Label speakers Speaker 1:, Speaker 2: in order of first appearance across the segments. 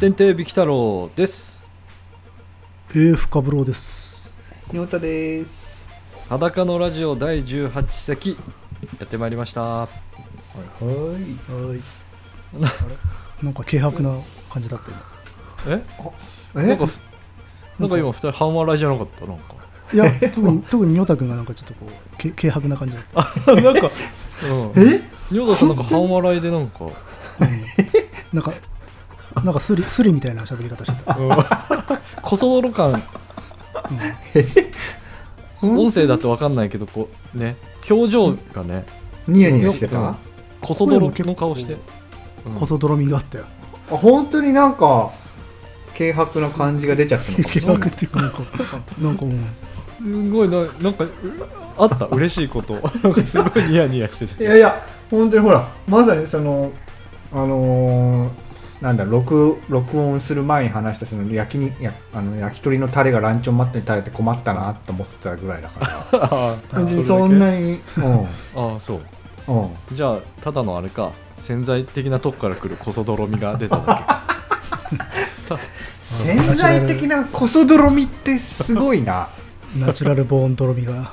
Speaker 1: 天亭ビキ太郎です
Speaker 2: えー、深ブロです。
Speaker 3: にょうたです。
Speaker 1: 裸のラジオ第18席やってまいりました
Speaker 3: はいはい。
Speaker 2: はい。なんか軽薄な感じだったよ。
Speaker 1: え
Speaker 3: え
Speaker 1: なんかなんか今二人半笑いじゃなかったなんか
Speaker 2: いや、特に、特にニョタ君がなんかちょっとこう、け軽薄な感じだった。
Speaker 1: なんか、うん、
Speaker 3: え
Speaker 1: ニョーダさんなんか半笑いでなんか、
Speaker 2: なんか、なんかスリ、スリみたいな喋り方してた。
Speaker 1: うん、こそ泥感音
Speaker 3: 音
Speaker 1: 声だとわかんないけどこうね表情がね
Speaker 3: ニヤニヤしてた、
Speaker 1: うん
Speaker 3: あ、
Speaker 1: こそ泥の顔して、うん
Speaker 2: こそ泥みがあったよ。
Speaker 3: 本当になんか、軽薄な感じが出ちゃったのかもし
Speaker 2: 軽薄
Speaker 3: れな
Speaker 2: っ。
Speaker 3: い
Speaker 2: ていうか、なんか、なんかもう、
Speaker 1: すごいななんかうあった嬉しいことなんかすごいニヤニヤして
Speaker 3: い
Speaker 1: て
Speaker 3: やいや、本当にほら、まさにその、あのー、なんだ録録音する前に話したその焼きにやあの焼き鳥のタレがランチョンマットに垂れて困ったなと思ってたぐらいだから
Speaker 1: あー
Speaker 3: 本当
Speaker 1: そ
Speaker 3: にそ
Speaker 1: れ
Speaker 3: ん
Speaker 1: だ
Speaker 3: な にう
Speaker 1: けあーそうん
Speaker 3: うん
Speaker 1: じゃあただのあれか潜在的なとこから来るこそ泥みが出ただ
Speaker 3: 潜在的なこそどろみってすご いな
Speaker 2: ナチュラルボーン泥みが。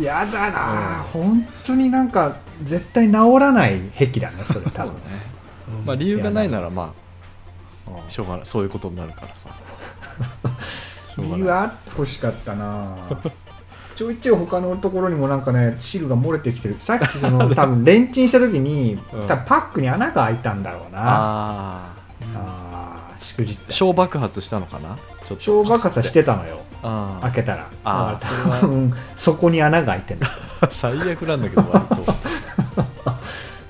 Speaker 3: やだな、
Speaker 1: うん
Speaker 3: 本当になんか絶対治らない癖だねそれ 多分ね
Speaker 2: う
Speaker 1: け
Speaker 2: ん
Speaker 1: まあ理由がないならま
Speaker 3: うん
Speaker 1: あしょうがないそういうことになるから さしょうがない
Speaker 3: 理由はあってほしかった なちょいちょい他のところにもなんかね汁が漏れてきてるさっき その多分レンチンした時に、
Speaker 1: うん
Speaker 3: 多分パックに穴が開いたんだろうなあ
Speaker 1: あ
Speaker 3: あーしくじっ
Speaker 1: ー
Speaker 3: た
Speaker 1: 小爆発したのかなちょっと
Speaker 3: 小爆発してたのよ
Speaker 1: あ
Speaker 3: 開けたら
Speaker 1: あー
Speaker 3: だから多分そこに穴が開いてんだ
Speaker 1: ー 最悪なんだけど割と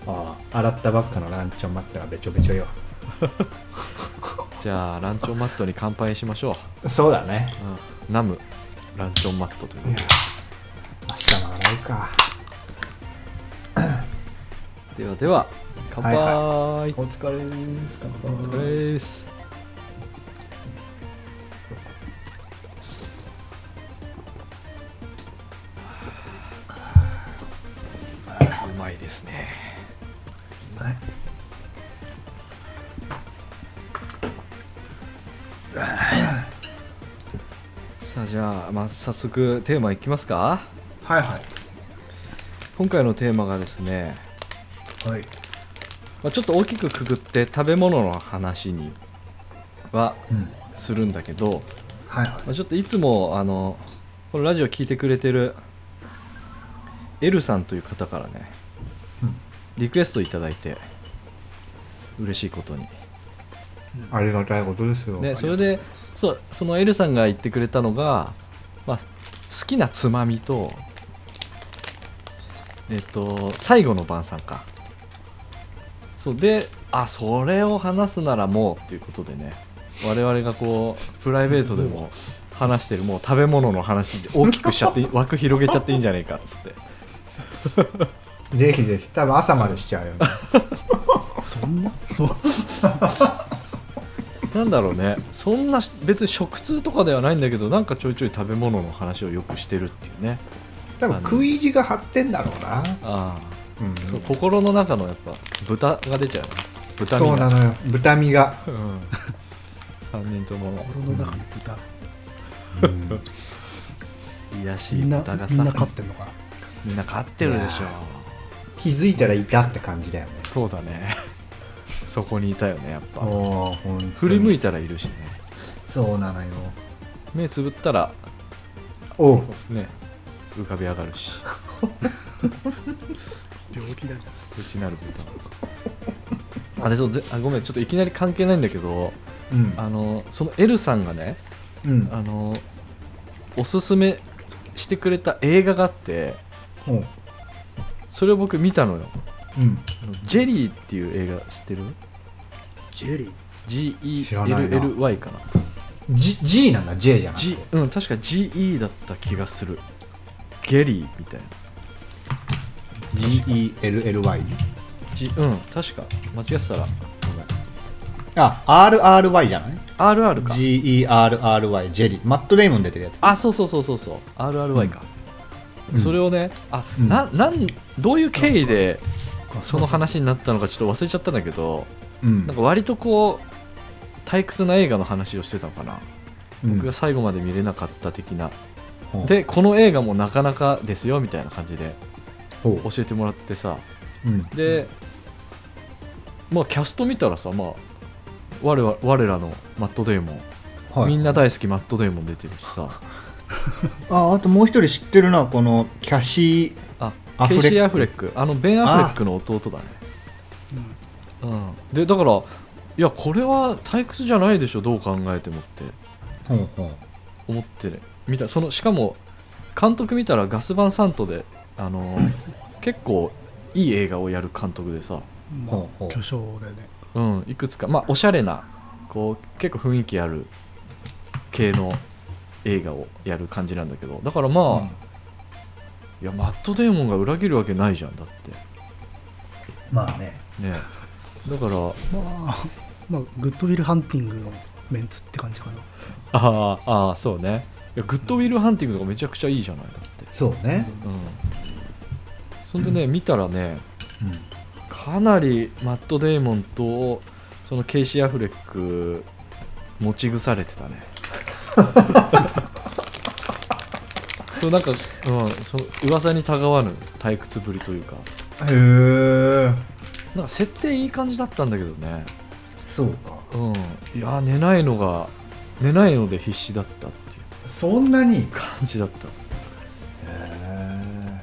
Speaker 3: あー洗ったばっかのランチョンマットがべちょべちょよ
Speaker 1: じゃあランチョンマットに乾杯しましょう、
Speaker 3: そうだね
Speaker 1: うん、ナムランチョンマットという
Speaker 3: 頭洗うか
Speaker 1: ではでは乾杯、
Speaker 3: はいお疲れですか
Speaker 1: お疲れですうまいですねさあじゃあ、まあ、早速テーマいきますか
Speaker 2: はいは
Speaker 1: 今回のテーマがですね、
Speaker 2: い。はい。
Speaker 1: まあ、ちょっと大きくくぐって食べ物の話には
Speaker 3: うん
Speaker 1: するんだけど、
Speaker 3: はいはい
Speaker 1: まあ、ちょっといつもあのこのラジオ聞いてくれてるエルさんという方からね、
Speaker 3: うん
Speaker 1: リクエストいただいて嬉しいことに、
Speaker 3: ありがたいことですよ
Speaker 1: ね、それでそうそのエルさんが言ってくれたのが、まあ、好きなつまみとえっと最後の晩餐かそうであそれを話すならもうっていうことでね我々がこうプライベートでも話してるもう食べ物の話で大きくしちゃ っていい枠広げちゃっていいんじゃないかっつって
Speaker 3: ぜひぜひ多分朝までしちゃうよ、ね、
Speaker 2: そんなそう。
Speaker 1: なんだろうねそんな別に食通とかではないんだけどなんかちょいちょい食べ物の話をよくしてるっていうね
Speaker 3: 多分食い意地が張ってんだろうな、
Speaker 1: ああ
Speaker 3: うん、
Speaker 1: そ
Speaker 3: そう
Speaker 1: 心の中のやっぱ豚が出ちゃうな豚み
Speaker 3: うな
Speaker 1: な
Speaker 3: のよ豚身が、
Speaker 1: うん、3人とも
Speaker 2: 心の中の豚。
Speaker 1: 癒やし
Speaker 2: み
Speaker 1: い
Speaker 2: んな、
Speaker 1: 豚がさ
Speaker 2: みんな飼ってんのかな。
Speaker 1: みんな飼ってるでしょ
Speaker 3: いや 気づいたらいたって感じだよね
Speaker 1: そうだねそこにいたよねやっぱ
Speaker 3: おーほんとに
Speaker 1: 振り向いたらいるしね
Speaker 3: そうなのよ
Speaker 1: 目つぶったら
Speaker 3: おう
Speaker 1: そうですね浮かび上がる し
Speaker 2: 病気だね。
Speaker 1: 内なる豚あでそうぜあごめんちょっといきなり関係ないんだけど
Speaker 3: うん
Speaker 1: あのその L さんがね
Speaker 3: うん
Speaker 1: あのおすすめしてくれた映画があって
Speaker 3: おう
Speaker 1: それを僕見たのよ
Speaker 3: うん
Speaker 1: あのジェリーっていう映画知ってる
Speaker 2: ジェリー。
Speaker 3: 知らないな
Speaker 1: ?GELLY かな
Speaker 3: G, G なんだ J じゃなくて
Speaker 1: G うん確か GE だった気がするゲリーみたいな、
Speaker 3: GELLY
Speaker 1: G、うん確か間違ってたら
Speaker 3: あ RRY じゃない
Speaker 1: RR か
Speaker 3: ?GERRY ジェリーマット・レイモン出てるやつ
Speaker 1: あそうそうそうそうそう RRY か、
Speaker 3: うん
Speaker 1: それをねあ、
Speaker 3: うん
Speaker 1: ななんどういう経緯で
Speaker 2: ガス
Speaker 1: その話になったのかちょっと忘れちゃったんだけど
Speaker 3: うん
Speaker 1: なんか割とこう退屈な映画の話をしてたのかな、
Speaker 3: うん
Speaker 1: 僕が最後まで見れなかった的な、
Speaker 3: うん
Speaker 1: でこの映画もなかなかですよみたいな感じで
Speaker 3: ほ
Speaker 1: 教えてもらってさ
Speaker 3: う、うん、
Speaker 1: で、まあキャスト見たらさまあ我は我らのマットデーモン、みんな大好きマットデーモン出てるしさ
Speaker 3: ああともう一人知ってるなこのキャシ
Speaker 1: あ
Speaker 3: ア
Speaker 1: ケ
Speaker 3: フレッ
Speaker 1: イ
Speaker 3: ク
Speaker 1: シー・アフレックあのベン・アフレックの弟だね
Speaker 2: うん
Speaker 1: うん、でだからいやこれは退屈じゃないでしょどう考えてもって
Speaker 3: ーほうほう
Speaker 1: 思ってね見たそのしかも監督見たらガスバンサントであ のー結構いい映画をやる監督でさ、
Speaker 2: ま
Speaker 3: ほう
Speaker 2: あ
Speaker 3: ほう
Speaker 2: 巨匠だよね
Speaker 1: うん、いくつか、まあ、おしゃれなこう結構雰囲気ある系の映画をやる感じなんだけどだからまあ、
Speaker 3: うん
Speaker 1: いやマット・デーモンが裏切るわけないじゃんだって
Speaker 3: まあね
Speaker 1: ねだ から
Speaker 2: まあまあグッドウィルハンティングのメンツって感じかな
Speaker 1: あーあーそうねいやグッドウィルハンティングとかめちゃくちゃいいじゃないだって
Speaker 3: そうね、
Speaker 1: うんそんでね見たらね
Speaker 3: うん
Speaker 1: かなりマット・デーモンとそのケイシー・アフレック持ち腐れてたねそうなんか、うん、そ噂にたがわぬ退屈ぶりというか
Speaker 3: へえ
Speaker 1: なんか設定いい感じだったんだけどね、
Speaker 3: そうか
Speaker 1: うん、いやー寝ないのが寝ないので必死だったっていう
Speaker 3: そんなに
Speaker 1: 感じだった
Speaker 3: へえ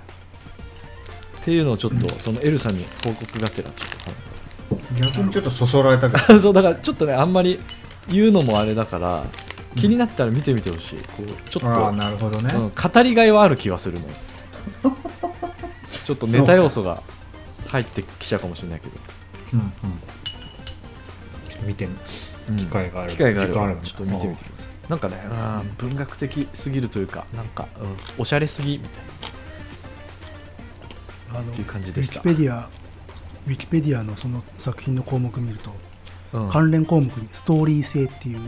Speaker 1: っていうのをちょっとそのエルさんに報告がてらちょっと
Speaker 3: 逆にちょっとそそられたけ ど
Speaker 1: そうだからちょっとねあんまり言うのもあれだから気になったら見てみてほしい、こうちょっ
Speaker 3: あ
Speaker 1: と
Speaker 3: あ、なるほどね、
Speaker 1: うん、語りがいはある気はするのよちょっとネタ要素が入ってきちゃうかもしれないけど、
Speaker 3: うんうんちょっと見てみ
Speaker 1: うん
Speaker 3: 機会がある、
Speaker 1: 機会があれ
Speaker 3: 時間
Speaker 1: ば
Speaker 3: あれば
Speaker 1: ちょっと見てみてくださいなんかねあー文学的すぎるというかなんか、うんおしゃれすぎみたい
Speaker 2: あの
Speaker 1: っていう感じ
Speaker 2: ウ
Speaker 1: で
Speaker 2: ィ
Speaker 1: した
Speaker 2: キペディアウィキペディアのその作品の項目見ると、
Speaker 1: な、うん
Speaker 2: 関連項目にストーリー性っていう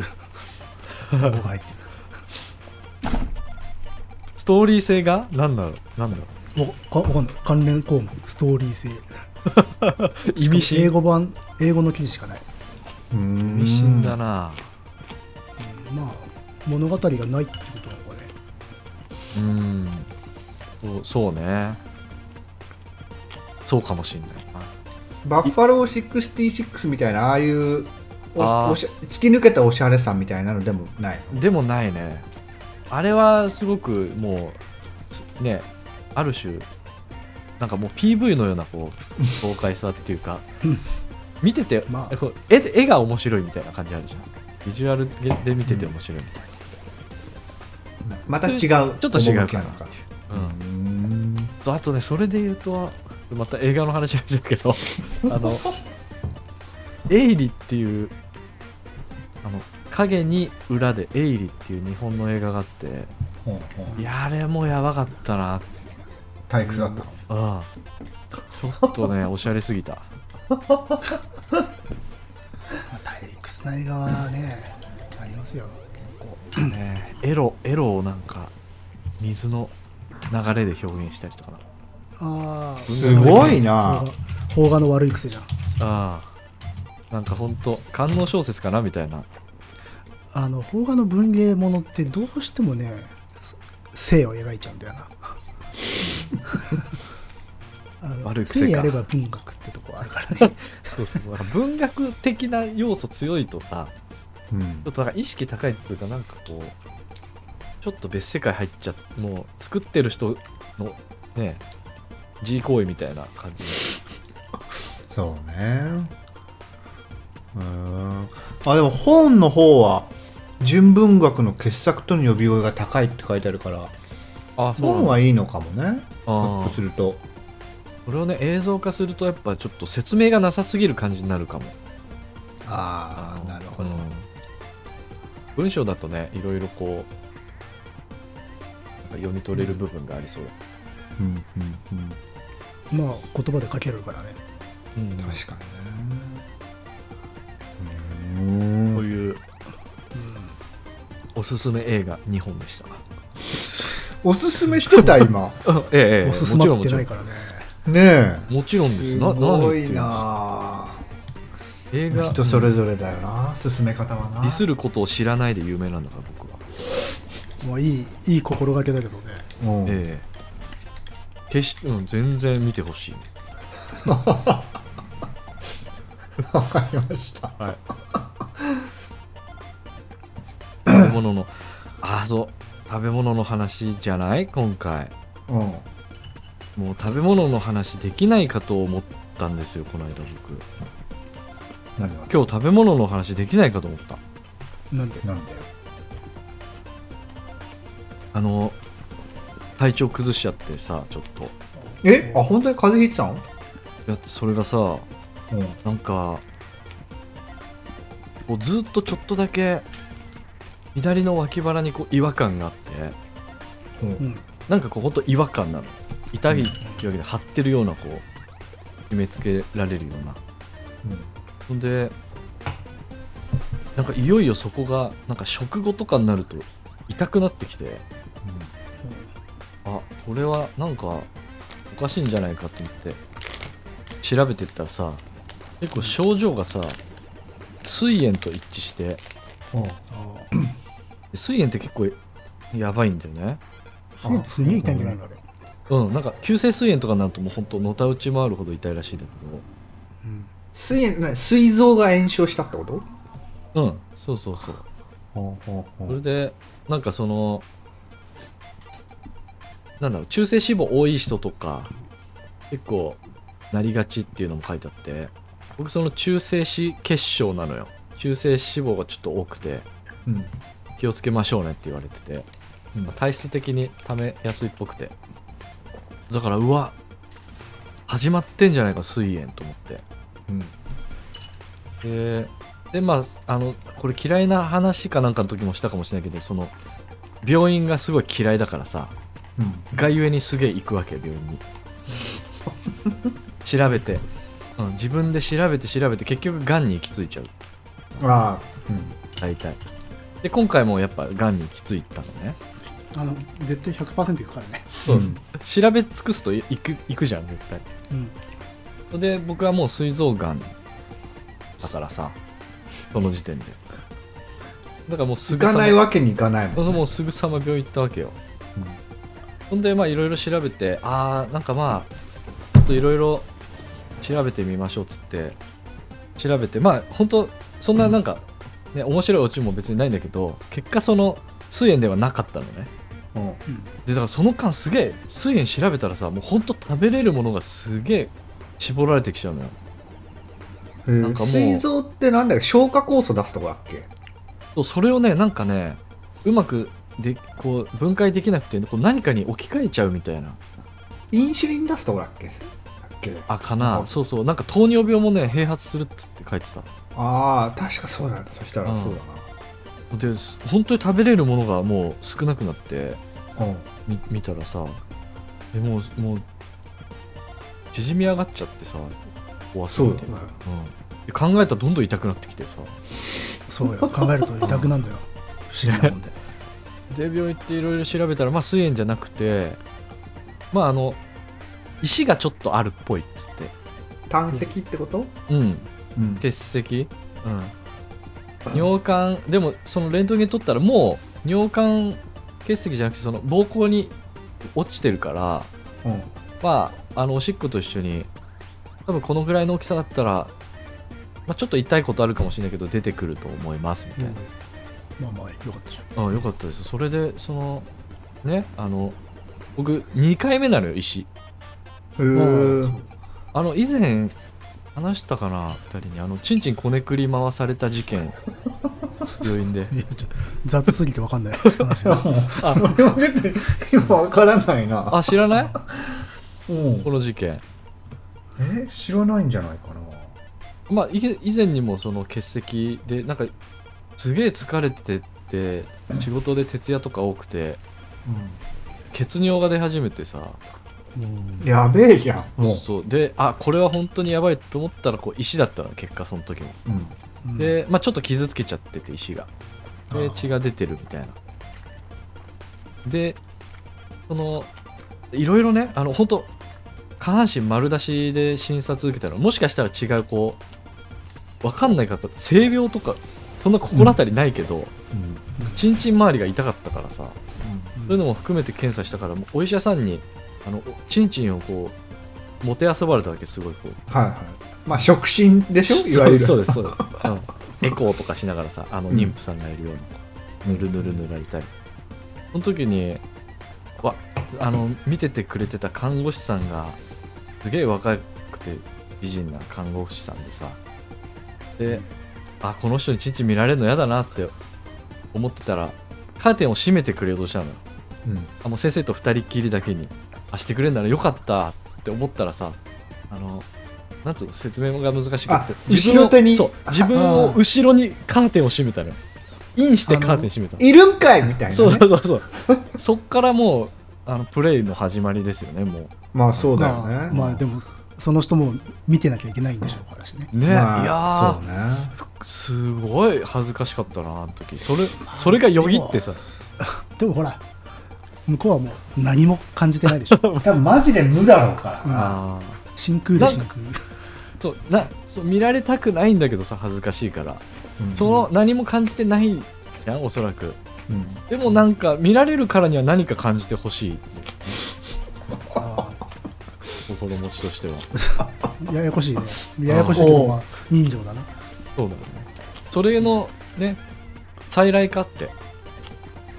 Speaker 2: 単語が入ってる
Speaker 1: ストーリー性が何だろう何だろ
Speaker 2: わかわかんない関連項目ストーリー性
Speaker 1: う意味
Speaker 2: 英
Speaker 1: 深
Speaker 2: 語版英語の記事しかない、
Speaker 3: うーん
Speaker 1: 意味深だな
Speaker 2: うんまあ物語がないってことなのかね
Speaker 1: うんそうそうねそうかもしれないな
Speaker 3: バッファロー66みたいなああいうお
Speaker 1: あー
Speaker 3: おしゃ突き抜けたおしゃれさみたいなのでもない
Speaker 1: でもないねあれはすごくもうねある種なんかもう PV のようなこう爽快さっていうか
Speaker 2: うん
Speaker 1: 見てて、
Speaker 2: まあ
Speaker 1: こう絵で絵が面白いみたいな感じあるじゃんビジュアルで見てて面白いみたい
Speaker 3: また違う
Speaker 1: ちょっと違う
Speaker 3: 趣
Speaker 1: か
Speaker 3: な
Speaker 1: な
Speaker 3: のか
Speaker 1: な、
Speaker 3: うーん
Speaker 1: とあとねそれで言うとまた映画の話になっちゃうけ どあのエイリっていうあの影に裏でエイリっていう日本の映画があって
Speaker 3: ほうほう
Speaker 1: いやあれもやばかったなって
Speaker 3: 退屈だった
Speaker 1: ああちょっと ねおしゃれすぎた
Speaker 2: まあ退屈な映画はねありますよ
Speaker 1: ねエロエロをなんか水の流れで表現したりとかな
Speaker 2: ああ
Speaker 3: すごいな
Speaker 2: 邦画の悪い癖じゃん
Speaker 1: ああなんかほんと官能小説かなみたいな
Speaker 2: あの邦画の文芸ものってどうしてもねそ性を描いちゃうんだよな あの
Speaker 1: 悪い癖か
Speaker 2: 性やれば文学ってとこあるから ね
Speaker 1: そうそうそうなんか文学的な要素強いとさ
Speaker 3: うん
Speaker 1: ちょっとなんか意識高いっていうかなんかこうちょっと別世界入っちゃってもう作ってる人のね G 行為みたいな感じ
Speaker 3: そうねうーんあでも本の方は純文学の傑作との呼び声が高いって書いてあるから
Speaker 1: あそうな
Speaker 3: 本
Speaker 1: んだ
Speaker 3: はいいのかもねひょ
Speaker 1: あ
Speaker 3: っ
Speaker 1: あ
Speaker 3: とすると
Speaker 1: これをね映像化するとやっぱちょっと説明がなさすぎる感じになるかも
Speaker 3: あ
Speaker 1: のうん文章だとねいろいろこうなんか読み取れる部分がありそうだ、
Speaker 3: うんうんうん
Speaker 2: まあ言葉で書けるからね
Speaker 1: うん
Speaker 3: 確か
Speaker 1: こう
Speaker 3: にねうーん
Speaker 1: いうおすすめ映画2本でした
Speaker 3: おすすめしてた 今
Speaker 1: え
Speaker 2: おすすまってないからね
Speaker 3: ねえ
Speaker 1: もちろんですすな
Speaker 3: ごい
Speaker 1: 何言ってるんですか映
Speaker 3: なあ
Speaker 1: 画
Speaker 3: 人それぞれだよな、進め方はな
Speaker 1: ディスることを知らないで有名なんだから僕は、
Speaker 2: もういいいい心がけだけどね
Speaker 3: うん
Speaker 1: ええ決し、うん、全然見てほしいね
Speaker 3: わかりました
Speaker 1: はい食べ物のあそう食べ物の話じゃない今回
Speaker 3: うん
Speaker 1: もう食べ物の話できないかと思ったんですよこの間僕
Speaker 3: 何が
Speaker 1: 今日食べ物の話できないかと思った
Speaker 2: なんで
Speaker 3: なんだよ
Speaker 1: あの体調崩しちゃってさちょっとい
Speaker 3: えあ本当に風邪ひいてたの
Speaker 1: やそれがさ
Speaker 3: うん
Speaker 1: なんかこうずっとちょっとだけ左の脇腹にこう違和感があって
Speaker 3: うん
Speaker 2: うん
Speaker 1: なんかこうほんと違和感なの痛いっていうわけで張ってるようなこう決めつけられるようなほんでなんかいよいよそこがなんか食後とかになると痛くなってきてあこれはなんかおかしいんじゃないかと思って調べてったらさ結構症状がさ膵炎と一致して
Speaker 3: うんうん
Speaker 2: あ
Speaker 1: 膵炎って結構やばいんだよね
Speaker 2: あすげえ痛いんじゃないのあれ、
Speaker 1: うんなんか急性膵炎とかになるともうほんとのたうち回るほど痛いらしいんだけ
Speaker 2: うん、
Speaker 3: 水炎な膵臓が炎症したってこと
Speaker 1: どうんそうそうそう
Speaker 3: うんうん
Speaker 1: そうれ
Speaker 3: ん
Speaker 1: でなんかそのなんだろう中性脂肪多い人とか結構なりがちっていうのも書いてあって僕その中性脂血症なのよ中性脂肪がちょっと多くて
Speaker 3: うん
Speaker 1: 気をつけましょうねって言われてて、
Speaker 3: うん
Speaker 1: まあ体質的にためやすいっぽくてだからうわ始まってんじゃないか膵炎と思って
Speaker 3: うん
Speaker 1: ででまああのこれ嫌いな話かなんかの時もしたかもしれないけどその病院がすごい嫌いだからさ
Speaker 3: うん
Speaker 1: 外ゆえにすげえ行くわけ病院に調べて、うん、自分で調べて調べて結局がんに行き着いちゃう
Speaker 3: ああ
Speaker 1: 大体で今回もやっぱがんに行き着いたのね
Speaker 2: あの絶対100%いくからね、
Speaker 3: うん
Speaker 1: うん調べ尽くすとい行く行くじゃん絶対
Speaker 2: うん、
Speaker 1: で僕はもう膵臓がんだからさその時点でだからもうす
Speaker 3: 行
Speaker 1: ぐさ
Speaker 3: か
Speaker 1: ま
Speaker 3: ないわけにいかない
Speaker 1: そう
Speaker 3: も
Speaker 1: んそうもうすぐさま病院行ったわけよ
Speaker 3: うん
Speaker 1: ほんでまあいろいろ調べてああなんかまあちょっといろいろ調べてみましょうっつって調べてまあ本当そんななんか、ね面白いオチも別にないんだけど結果その膵炎ではなかったのね
Speaker 3: う
Speaker 2: う
Speaker 3: ん
Speaker 2: ん
Speaker 1: でだからその間すげえ膵炎調べたらさもう本当食べれるものがすげえ絞られてきちゃうのよ
Speaker 3: えー
Speaker 1: なんかもう
Speaker 3: 膵臓ってなんだよ消化酵素出すとこだっけ
Speaker 1: そうそれをねなんかねうまくでこう分解できなくてこう何かに置き換えちゃうみたいな
Speaker 3: インシュリン出すとこだっけだっけ
Speaker 1: あかな
Speaker 3: あ
Speaker 1: そうそうなんか糖尿病もね併発するっつって書いてた
Speaker 3: ああ確かそうなんだそしたら
Speaker 1: うん
Speaker 3: そう
Speaker 1: で本当に食べれるものがもう少なくなって
Speaker 3: だなうん
Speaker 1: み見たらさえもうもう縮み上がっちゃってさ怖すぎて、うん、
Speaker 3: だ
Speaker 1: で
Speaker 3: よ
Speaker 1: 考えたらどんどん痛くなってきてさ
Speaker 2: そうよ考えると痛くなんだよ不思議なも んで
Speaker 1: で病院行っていろいろ調べたらまあ膵炎じゃなくてまああの石がちょっとあるっぽいっつっ
Speaker 3: 胆石ってこと
Speaker 1: てうん
Speaker 3: うん
Speaker 1: 結石うん尿管でもそのレントゲン取ったらもう尿管結石じゃなくてその膀胱に落ちてるから
Speaker 3: うん
Speaker 1: まああのおしっこと一緒に多分このぐらいの大きさだったら、まあ、ちょっと痛いことあるかもしれないけど出てくると思いますみたいな、
Speaker 2: まあまあよかったじゃん
Speaker 1: あよかったですそれでそのねあの僕2回目なのよ石
Speaker 3: へー
Speaker 1: あの以前話したかな2人にあのちんちんこねくり回された事 件病院で
Speaker 2: いやちょっと雑すぎてわかんな い話が
Speaker 1: あ
Speaker 3: 俺は出て今わからない な
Speaker 1: あ知らない
Speaker 3: うん
Speaker 1: この事件
Speaker 3: え知らないんじゃないかな
Speaker 1: まあい以前にもその欠席でなんかすげえ疲れてて仕事で徹夜とか多くて血尿が出始めてさ
Speaker 2: うん
Speaker 3: やべえじゃんも
Speaker 1: そうであこれは本当にやばいと思ったらこう石だったの結果その時も、
Speaker 3: ううん
Speaker 2: うん
Speaker 1: で、まあ、ちょっと傷つけちゃってて石がで
Speaker 2: あー
Speaker 1: 血が出てるみたいなでそのいろいろねあの本当下半身丸出しで診察受けたらもしかしたら違うこう分かんない方性病とかそんな心当たりないけど、
Speaker 3: うん
Speaker 1: ちんちん周りが痛かったからさ、そういう
Speaker 2: うん
Speaker 1: のも含めて検査したからもうお医者さんにあのちんちんをこうもてあそばれたわけすごいこう
Speaker 3: はいはいまあ触診でしょいわゆる
Speaker 1: そうそう
Speaker 3: で
Speaker 1: ですそうです、うん、エコーとかしながらさあの
Speaker 3: うん
Speaker 1: 妊婦さんがいるようにぬるぬるぬらいたりその時にわあの見ててくれてた看護師さんがすげえ若くて美人な看護師さんでさであこの人にちんちん見られるの嫌だなって思ってたらカーテンを閉めてくれようとしたのよあもう先生と2人きりだけにあしてくれるならよかったって思ったらさあのなんつうの説明が難しく
Speaker 3: あ
Speaker 1: て
Speaker 3: 後ろ手に
Speaker 1: そう自分を後ろにカーテンを閉めたのよインしてカーテン閉めたの
Speaker 3: いるんかいみたいな、ね、
Speaker 1: そうそうそうそう そっからもうあのプレイの始まりですよねも
Speaker 3: まあそうだよね
Speaker 2: まあ、まあでもその人も見てなきゃいけないんでしょうからしね
Speaker 1: うね、
Speaker 3: まあ
Speaker 1: いやー
Speaker 3: そうね
Speaker 1: すごい恥ずかしかったなあの時それそれがよぎってさ
Speaker 2: でもほら向こうはもう何も感じてないでし ょ
Speaker 3: 多分マジで無だろうからな、
Speaker 1: あー
Speaker 2: 真空で真空
Speaker 1: そうなそう見られたくないんだけどさ恥ずかしいから
Speaker 3: うん
Speaker 1: その何も感じてないじゃんおそらく
Speaker 3: うん
Speaker 1: でもなんか見られるからには何か感じてほしい
Speaker 2: あ
Speaker 1: 心持ちとしては
Speaker 2: ーややこしいねややこしいけどまあ人情だな
Speaker 1: そうだよねそれのね再来かって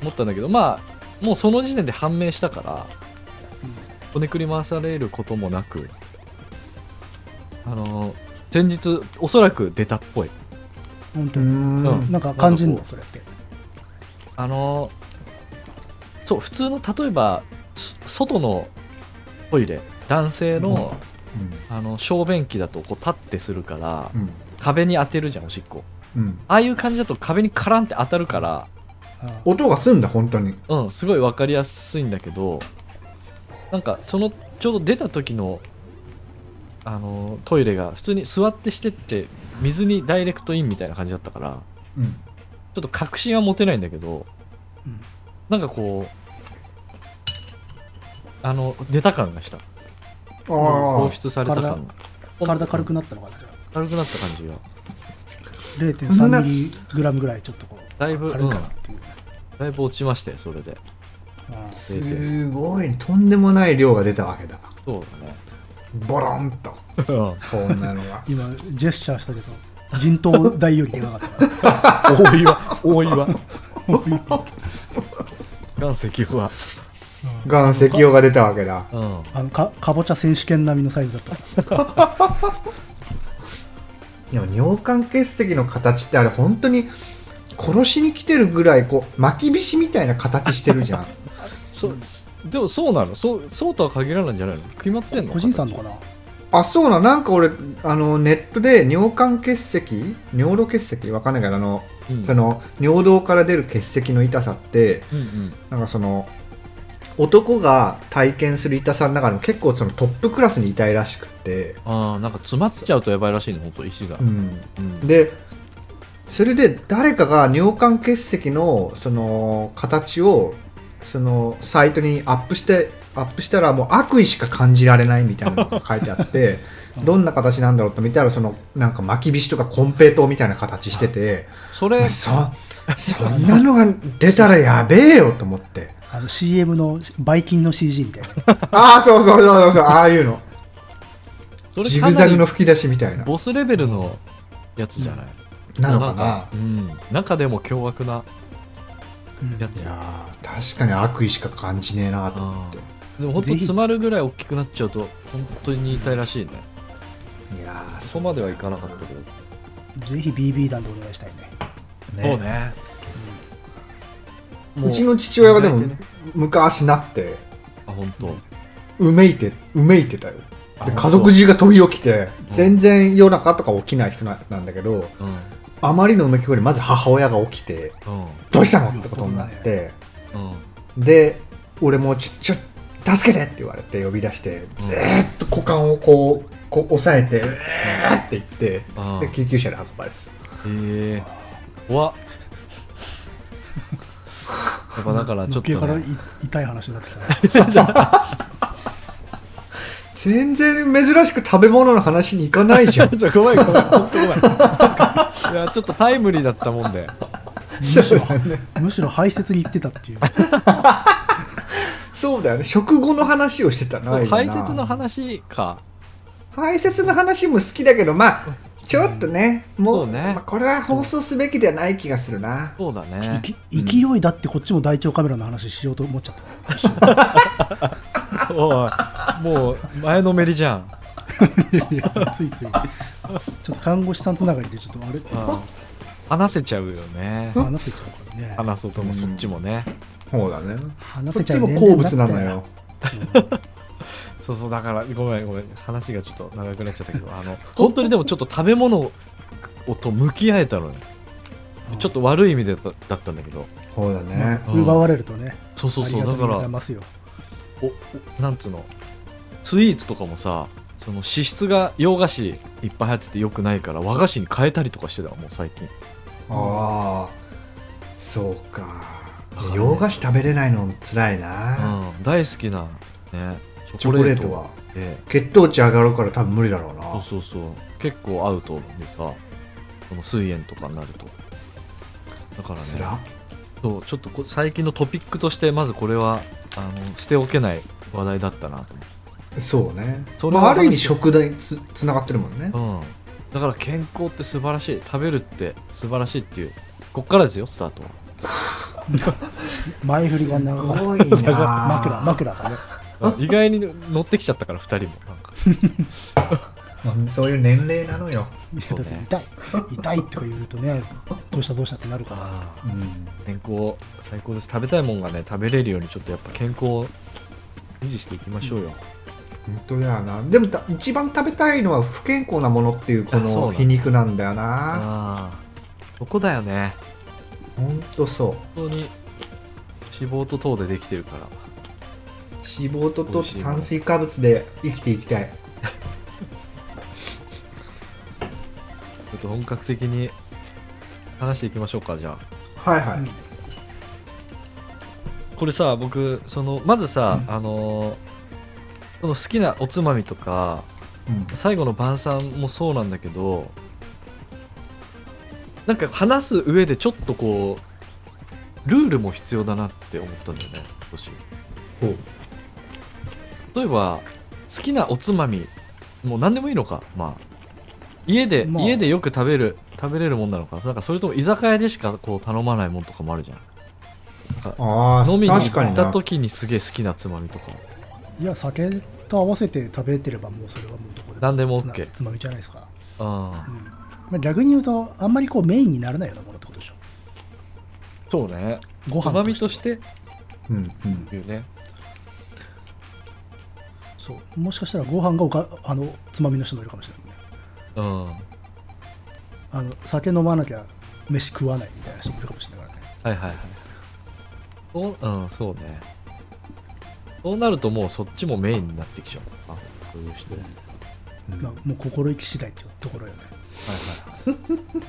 Speaker 1: 思ったんだけどまあもうその時点で判明したからこねくり回されることもなくあの先日おそらく出たっぽい
Speaker 2: 本当
Speaker 3: う
Speaker 2: に
Speaker 3: ん
Speaker 1: うん
Speaker 2: なんか感じん
Speaker 1: なんかこ
Speaker 2: の
Speaker 1: う
Speaker 2: それって
Speaker 1: あのそう普通の例えばそ外のトイレ男性の,、あの小便器だとこう立ってするから、
Speaker 3: うん
Speaker 1: 壁に当てるじゃんおしっこ
Speaker 3: うん
Speaker 1: ああいう感じだと壁にカランって当たるから
Speaker 2: あー
Speaker 3: 音がすんだ本当に
Speaker 1: うんすごい分かりやすいんだけどなんかそのちょうど出た時のあのトイレが普通に座ってしてって水にダイレクトインみたいな感じだったから
Speaker 3: うん
Speaker 1: ちょっと確信は持てないんだけど、
Speaker 2: うん
Speaker 1: なんかこうあの出た感がした
Speaker 3: あ
Speaker 1: 放出された感が
Speaker 2: 体軽くなったのかなじゃあ
Speaker 1: 軽くなった感じが
Speaker 3: そんな
Speaker 2: 0.3ミリグラムぐらいちょっとこう
Speaker 1: だいぶ、
Speaker 2: 軽
Speaker 1: う
Speaker 2: い
Speaker 1: ん、
Speaker 2: かな
Speaker 1: だ
Speaker 2: っていう、
Speaker 1: いぶ落ちましてそれで
Speaker 2: あ
Speaker 3: あ
Speaker 2: ー
Speaker 3: すごいとんでもない量が出たわけだ
Speaker 1: そう
Speaker 3: ボロンと
Speaker 1: だね
Speaker 3: こんなのが
Speaker 2: 今ジェスチャーしたけど人頭代よりでかかったから
Speaker 1: 大岩大岩岩石は
Speaker 3: 岩石用が出たわけだ
Speaker 1: うん
Speaker 2: あのかかぼちゃ選手権並みのサイズだった
Speaker 3: でも尿管結石の形ってあれ本当に殺しに来てるぐらいこう巻きびしみたいな形してるじゃん
Speaker 1: そうでもそうなのそうそうとは限らないんじゃないの決まってんの
Speaker 2: 個人差あんのかな
Speaker 3: あそうななんか俺あのネットで尿管結石尿路結石わかんないけどあの、
Speaker 1: うん
Speaker 3: その尿道から出る結石の痛さって
Speaker 1: うんうん
Speaker 3: なんかその男が体験する痛さの中でも結構そのトップクラスに痛いらしくって、
Speaker 1: ああなんか詰まっちゃうとやばいらしいね本当石が
Speaker 3: うん、
Speaker 1: うん
Speaker 3: でそれで誰かが尿管結石のその形をそのサイトにアップしてアップしたらもう悪意しか感じられないみたいなのが書いてあってどんな形なんだろうと見たらそのなんか巻きびしとかコンペイトーみたいな形してて
Speaker 1: それ
Speaker 3: そそんなのが出たらやべえよと思って
Speaker 2: あの CM のバイキンの CG みたいな
Speaker 3: ああそうそうそうそうそうああいうの
Speaker 1: それ
Speaker 3: ジ
Speaker 1: か
Speaker 3: グ
Speaker 1: な
Speaker 3: ザ
Speaker 1: り
Speaker 3: グの吹き出しみたいな
Speaker 1: ボスレベルのやつじゃない、
Speaker 3: なのかなん
Speaker 1: うん、中でも凶悪なや
Speaker 3: い
Speaker 1: つ
Speaker 3: やー確かに悪意しか感じねえなと思って
Speaker 1: でも本当
Speaker 2: ぜひ
Speaker 1: 詰まるぐらい大きくなっちゃうと本当に痛いらしいね
Speaker 3: いやー
Speaker 1: そこまではいかなかったけど
Speaker 2: ぜひ BB 弾でお願いしたいね
Speaker 1: そうねも
Speaker 3: うちの父親がでも
Speaker 1: 意外とね
Speaker 3: 昔なって
Speaker 1: あ本当
Speaker 3: うめいてうめいてたよ
Speaker 1: あ
Speaker 3: で
Speaker 1: 本当
Speaker 3: 家族中が飛び起きて
Speaker 1: うん
Speaker 3: 全然夜中とか起きない人ななんだけど
Speaker 1: うん
Speaker 3: あまりのうめき声にまず母親が起きて
Speaker 1: うん
Speaker 3: 「どうしたの?」ってことになって
Speaker 1: うん
Speaker 3: で俺もち「ちょ助けて!」って言われて呼び出してずーっと股間をこうこう押さえて「うーって言って
Speaker 1: あ
Speaker 3: で救急車で運ばれます
Speaker 1: ええ怖っ やっぱだからちょっ
Speaker 2: 余計
Speaker 1: と、
Speaker 2: から
Speaker 1: ね
Speaker 2: い、痛い話になってきたな
Speaker 3: 全然珍しく食べ物の話に行かないじゃん
Speaker 1: ちょごめんごめんほんとごめんいやちょっとタイムリーだったもんで
Speaker 3: そうだね
Speaker 2: むしろ排泄に行ってたっていう
Speaker 3: そうだよね食後の話をしてたな今
Speaker 1: 排
Speaker 3: な
Speaker 1: 泄の話か
Speaker 3: 排泄の話も好きだけどまあちょっとね、もう
Speaker 1: そうね
Speaker 3: まあこれは放送すべきではない気がするな
Speaker 1: そうだ ね
Speaker 2: いき勢いだってこっちも大腸カメラの話しようと思っちゃった
Speaker 1: おいもう前のめりじゃん
Speaker 2: いやいやついついちょっと看護師さんつながりでちょっとあれ
Speaker 1: うん話せちゃうよね
Speaker 2: 話せちゃうからね
Speaker 1: 話そうともそっちもね
Speaker 3: そうだね
Speaker 2: 話
Speaker 3: そっ
Speaker 2: せちゃ
Speaker 3: ち
Speaker 2: う
Speaker 3: も
Speaker 2: 年
Speaker 3: 好
Speaker 2: 齢に
Speaker 3: 物
Speaker 2: な
Speaker 3: な
Speaker 2: った
Speaker 3: のよ
Speaker 1: そうそうだからごめんごめん話がちょっと長くなっちゃったけどあの 本当にでもちょっと食べ物と向き合えたのね
Speaker 2: うん
Speaker 1: ちょっと悪い意味でだだったんだけど
Speaker 3: そうだね
Speaker 1: うん
Speaker 2: 奪われるとね
Speaker 1: そうそう
Speaker 2: あり
Speaker 1: そう
Speaker 2: が
Speaker 1: だ
Speaker 2: た
Speaker 1: か
Speaker 2: みが出
Speaker 1: ら
Speaker 2: ますよ
Speaker 1: おおなんつうのスイーツとかもさその脂質が洋菓子いっぱい入っててよくないから和菓子に変えたりとかしてたもう最近
Speaker 3: ああそうか
Speaker 1: だからね
Speaker 3: 洋菓子食べれないのつらいな、
Speaker 1: うん、大好きな、ね、
Speaker 3: チョコレートは
Speaker 1: ええ
Speaker 3: 血糖値上がるから多分無理だろうな
Speaker 1: そうそうそう結構合うと思うんでさこの水炎とかになるとだから
Speaker 3: つ
Speaker 1: ね
Speaker 3: ら
Speaker 1: そうちょっとこ最近のトピックとしてまずこれはあの捨ておけない話題だったなと
Speaker 3: そうね
Speaker 1: それ
Speaker 3: ま
Speaker 1: は
Speaker 3: あ、ある意味食代つつながってるもんね
Speaker 1: 思って、うん、だから健康って素晴らしい食べるって素晴らしいっていうこっからですよスタートは
Speaker 2: 前振りが長かっ
Speaker 3: すごいな
Speaker 2: た 枕枕がね
Speaker 1: あ意外に乗ってきちゃったから2人もなんか
Speaker 3: うんそういう年齢なのよ、
Speaker 2: いやだって痛い痛いとか言うとねどうしたどうしたってなるから
Speaker 1: あ
Speaker 3: うん、
Speaker 1: ー健康最高です食べたいもんがね食べれるようにちょっとやっぱ健康を維持していきましょうよ、
Speaker 3: 本当だよなでもた一番食べたいのは不健康なものっていうこ
Speaker 1: あそう
Speaker 3: の
Speaker 1: だ
Speaker 3: 皮肉なんだよな
Speaker 1: ああそこだよね
Speaker 3: 本当そう
Speaker 1: 本当に脂肪と糖でできてるから
Speaker 3: 脂肪と
Speaker 1: 美
Speaker 3: と
Speaker 1: 味しいもの
Speaker 3: 炭水化物で生きていきたい
Speaker 1: ちょっと本格的に話していきましょうかじゃあ
Speaker 3: はいはい、
Speaker 2: うん
Speaker 1: これさ僕そのまずさ、あのーこの好きなおつまみとか
Speaker 3: うん
Speaker 1: 最後の晩餐もそうなんだけどなんか話す上でちょっとこうルールも必要だなって思ったんだよね今年
Speaker 3: ほう
Speaker 1: 例えば好きなおつまみもう何でもいいのかまあ家で、
Speaker 2: まあ
Speaker 1: 家でよく食べる食べれるもんなのかなんかそれとも居酒屋でしかこう頼まないもんとかもあるじゃん
Speaker 3: あ
Speaker 1: 飲みに
Speaker 3: あ確か
Speaker 1: 行
Speaker 3: に
Speaker 1: った
Speaker 3: な
Speaker 1: 時にすげえ好きなつまみとか
Speaker 2: いや酒と合わせて食べてればもうそれはもうどこで
Speaker 1: 何でも
Speaker 2: つな
Speaker 1: OK
Speaker 2: つまみじゃないですか、
Speaker 1: あ
Speaker 2: う
Speaker 1: あ
Speaker 2: んまあ、逆に言うとあんまりこうメインにならないようなものってことでしょ
Speaker 1: そうね
Speaker 2: ご
Speaker 1: つ
Speaker 2: 飯
Speaker 1: まみとして
Speaker 3: うんうん
Speaker 1: いうね
Speaker 2: そうもしかしたらご飯がおかあのつまみの人もいるかもしれないも
Speaker 1: うん
Speaker 2: んね
Speaker 1: は
Speaker 2: あの酒飲まなきゃ飯食わないみたいな人もいるかもしれないからね
Speaker 1: いはいはいそう,、うん、そうねそうなるともうそっちもメインになってきちゃうあそういう人はい
Speaker 2: まあ、もう心意気次第っていうところよね
Speaker 1: はいはいい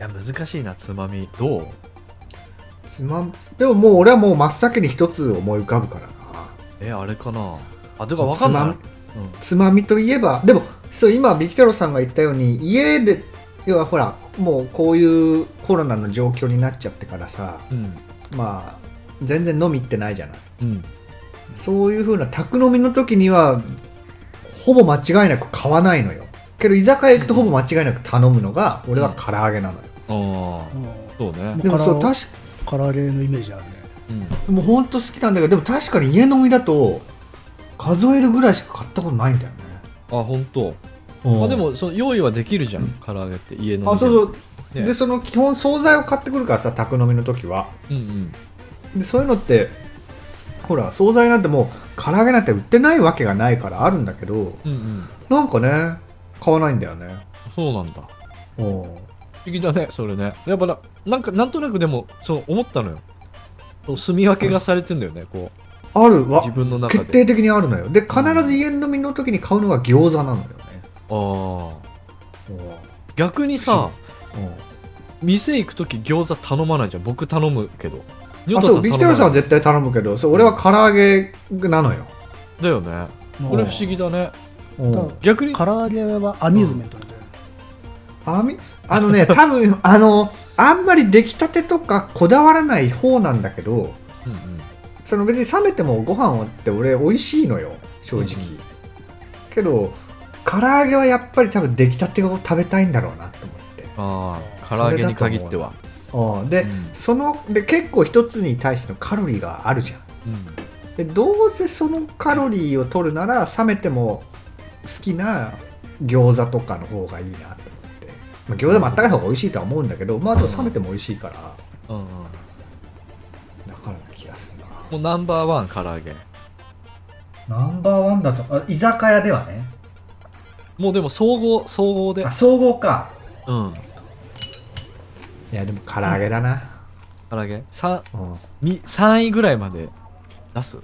Speaker 1: や難しいなつまみどう
Speaker 3: つまんでももう俺はもう真っ先に一つ思い浮かぶからな
Speaker 1: えあれかなあてか分かんない、うん、
Speaker 3: つまみといえばでもそう今ビキタロさんが言ったように家で要はほらもうこういうコロナの状況になっちゃってからさ
Speaker 1: うん
Speaker 3: まあ全然飲み行ってないじゃない
Speaker 1: うん
Speaker 3: そういう風な宅飲みの時にはほぼ間違いなく買わないのよけど居酒屋行くとほぼ間違いなく頼むのが俺は唐揚げなのよ、
Speaker 1: あ
Speaker 2: う
Speaker 1: あ
Speaker 2: ん
Speaker 1: そうね
Speaker 2: ん
Speaker 3: でもそう
Speaker 2: 唐揚
Speaker 3: 確
Speaker 2: 唐揚げのイメージあるね
Speaker 1: うん
Speaker 3: もう本当好きなんだけどでも確かに家飲みだと数えるぐらいしか買ったことないんだよね
Speaker 1: あ本当。
Speaker 3: うん
Speaker 1: まあでもその用意はできるじゃん唐揚げって家の
Speaker 3: あそうそう
Speaker 1: うね
Speaker 3: でその基本惣菜を買ってくるからさ宅飲みの時は
Speaker 1: うんうん
Speaker 3: でそういうのってほら惣菜なんてもう唐揚げなんて売ってないわけがないからあるんだけど
Speaker 1: うんうん
Speaker 3: なんかね買わないんだよね
Speaker 1: そうなんだ
Speaker 3: うん
Speaker 1: 不思議だねそれねやっぱななんかなんとなくでもそう思ったのよその住み分けがされてんだよねこう
Speaker 3: あるわ
Speaker 1: 自分の中で
Speaker 3: 決定的にあるのよで必ず家飲みの時に買うのが餃子なのよね
Speaker 1: あ
Speaker 3: うんうん
Speaker 1: あ逆にさ店行く時餃子頼まないじゃん僕頼むけど
Speaker 3: あそうビ
Speaker 1: 頼ま
Speaker 3: キタ
Speaker 1: な
Speaker 3: ロ
Speaker 1: い
Speaker 3: さんは絶対頼むけどそう俺は唐揚げなのよ
Speaker 1: だよね
Speaker 2: まあ
Speaker 1: これ不思議だね
Speaker 3: うん
Speaker 2: だ
Speaker 1: 逆に
Speaker 2: 唐揚げはアミューズメントなんだよね、
Speaker 3: あみあの ね多分あのあんまり出来たてとかこだわらない方なんだけど
Speaker 1: うんうん
Speaker 3: その別に冷めてもご飯って俺美味しいのよ正直、
Speaker 1: うん
Speaker 3: けど唐揚げはやっぱり多分出来たてを食べたいんだろうなと思って
Speaker 1: ああ唐揚げに限っては
Speaker 3: うんで、
Speaker 1: うん
Speaker 3: そので結構一つに対してのカロリーがあるじゃん
Speaker 1: うん
Speaker 3: でどうせそのカロリーを取るなら冷めても好きな餃子とかの方がいいなと思って、まあ、餃子もあったかい方が美味しいとは思うんだけどまあでも冷めても美味しいから
Speaker 1: うんうんも
Speaker 3: だからな気がするな
Speaker 1: うナンバーワン唐揚げ
Speaker 3: ナンバーワンだとあ居酒屋ではね
Speaker 1: もうでも総合総合で
Speaker 3: 総合か
Speaker 1: うん
Speaker 3: いやでも唐揚げだな、
Speaker 1: 唐揚げさ
Speaker 3: うん、
Speaker 1: み3位ぐらいまで出す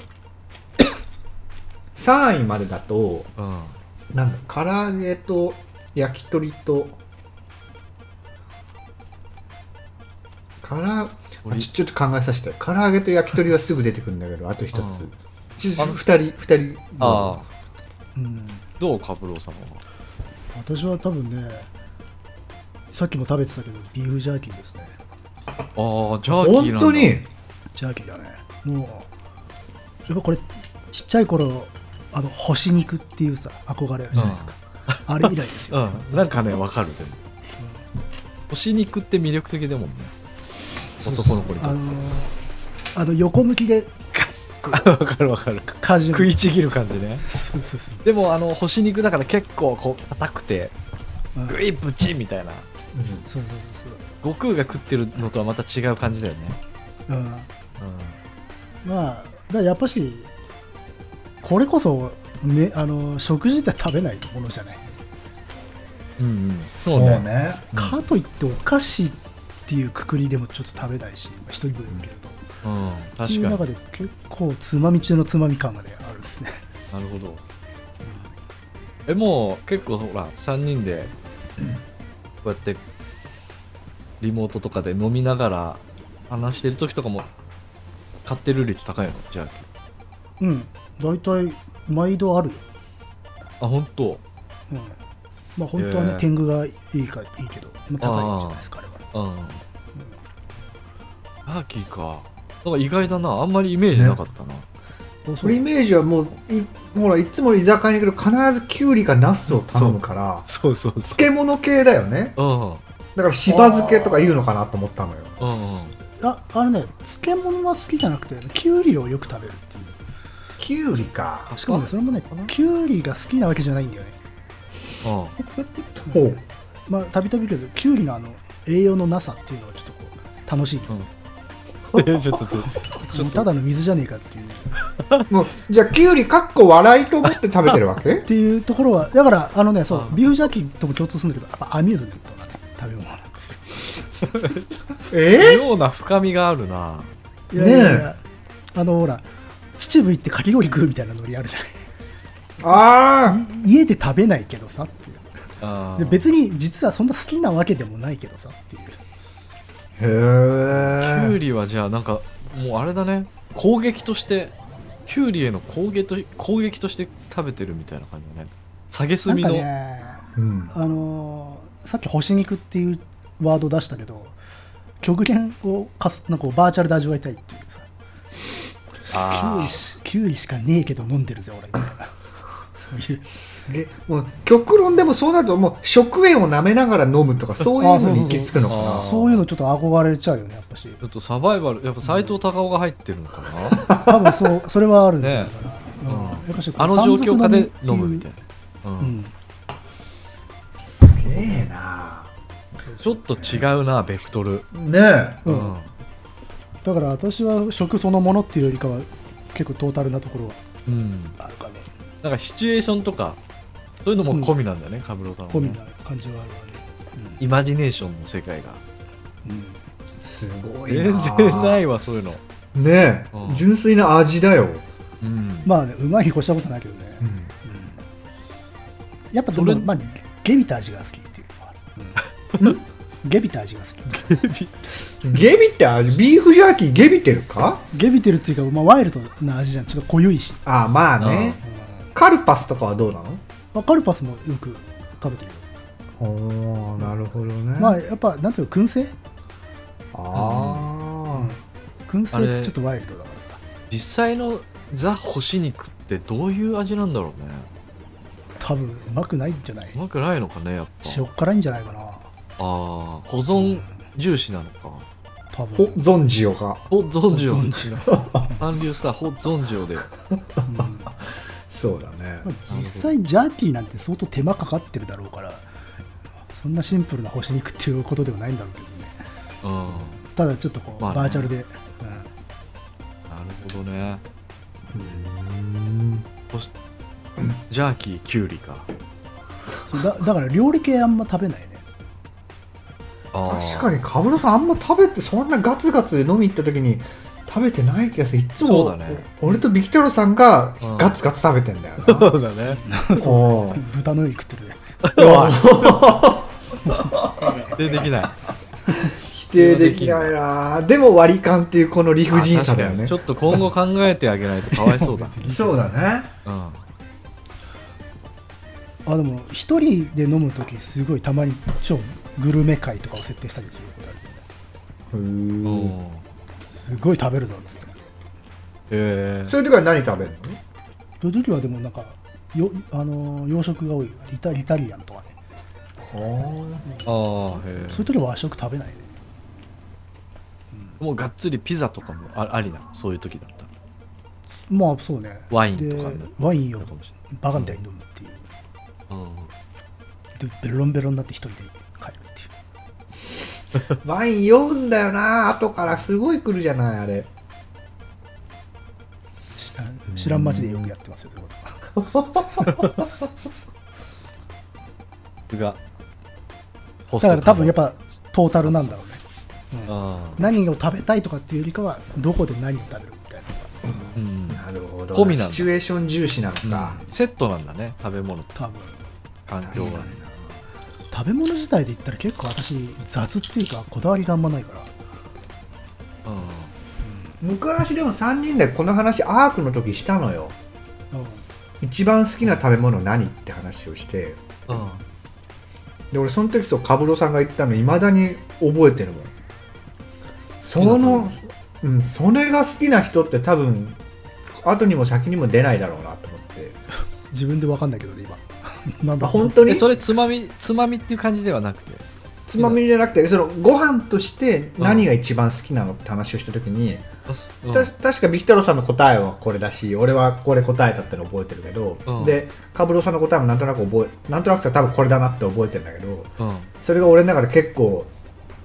Speaker 3: 3位までだと
Speaker 1: うん
Speaker 3: なんだ唐揚げと焼き鳥とからあ
Speaker 1: 俺
Speaker 3: ちょちょっと考えさせて唐揚げと焼き鳥はすぐ出てくるんだけどあと一つ
Speaker 1: うん
Speaker 3: ち
Speaker 1: あの
Speaker 3: 2人二人どうぞ
Speaker 1: ああ
Speaker 2: うん、
Speaker 1: どうカブロー様は
Speaker 2: 私は多分ねさっきも食べてたけどビーフジャーキーですね
Speaker 1: ああジャーキーなんだ
Speaker 3: 本当に
Speaker 2: ジャーキーだねもうやっぱこれちっちゃい頃あの干し肉っていうさ憧れあるじゃないですか、あれ以来ですよ、
Speaker 1: うんなんかねわかるでも干し肉って魅力的だもんね男の子にと
Speaker 2: あ
Speaker 1: っ
Speaker 2: のあの横向きで
Speaker 1: て わかるわかる
Speaker 2: 果汁
Speaker 1: 食いちぎる感じね
Speaker 2: そうそうそう
Speaker 1: でもあの干し肉だから結構こう硬くて
Speaker 2: うん
Speaker 1: グイプチみたいな
Speaker 2: そうそうそう
Speaker 1: 悟空が食ってるのとはまた違う感じだよね
Speaker 2: そう、うん、まあだからやっぱしこれこそ、ね、あの食事で食べないものじゃない
Speaker 1: うんうんうん
Speaker 3: そ
Speaker 1: そうね
Speaker 3: ね
Speaker 2: かといってお菓子っていうくくりでもちょっと食べないし、まあ、一人分だけど、
Speaker 1: うん
Speaker 2: ってい
Speaker 1: 確
Speaker 2: う
Speaker 1: かに
Speaker 2: 中で結構つまみ中のつまみ感がねあるんですね
Speaker 1: なるほど。え、もう結構ほら、3人で、こうやって、リモートとかで飲みながら話してる時とかも、買ってる率高いのじゃ
Speaker 2: うん大体毎度あるよ、
Speaker 1: あ、あ、本当
Speaker 2: うん、まあ本当はね、
Speaker 1: へえ
Speaker 2: 天狗がいいかいいけど、まあ、高いじゃないですかあれは
Speaker 1: うん。ジャーキーか。なんか意外だな。あんまりイメージなかったな。
Speaker 2: あそ
Speaker 3: それイ
Speaker 2: れ
Speaker 3: メージはもういほらいつも居酒屋に行くけど必ずきゅうりかナスを頼むから
Speaker 1: そうそうそ
Speaker 3: 漬物系だよね
Speaker 1: う。うん。うん。
Speaker 3: だからしば漬けとか言うのかなと思ったのよ
Speaker 2: ああれね漬物は好きじゃなくてきゅうりをよく食べるっていう
Speaker 3: きゅうりか
Speaker 2: しかもねそれもねきゅうりが好きなわけじゃないんだよね
Speaker 3: ほう
Speaker 2: まあたびたび言うけどきゅうりのあの栄養のなさっていうのがちょっとこう楽しい、
Speaker 1: うん。 え、ちょっと、
Speaker 2: もうただの水じゃねえかっていう
Speaker 3: もうじゃあきゅうりかっこ笑いと思って食べてるわけ
Speaker 2: っていうところはだからあのねそう
Speaker 1: ああ
Speaker 2: ビーフジャーキーとも共通するんだけどやっぱアミューズメントなね食べ物なんですよ
Speaker 3: え
Speaker 1: 妙な深みがあるな。
Speaker 2: いやいやいやあのほら秩父行ってかき氷食うみたいなノリあるじゃ
Speaker 3: ー、ああ
Speaker 2: ないい家で食べないけどさっていう
Speaker 1: あ
Speaker 2: で
Speaker 1: ー
Speaker 2: 別に実はそんな好きなわけでもないけどさっていう
Speaker 3: へ
Speaker 1: キュウ
Speaker 3: え
Speaker 1: リはじゃあなんかもうあれだね攻撃としてキュウリへの攻撃と攻撃として食べてるみたいな感じだね下げす
Speaker 2: なん
Speaker 1: み
Speaker 2: か
Speaker 1: の、
Speaker 2: ね
Speaker 3: うん
Speaker 2: あのーさっき干し肉っていうワード出したけど極限をかすなんかこうバーチャルで味わいたいっていうさキュ
Speaker 1: あ
Speaker 2: ウリしキュウリしかねえけど飲んでるぜ俺みたいなそういう
Speaker 3: でもう極論でもそうなるともう食塩を舐めながら飲むとかそういうのに行き着くのか
Speaker 1: あー
Speaker 3: な
Speaker 2: そういうのちょっと憧れちゃうよねやっぱし
Speaker 1: ちょっとサバイバルやっぱ斎藤隆夫が入ってるのかな、
Speaker 2: 多分そうそれはあるんだよ、
Speaker 1: ね
Speaker 2: う
Speaker 1: う
Speaker 2: ん、
Speaker 1: ん
Speaker 2: やっぱし
Speaker 1: あの状況下で飲むみたいな、うん
Speaker 2: うん、
Speaker 3: すげえな
Speaker 1: ちょっと違うなベクトル、
Speaker 3: ねえ
Speaker 2: う
Speaker 1: うんん
Speaker 2: だから私は食そのものっていうよりかは結構トータルなところは
Speaker 1: うん、
Speaker 2: あるかね
Speaker 1: なんかシチュエーションとかそういうのも込みなんだよね、カブロさんは
Speaker 2: 込
Speaker 1: ね、
Speaker 2: みな感じはあるわね
Speaker 1: イマジネーションの世界が
Speaker 3: すごい
Speaker 1: 全
Speaker 3: な
Speaker 1: 然ないわそういうの、
Speaker 3: ねえ、
Speaker 1: うん
Speaker 3: 純粋な味だよ、
Speaker 1: うん
Speaker 2: まあねうまいに越したことないけどね、やっぱで
Speaker 1: そ
Speaker 2: も、
Speaker 1: れ
Speaker 2: まあ、ゲビタ味が好きっていうのはある、 ゲビタ味が好き
Speaker 3: ゲビって味ビーフジャーキーゲビてるか
Speaker 2: ゲビてるっていうか、まあ、ワイルドな味じゃんちょっと濃ゆいし、
Speaker 3: ああまあね、カルパスとかはどうなの
Speaker 2: うん、カルパスもよく食べてるよ
Speaker 3: おーなるほどね
Speaker 2: まあやっぱなんていうか燻製
Speaker 3: あー
Speaker 2: 燻製
Speaker 1: あ
Speaker 2: って
Speaker 1: れ
Speaker 2: ちょっとワイルドだからさ
Speaker 1: 実際のザ干し肉ってどういう味なんだろうね
Speaker 2: 多分うまくないんじゃないう
Speaker 1: まくないのかねやっぱ
Speaker 2: 塩辛いんじゃないかな
Speaker 1: ああ保存重視なのか
Speaker 2: 多
Speaker 3: ほ
Speaker 2: 分
Speaker 3: 存じよが
Speaker 1: 保存重
Speaker 2: うん
Speaker 1: 韓流スター保存重で
Speaker 2: うん
Speaker 3: そうだね
Speaker 2: まあ実際ジャーティーなんて相当手間かかってるだろうからそんなシンプルな干し肉っていうことではないんだろうけどね
Speaker 1: うんな
Speaker 2: ただちょっとこう、
Speaker 1: まあね
Speaker 2: バーチャルで、
Speaker 1: るほどね
Speaker 2: うんうん
Speaker 3: うーん
Speaker 1: ほしジャーキーキュウリか
Speaker 2: そうだだから料理系あんま食べないね
Speaker 3: 確か
Speaker 1: に
Speaker 3: にカブロさんあんま食べてそんなガツガツ飲み行った時に食べてない気がするいつも
Speaker 1: そうだね
Speaker 3: お俺とビキタロさんが
Speaker 1: うん
Speaker 3: ガツガツ食べてん だよな、
Speaker 1: そうだね
Speaker 3: そう
Speaker 2: 豚のように食ってるね
Speaker 1: でできない
Speaker 3: 否定できないなでも割り勘っていうこの理不尽さだよ
Speaker 1: あ確か
Speaker 3: ね
Speaker 1: にちょっと今後考えてあげないとかわいそうだ
Speaker 3: そうだね
Speaker 1: うん
Speaker 2: あでも一人で飲む時すごいたまに超グルメ会とかを設定したりすることある
Speaker 1: うん
Speaker 2: すごい食べるぞっつって
Speaker 1: ええ
Speaker 3: そういう時は何食べるの
Speaker 2: そういう時はでもなんかよあのー洋食が多いよイタイタリアンとかね
Speaker 1: ああへ
Speaker 2: そういう時は和食食べないね
Speaker 1: えもうがっつりピザとかもあありなのそういう時だったら
Speaker 2: まあそうね
Speaker 1: ワインとかね
Speaker 2: でワインを
Speaker 1: かもし
Speaker 2: バカみたいに飲むっていう
Speaker 1: うん
Speaker 2: でベロンベロンになって一人で帰るっていう
Speaker 3: ワイン酔うんだよな後からすごい来るじゃないあれ
Speaker 2: し知らん街でよくやってますよそういうこと
Speaker 1: がホ
Speaker 2: だから多分やっぱトータルなんだろうね
Speaker 1: あ
Speaker 2: 何を食べたいとかっていうよりかはどこで何を食べるみたいなのが
Speaker 1: あうん
Speaker 3: なるほ
Speaker 1: 込みなんだ
Speaker 3: シチュエーション重視なのか、
Speaker 1: セットなんだね食べ物と
Speaker 2: 多分
Speaker 1: 環境が
Speaker 2: 食べ物自体で言ったら結構私雑っていうかこだわりがあんまないから
Speaker 1: う
Speaker 3: 昔でも3人でこの話アークの時したのよ一番好きな食べ物何って話をして
Speaker 1: んうん
Speaker 3: で俺その時そうカブロさんが言ったのいまだに覚えてるもんそのうんそれが好きな人って多分後にも先にも出ないだろうなと思って
Speaker 2: 自分で分かんないけどね今 なんだ
Speaker 3: あ本当に
Speaker 1: えそれつまみつまみっていう感じではなくて
Speaker 3: つまみじゃなくてそのご飯として何が一番好きなのって話をした時に、
Speaker 1: あそうん
Speaker 3: た確かビキタロさんの答えはこれだし俺はこれ答えだったの覚えてるけど、
Speaker 1: うん
Speaker 3: でカブロさんの答えもなんとなく覚えなんとなくさ多分これだなって覚えてるんだけど
Speaker 1: うんあ
Speaker 3: それが俺の中で結構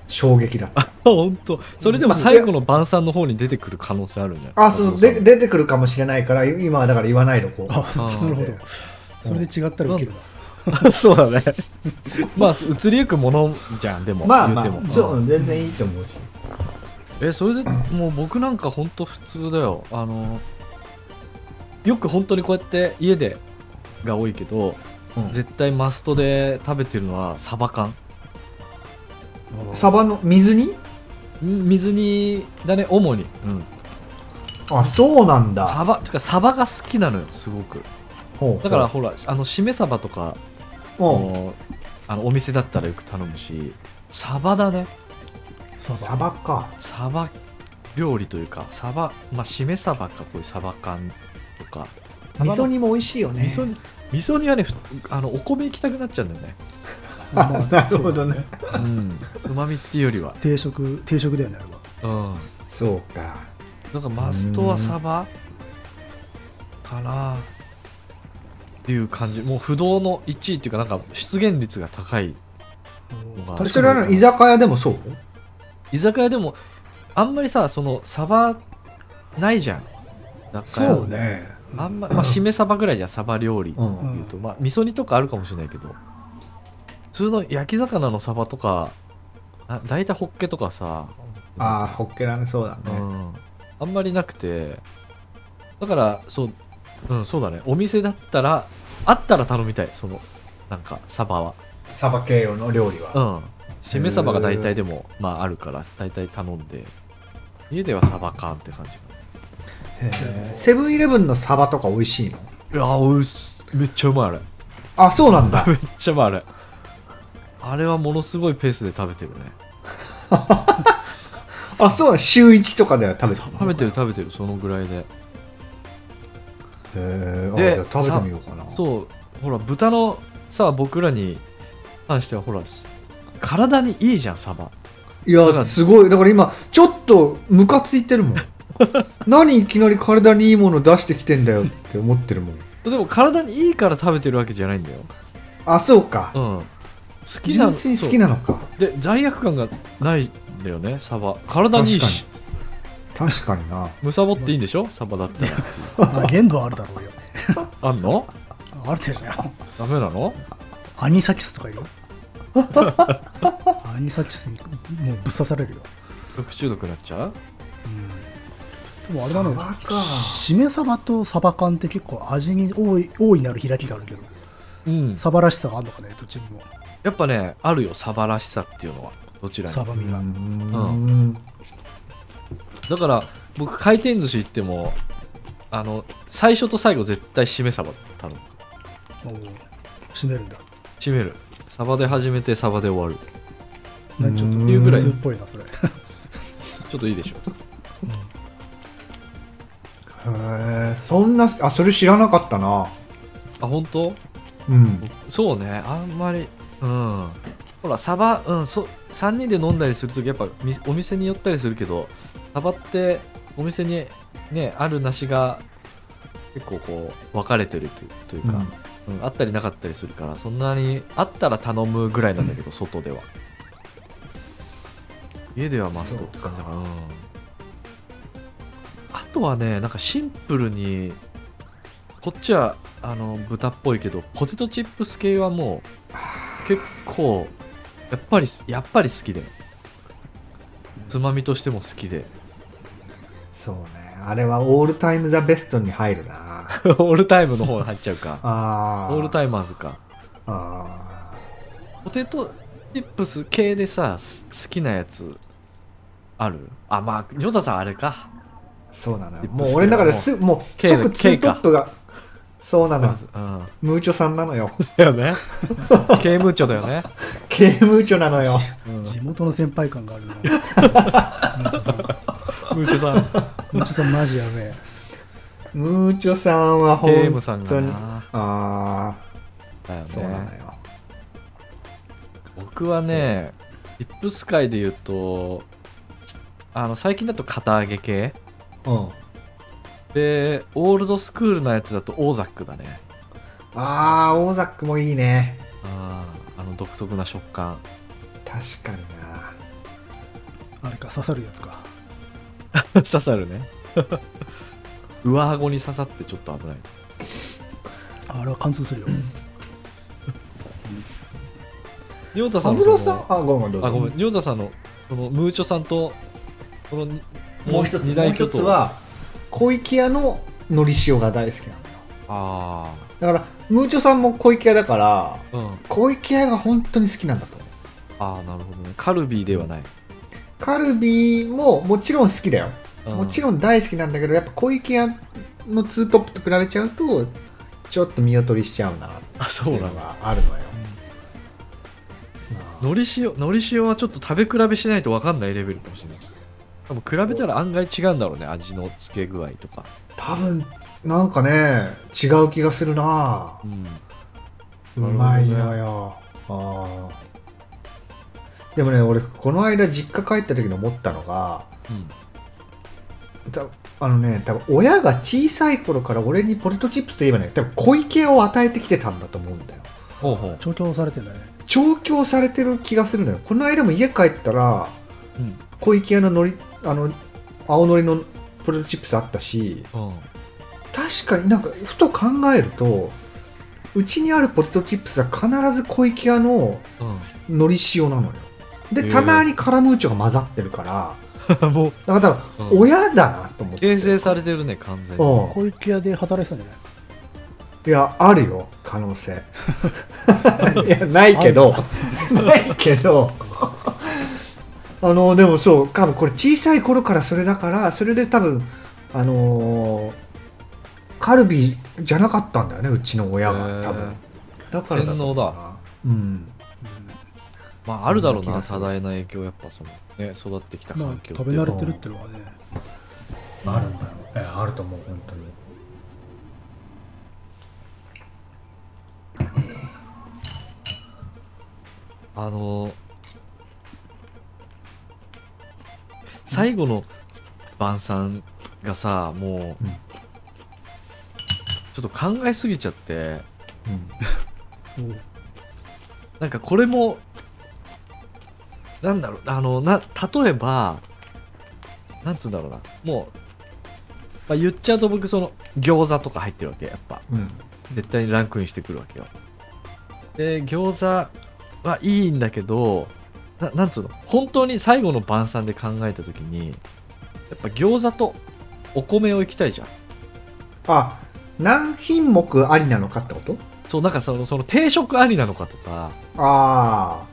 Speaker 3: 衝撃だった
Speaker 1: 本当それでも最後の晩餐の方に出てくる可能性あるんじゃない
Speaker 3: あそうで出てくるかもしれないから今はだから言わないのこう
Speaker 2: あ
Speaker 1: あー
Speaker 2: なるほどそれで違ったらウケるわ
Speaker 1: そうだねまあ移りゆくものじゃんでも
Speaker 3: まあま
Speaker 1: 言うて
Speaker 3: あ
Speaker 1: も
Speaker 3: そう全然いいと思うし
Speaker 1: えそれでもう僕なんか本当普通だよあのよく本当にこうやって家でが多いけど、
Speaker 3: うん
Speaker 1: 絶対マストで食べてるのはサバ缶
Speaker 3: サバの水に
Speaker 1: ん水煮だね主に、うん、
Speaker 3: あそうなんだ
Speaker 1: サバてかサバが好きなのよすごく
Speaker 3: ほうほう
Speaker 1: だからほらあのしめサバとか
Speaker 3: うん
Speaker 1: もうあのお店だったらよく頼むしサバだね
Speaker 2: サバ
Speaker 3: サバか
Speaker 1: サバ料理というかサバまあしめサバかこういうサバ缶とか
Speaker 3: 味噌煮も美味しいよね
Speaker 1: 味噌煮味噌煮はねふあのお米行きたくなっちゃうんだよね、
Speaker 2: まあ
Speaker 3: なるほどね
Speaker 1: うん、 つまみっていうよりは
Speaker 2: 定食定食だよねあれは
Speaker 1: うん
Speaker 3: そうか
Speaker 1: なんかマストはサバかなっていう感じもう不動の1位っていうかなんか出現率が高いのが
Speaker 2: 確
Speaker 3: それはあの居酒屋でもそう
Speaker 1: 居酒屋でもあんまりさそのサバないじゃんなんか
Speaker 3: ね
Speaker 1: あんま、まあ、しめサバぐらいじゃんサバ料理って
Speaker 3: うん
Speaker 1: いうと、まあ味噌煮とかあるかもしれないけど普通の焼き魚のサバとかあ大体ホッケとかさ
Speaker 3: ああホッケラねそうだ
Speaker 1: う
Speaker 3: ね
Speaker 1: ん、あんまりなくてだからそう,、うん、そうだねお店だったらあったら頼みたいそのなんかサバは
Speaker 3: サバ系用の料理
Speaker 1: う
Speaker 3: は
Speaker 1: んしめサバが大体でも、まあ、あるから大体頼んで家ではサバ缶って感じ
Speaker 3: セブンイレブンのサバとか美味しいの
Speaker 1: いやーおいしめっちゃうまいあれ
Speaker 3: あそうなんだ
Speaker 1: めっちゃうまいあれあれはものすごいペースで食べてるね
Speaker 3: あそうだ週1とかでは食べてる
Speaker 1: 食べてる食べてるそのぐらいで
Speaker 3: へえ
Speaker 1: で
Speaker 3: あじゃあ食べてみようかな
Speaker 1: そうほら豚のさ僕らに関してはほら体にいいじゃんサバ
Speaker 3: い
Speaker 1: だから
Speaker 3: やすごいだから今ちょっとムカついてる もん何いきなり体にいいもの出してきてんだよって思ってるもん
Speaker 1: でも体にいいから食べてるわけじゃないんだよ
Speaker 3: あそうか
Speaker 1: うん好きな
Speaker 3: 純粋に好きなのか
Speaker 1: そうで罪悪感がないんだよねサバ体にいいし
Speaker 3: 確かにな
Speaker 1: むさぼっていいんでしょサバだったら
Speaker 2: まあ限度はあるだろうよ。
Speaker 1: あんの
Speaker 2: ある程度よ。
Speaker 1: ダメなの
Speaker 2: アニサキスとかい るよ。アニサキスにもうぶっ刺されるよ。
Speaker 1: 食中毒になっちゃう
Speaker 2: でもあれだね
Speaker 3: サバか、
Speaker 2: しめサバとサバ缶って結構味に大い大いなる開きがあるけど、
Speaker 1: うん
Speaker 2: サバらしさがあるのかね、どっちにも。
Speaker 1: やっぱねあるよサバらしさっていうのはどちらに
Speaker 2: サ
Speaker 1: も
Speaker 2: バ味が。
Speaker 3: ん
Speaker 1: だから僕回転寿司行ってもあの最初と最後絶対締めサバ頼む
Speaker 2: おう締めるんだ。
Speaker 1: 締めるサバで始めてサバで終わる
Speaker 2: なんかちょっと
Speaker 3: うん
Speaker 1: 言うぐらい
Speaker 2: 普通っぽいな、それ。
Speaker 1: ちょっといいでしょ
Speaker 3: へえそんなあそれ知らなかったな
Speaker 1: あ本当
Speaker 3: うん
Speaker 1: そうねあんまりうんほらサバうんそ3人で飲んだりするときやっぱみお店に寄ったりするけどサバってお店にねあるなしが結構こう分かれてるというというか、うん、あったりなかったりするからそんなにあったら頼むぐらいなんだけど外では家ではマストって感じだから、うん、あとはねなんかシンプルにこっちはあの豚っぽいけどポテトチップス系はもう結構やっぱりやっぱり好きでつまみとしても好きで
Speaker 3: そうねあれはオールタイムザベストに入るな
Speaker 1: オールタイムの方に入っちゃうか
Speaker 3: あ ー
Speaker 1: オールタイマーズか
Speaker 3: あ
Speaker 1: ポテトチップス系でさす好きなやつあるあまあニョタさんあれか
Speaker 3: ーそうなのよ
Speaker 1: リップ
Speaker 3: もう俺だからすもう
Speaker 1: ケール
Speaker 3: 即ツートップがそうなのよ
Speaker 1: うん
Speaker 3: ムーチョさんなのよ
Speaker 1: だよね 刑務所だよね
Speaker 3: ケームーチョなのよ
Speaker 2: 地元の先輩感がある な。
Speaker 1: ムーチョさん
Speaker 2: むっちゃさん、マジやべえ。
Speaker 3: ムーチョさんは
Speaker 1: 刑務さん
Speaker 3: 本
Speaker 1: が
Speaker 3: 当に
Speaker 1: な
Speaker 3: ああ
Speaker 1: だよ
Speaker 3: そうなの
Speaker 1: ね
Speaker 3: よ
Speaker 1: 僕はねチップス界で言うとあの最近だと堅揚げ系
Speaker 3: うん
Speaker 1: でオールドスクールのやつだとオーザックだね
Speaker 3: ああ大ザックもいいね
Speaker 1: あーあの独特な食感
Speaker 3: 確かにな
Speaker 2: あれか、刺さるやつか。
Speaker 1: 刺さるね 上顎に刺さってちょっと危ない
Speaker 2: あれは貫通するよ。
Speaker 1: りょうたさ
Speaker 3: 安
Speaker 1: んの
Speaker 3: 室
Speaker 1: そ
Speaker 3: さ
Speaker 1: の
Speaker 3: んあごめんどうぞ
Speaker 1: あごめん、りょうたさんのそのムーチョさんとこのに
Speaker 3: もう一つ
Speaker 1: 二
Speaker 3: もう
Speaker 1: 大
Speaker 3: 一
Speaker 1: 巨
Speaker 3: つ
Speaker 1: 頭
Speaker 3: は小池屋ののり塩が大好きなのよ
Speaker 1: あ
Speaker 3: だからムーチョさんも小池屋だから
Speaker 1: あうんあ
Speaker 3: 小池屋が本当に好きなんだと思う
Speaker 1: あなるほどねカルビーではない、
Speaker 3: カルビももちろん好きだよ、もち
Speaker 1: ろん
Speaker 3: ろん大好きなんだけどやっぱ小池屋のツートップと比べちゃうとちょっと見劣りしちゃうなって
Speaker 1: あそ
Speaker 3: いうう
Speaker 1: な
Speaker 3: の
Speaker 1: んだ
Speaker 3: があるのよまあ
Speaker 1: のり塩のり塩はちょっと食べ比べしないと分かんないレベルかもしれない多分比べたら案外違うんだろうね味の付け具合とか
Speaker 3: 多分なんかね違う気がするな
Speaker 1: うん
Speaker 3: う
Speaker 1: なるほどね
Speaker 3: まいのよ、あーでもね俺この間実家帰った時に思ったのが
Speaker 1: うん
Speaker 3: たあのね多分親が小さい頃から俺にポテトチップスといえばね多分小池を与えてきてたんだと思うんだよ
Speaker 1: ほうほう
Speaker 2: 調教されてんだね。
Speaker 3: 調教されてる気がするのよこの間も家帰ったら
Speaker 1: うん
Speaker 3: 小池屋ののりあの青のりのポテトチップスあったし
Speaker 1: うん
Speaker 3: 確かになんかふと考えるとうちにあるポテトチップスは必ず小池屋ののり塩なのよ
Speaker 1: へ
Speaker 3: で
Speaker 1: え
Speaker 3: たまにカラムーチョが混ざってるから
Speaker 1: うん もう
Speaker 3: だから
Speaker 1: う
Speaker 3: 多分
Speaker 1: ん
Speaker 3: 親だなと思って
Speaker 1: 形成されてるね完全に
Speaker 3: う
Speaker 2: 小池屋で働いてたんじゃない
Speaker 3: んいやあるよ可能性 いやないけど ないけどあのでもそう多分これ小さい頃からそれだからそれで多分あのーカルビじゃなかったんだよねうちの親
Speaker 1: へえ
Speaker 3: が多分だからだと思うな
Speaker 1: 洗脳だ
Speaker 3: うん
Speaker 2: うん
Speaker 1: まああるだろう
Speaker 3: そんな
Speaker 1: な
Speaker 3: 気がする
Speaker 1: 多大な影響やっぱそのね育ってきた
Speaker 2: まあ
Speaker 1: 環境って
Speaker 2: 食
Speaker 1: い
Speaker 2: べ
Speaker 1: うの
Speaker 2: 慣れ
Speaker 1: は
Speaker 2: てるっていうのはね
Speaker 3: あるんだろうえあると思う本当に
Speaker 1: あの最後の晩餐がさもう、
Speaker 3: うん
Speaker 1: ちょっと考えすぎちゃって
Speaker 3: うん
Speaker 2: うん
Speaker 1: なんかこれもなんだろうあのな例えばなんつうんだろうなもう、まあ、言っちゃうと僕その餃子とか入ってるわけやっぱ
Speaker 3: うん
Speaker 1: 絶対にランクインしてくるわけよで餃子はいいんだけどななんつうの本当に最後の晩餐で考えた時にやっぱ餃子とお米をいきたいじゃん
Speaker 3: あ何品目ありなのかってこと
Speaker 1: そうなんかそのその定食ありなのかとか
Speaker 3: あ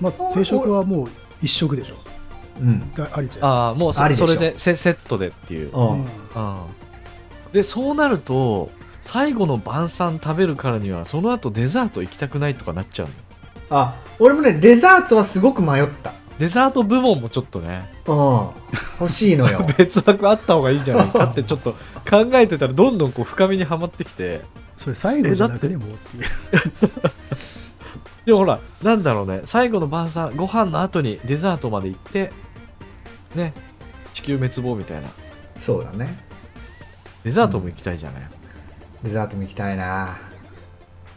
Speaker 2: まあ定食はもう一食でしょ
Speaker 3: あうん
Speaker 2: だありじゃん
Speaker 1: ああもうそ
Speaker 3: ありでし
Speaker 1: そ
Speaker 3: ょ
Speaker 1: れでセセットでっていう
Speaker 3: う
Speaker 2: うんん
Speaker 1: うんでそうなると最後の晩餐食べるからにはその後デザート行きたくないとかなっちゃうの
Speaker 3: あ俺もねデザートはすごく迷った
Speaker 1: デザート部門もちょっとね
Speaker 3: うん欲しいのよ
Speaker 1: 別枠あった方がいいんじゃないかってちょっと考えてたらどんどんこう深みにはまってきて
Speaker 2: それ最後じゃなくねもうっていう
Speaker 1: でもほらなんだろうね最後の晩餐ご飯の後にデザートまで行ってね地球滅亡みたいな
Speaker 3: そうだね
Speaker 1: デザートも行きたいじゃない、っ
Speaker 3: デザートも行きたいな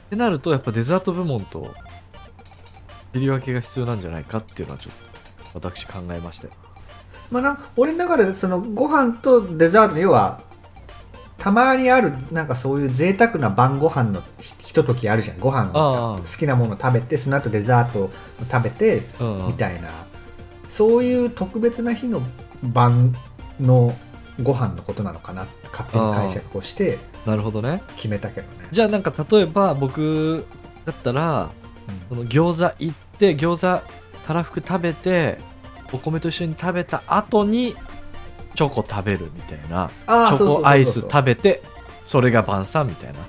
Speaker 1: てなるとやっぱデザート部門と切り分けが必要なんじゃないかっていうのはちょっと私考えましたよ
Speaker 3: まあな俺の中でそのご飯とデザートの要はたまにあるなんかそういう贅沢な晩ご飯のひひとときあるじゃんご飯
Speaker 1: ああ
Speaker 3: 好きなもの食べてその後デザートを食べて
Speaker 1: うんうん
Speaker 3: みたいなそういう特別な日の晩のご飯のことなのかなって勝手に解釈をして
Speaker 1: なるほどね
Speaker 3: 決めたけどね
Speaker 1: じゃあなんか例えば僕だったらこの餃子行って餃子たらふく食べてお米と一緒に食べた後にチョコ食べるみたいなチ
Speaker 3: ああそうそ
Speaker 1: ョ
Speaker 3: うそうそう
Speaker 1: コアイス食べてそれが晩餐みたいな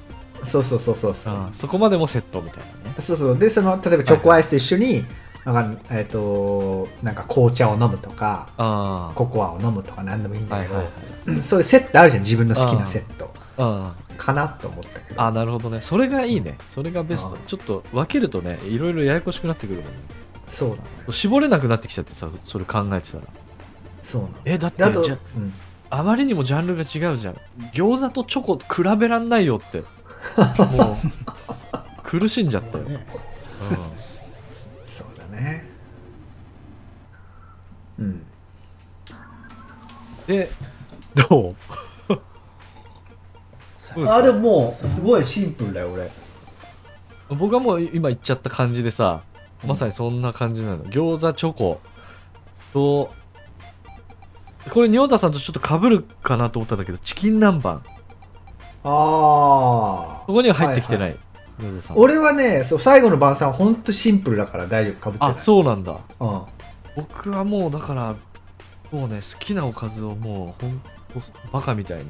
Speaker 3: そうそうそうそうそう
Speaker 1: うんそこまでもセットみたいなね
Speaker 3: そうそうでその例えばチョコアイスと一緒になんかえっとなんか紅茶を飲むとか
Speaker 1: あ
Speaker 3: ココアを飲むとか何でもいいん
Speaker 1: あは
Speaker 3: だ
Speaker 1: い
Speaker 3: け
Speaker 1: はいはい
Speaker 3: どそういうセットあるじゃん自分の好きなセット
Speaker 1: うん
Speaker 3: かなと思ったけど
Speaker 1: あなるほどねそれがいいねそれがベスト
Speaker 3: うん
Speaker 1: ちょっと分けるとねいろいろややこしくなってくるもんね
Speaker 3: そうなのよ
Speaker 1: 絞れなくなってきちゃってさそれ考えてたら
Speaker 3: そうなの
Speaker 1: えだって
Speaker 3: であと
Speaker 1: じゃ
Speaker 3: うん
Speaker 1: あまりにもジャンルが違うじゃん餃子とチョコ比べらんないよってもう苦しんじゃったよ、
Speaker 2: ね
Speaker 1: う
Speaker 3: そうだねうん
Speaker 1: んでどうどうですか
Speaker 3: あでももうすごいシンプルだよ俺
Speaker 1: 僕はもう今言っちゃった感じでさまさにそんな感じなの餃子チョコとこれ仁王田さんとちょっとかぶるかなと思ったんだけどチキン南蛮こ
Speaker 3: ああ
Speaker 1: こには入ってきてない、仁王田さん
Speaker 3: 俺はねそう最後の晩餐はほんとシンプルだから大丈夫かぶってない
Speaker 1: あそうなんだ
Speaker 3: うん
Speaker 1: 僕はもうだからもうね好きなおかずをもうほんほんバカみたいに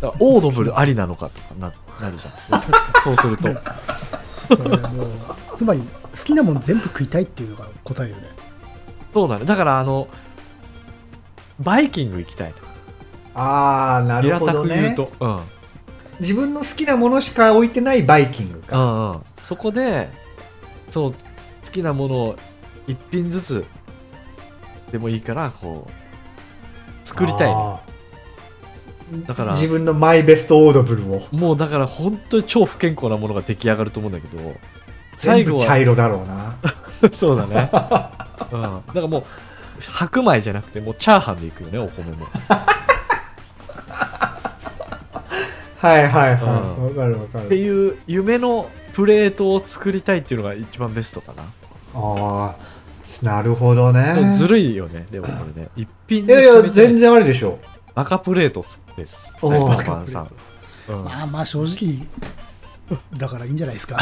Speaker 1: だからオードブルありなのかとかななるじゃん そうすると
Speaker 2: それもうつまり好きなもん全部食いたいっていうのが答えよね
Speaker 1: そうなのだからあのバイキング行きたい
Speaker 3: ああなる
Speaker 1: 平
Speaker 3: ほ
Speaker 1: た
Speaker 3: ど
Speaker 1: く言う
Speaker 3: ね
Speaker 1: と、うん
Speaker 3: 自分の好きなものしか置いてないバイキング
Speaker 1: う
Speaker 3: か
Speaker 1: んうん、そこでそう好きなものを一品ずつでもいいからこう作りたいね、
Speaker 3: あー
Speaker 1: だから
Speaker 3: 自分のマイベストオードブルを
Speaker 1: もうだから本当に超不健康なものが出来上がると思うんだけど
Speaker 3: 全
Speaker 1: 最後
Speaker 3: 部
Speaker 1: は
Speaker 3: 茶色だろ うな
Speaker 1: そうだね、うん、だからもう白米じゃなくてもうチャーハンでいくよねお米も
Speaker 3: はいはいはいわ
Speaker 1: う、
Speaker 3: かるわか
Speaker 1: って
Speaker 3: る
Speaker 1: いう夢のプレートを作りたいっていうのが一番ベストかな、
Speaker 3: ああなるほどね
Speaker 1: ずるいよねでもこれね一品
Speaker 3: い
Speaker 1: で
Speaker 3: やいや
Speaker 1: 決めた
Speaker 3: 全然あれでしょ
Speaker 1: 赤プレートつです
Speaker 3: お
Speaker 1: はい
Speaker 3: ー
Speaker 1: バーバンさんうん
Speaker 2: まあまあ正直だからいいんじゃないですか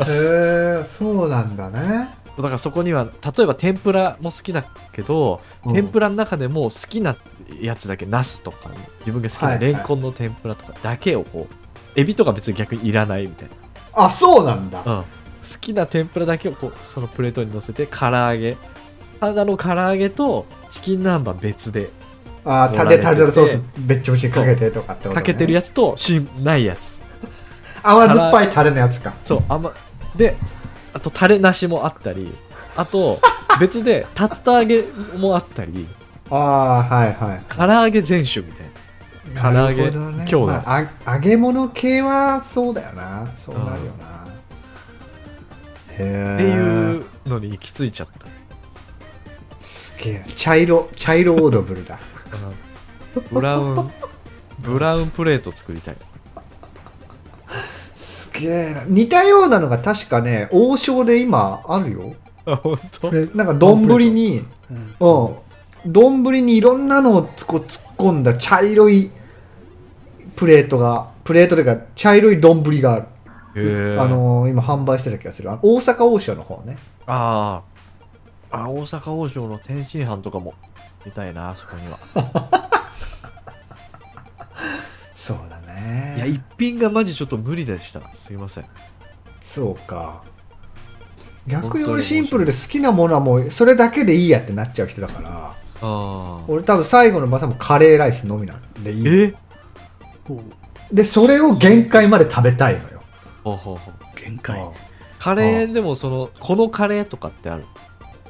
Speaker 3: へえそうなんだね
Speaker 1: だからそこには例えば天ぷらも好きだけど、
Speaker 3: うん
Speaker 1: 天ぷらの中でも好きなやつだけナスとか自分が好き
Speaker 3: は
Speaker 1: ない
Speaker 3: はい
Speaker 1: レンコンの天ぷらとかだけをこうエビとか別に逆にいらないみたい
Speaker 3: あそうなんだ、
Speaker 1: な、うん好きな天ぷらだけをこうそのプレートに乗せて唐揚げただの唐揚げとチキン南蛮別で
Speaker 3: ああタレタルタルソースべっちょしかけてとかってこと、ね、
Speaker 1: かけてるやつとしないやつ
Speaker 3: 甘酸っぱいタレのやつか
Speaker 1: そうあまであとタレなしもあったりあ と別で竜田揚げもあったり
Speaker 3: ああはいはい
Speaker 1: 唐揚げ全種みたいな唐揚げ
Speaker 3: なるほどね
Speaker 1: 兄弟
Speaker 3: まああ揚げ物系はそうだよなそうなるよな、へ
Speaker 1: っ
Speaker 3: え
Speaker 1: ていうのに行き着いちゃったね
Speaker 3: すげえな茶色茶色オードブルだ
Speaker 1: ブラウンブラウンプレート作りたい
Speaker 3: すげえな似たようなのが確かね王将で今あるよ
Speaker 1: あ本当
Speaker 2: これ
Speaker 3: なんか丼に
Speaker 2: うん
Speaker 3: うん丼にいろんなのをつこ突っ込んだ茶色いプレートがプレートというか茶色い丼がある、
Speaker 1: へえ
Speaker 3: あのー今販売してた気がするあの大阪王将の方ね
Speaker 1: あーあ大阪王将の天津飯とかも見たいなそこには
Speaker 3: そうだね
Speaker 1: いや一品がマジちょっと無理でしたすいません
Speaker 3: そうか逆
Speaker 1: 本
Speaker 3: に
Speaker 1: 当に
Speaker 3: 俺シンプルで好きなものはもうそれだけでいいやってなっちゃう人だから
Speaker 1: あー
Speaker 3: 俺多分最後のまさもカレーライスのみなんでいい
Speaker 1: え
Speaker 2: おう
Speaker 3: でそれを限界まで食べたいのよ
Speaker 1: ほうほうほう
Speaker 2: 限界
Speaker 3: うん
Speaker 1: カレーでもそのこのカレーとかってある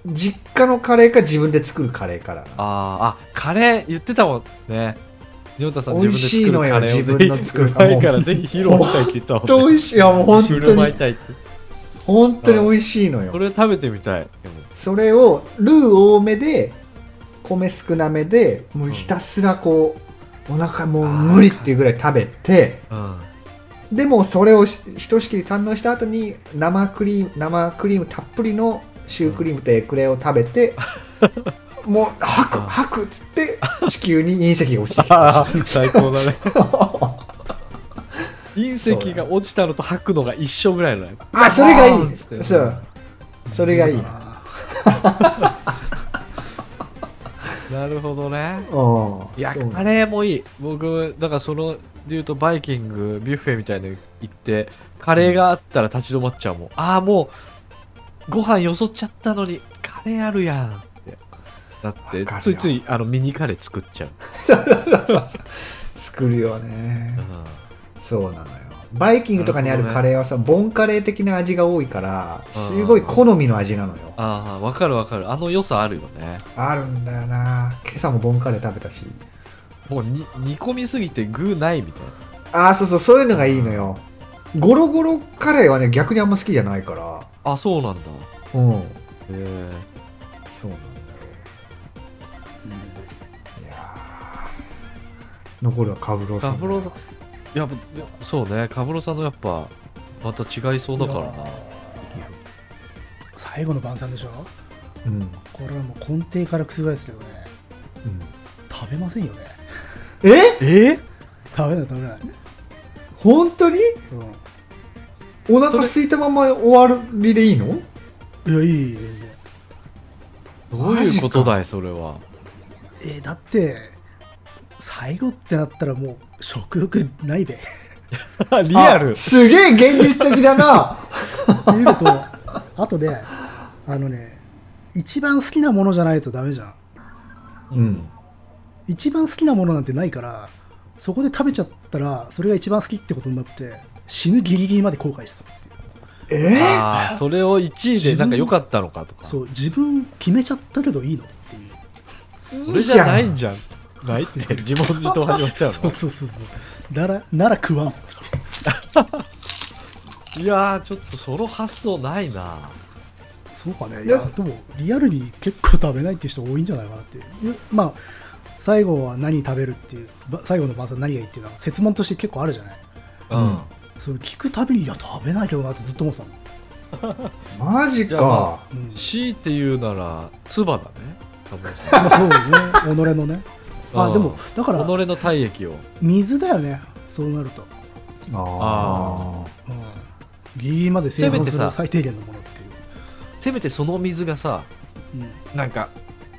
Speaker 3: 実家のカレーか自分で作るカレーから
Speaker 1: あーあカレー言ってたもんねニョンタさん
Speaker 3: 美
Speaker 1: 自
Speaker 3: 味
Speaker 1: 分で
Speaker 3: しい
Speaker 1: 作
Speaker 3: の
Speaker 1: る
Speaker 3: よ
Speaker 1: カレーを
Speaker 3: 自分の作る
Speaker 1: ぜひうまいからぜひ披露したいって言ってた
Speaker 3: 本当
Speaker 1: もん
Speaker 3: 美
Speaker 1: ね
Speaker 3: 味しいいやもう 本
Speaker 1: 振
Speaker 3: 当
Speaker 1: る舞い
Speaker 3: に
Speaker 1: たいって
Speaker 3: 本当に美味しいの
Speaker 1: こ
Speaker 3: よ
Speaker 1: れ食べてみたいでも
Speaker 3: それをルー多めで米少なめでもうひたすらこうお腹もう無理っていうぐらい食べて
Speaker 1: うん
Speaker 3: でもそれをしひとしきり堪能した後に生クリーム生クリームたっぷりのシュークリームとエクレアを食 べて、もう吐く
Speaker 1: うん
Speaker 3: 吐くっつって地球に隕石が落ちて きた
Speaker 1: あー最高だね 隕石が落ちたのと吐くのが一緒ぐらいのね
Speaker 3: あそれがい
Speaker 1: バーンっ
Speaker 3: い
Speaker 1: つってね
Speaker 3: そうそれがいいな
Speaker 1: なるほどね
Speaker 3: うん
Speaker 1: いや
Speaker 3: そう
Speaker 1: カレーもいい僕だからそのでいうとバイキングビュッフェみたいなの行ってカレーがあったら立ち止まっちゃうもん、ああもうご飯よそっちゃったのにカレーあるやんってだって
Speaker 3: わかるよ
Speaker 1: ついついあのミニカレー作っちゃう、
Speaker 3: 作るよね
Speaker 1: うん
Speaker 3: そうなのよバイキングとかにある
Speaker 1: なるほ
Speaker 3: カ
Speaker 1: どね
Speaker 3: レーはさ、ボンカレー的な味が多いからすごい好みの味なのよ
Speaker 1: ああわかるわかるあの良さあるよね
Speaker 3: あるんだよな今朝もボンカレー食べたし
Speaker 1: もうに煮込みすぎて具ないみたいな
Speaker 3: ああそうそうそういうのがいいのよゴロゴロカレーはね逆にあんま好きじゃないから
Speaker 1: あそうなんだ
Speaker 3: うん
Speaker 1: へえ
Speaker 3: そうなんだ
Speaker 2: うん
Speaker 3: よいやー残るはカブローさん
Speaker 1: カブロさんやっぱでもそうねカブロさんのやっぱまた違いそうだから
Speaker 2: いや
Speaker 1: な
Speaker 2: 最後の晩餐でしょ
Speaker 3: うん、うん、
Speaker 2: これはもう根底から覆すけどね食べませんよね
Speaker 3: え
Speaker 1: え
Speaker 2: 食べない食べない、
Speaker 3: 本当に
Speaker 2: う
Speaker 3: お腹空いたまま終わりでいいの
Speaker 2: ん、いやいいいい全然
Speaker 1: どういうことだいそれは
Speaker 2: えーだって最後ってなったらもう食欲な いべ
Speaker 1: リ
Speaker 3: あすげえ現実的だ な
Speaker 2: っていうのとあとねあのね一番好きなものじゃないとダメじゃん
Speaker 3: うん
Speaker 2: 一番好きなものなんてないからそこで食べちゃったらそれが一番好きってことになって死ぬギリギリまで後悔しそうっていう
Speaker 3: えー
Speaker 1: あーそれを1位でなんか良かったのかとかそ
Speaker 2: そう自分決めちゃったけどいいのっていう
Speaker 3: い
Speaker 1: れじ
Speaker 3: いじ
Speaker 1: ゃ
Speaker 3: ゃん
Speaker 1: ないんじゃんないって自問自答始まっちゃう
Speaker 2: そ
Speaker 1: の
Speaker 2: うそうそうそうならなら食わん
Speaker 1: いやーちょっとその発想ないな
Speaker 2: そうかねい
Speaker 3: いや
Speaker 2: やでもリアルに結構食べないっていう人多いんじゃないかなっていうまあ最後は何食べるっていうば最後の晩餐何がいいっていうのは説問として結構あるじゃない
Speaker 1: うん
Speaker 2: それ聞くたびにいや食べないけどなってずっと思ってたも
Speaker 3: マジ
Speaker 1: じゃあま
Speaker 3: か
Speaker 2: ん、 うん、
Speaker 1: 強いて言うなら唾だねカブロさん
Speaker 2: まあそうね己のねあ
Speaker 1: うん
Speaker 2: でもだから
Speaker 1: 己 の体液を
Speaker 2: 水だよねそうなると、
Speaker 1: あ
Speaker 3: あ
Speaker 2: うん、ギリギリまで
Speaker 1: せ
Speaker 2: 生
Speaker 1: め
Speaker 2: 存
Speaker 1: て
Speaker 2: す
Speaker 1: さ
Speaker 2: る最低限のものって
Speaker 1: せめてその水がさ
Speaker 2: いう、うん、
Speaker 1: なんか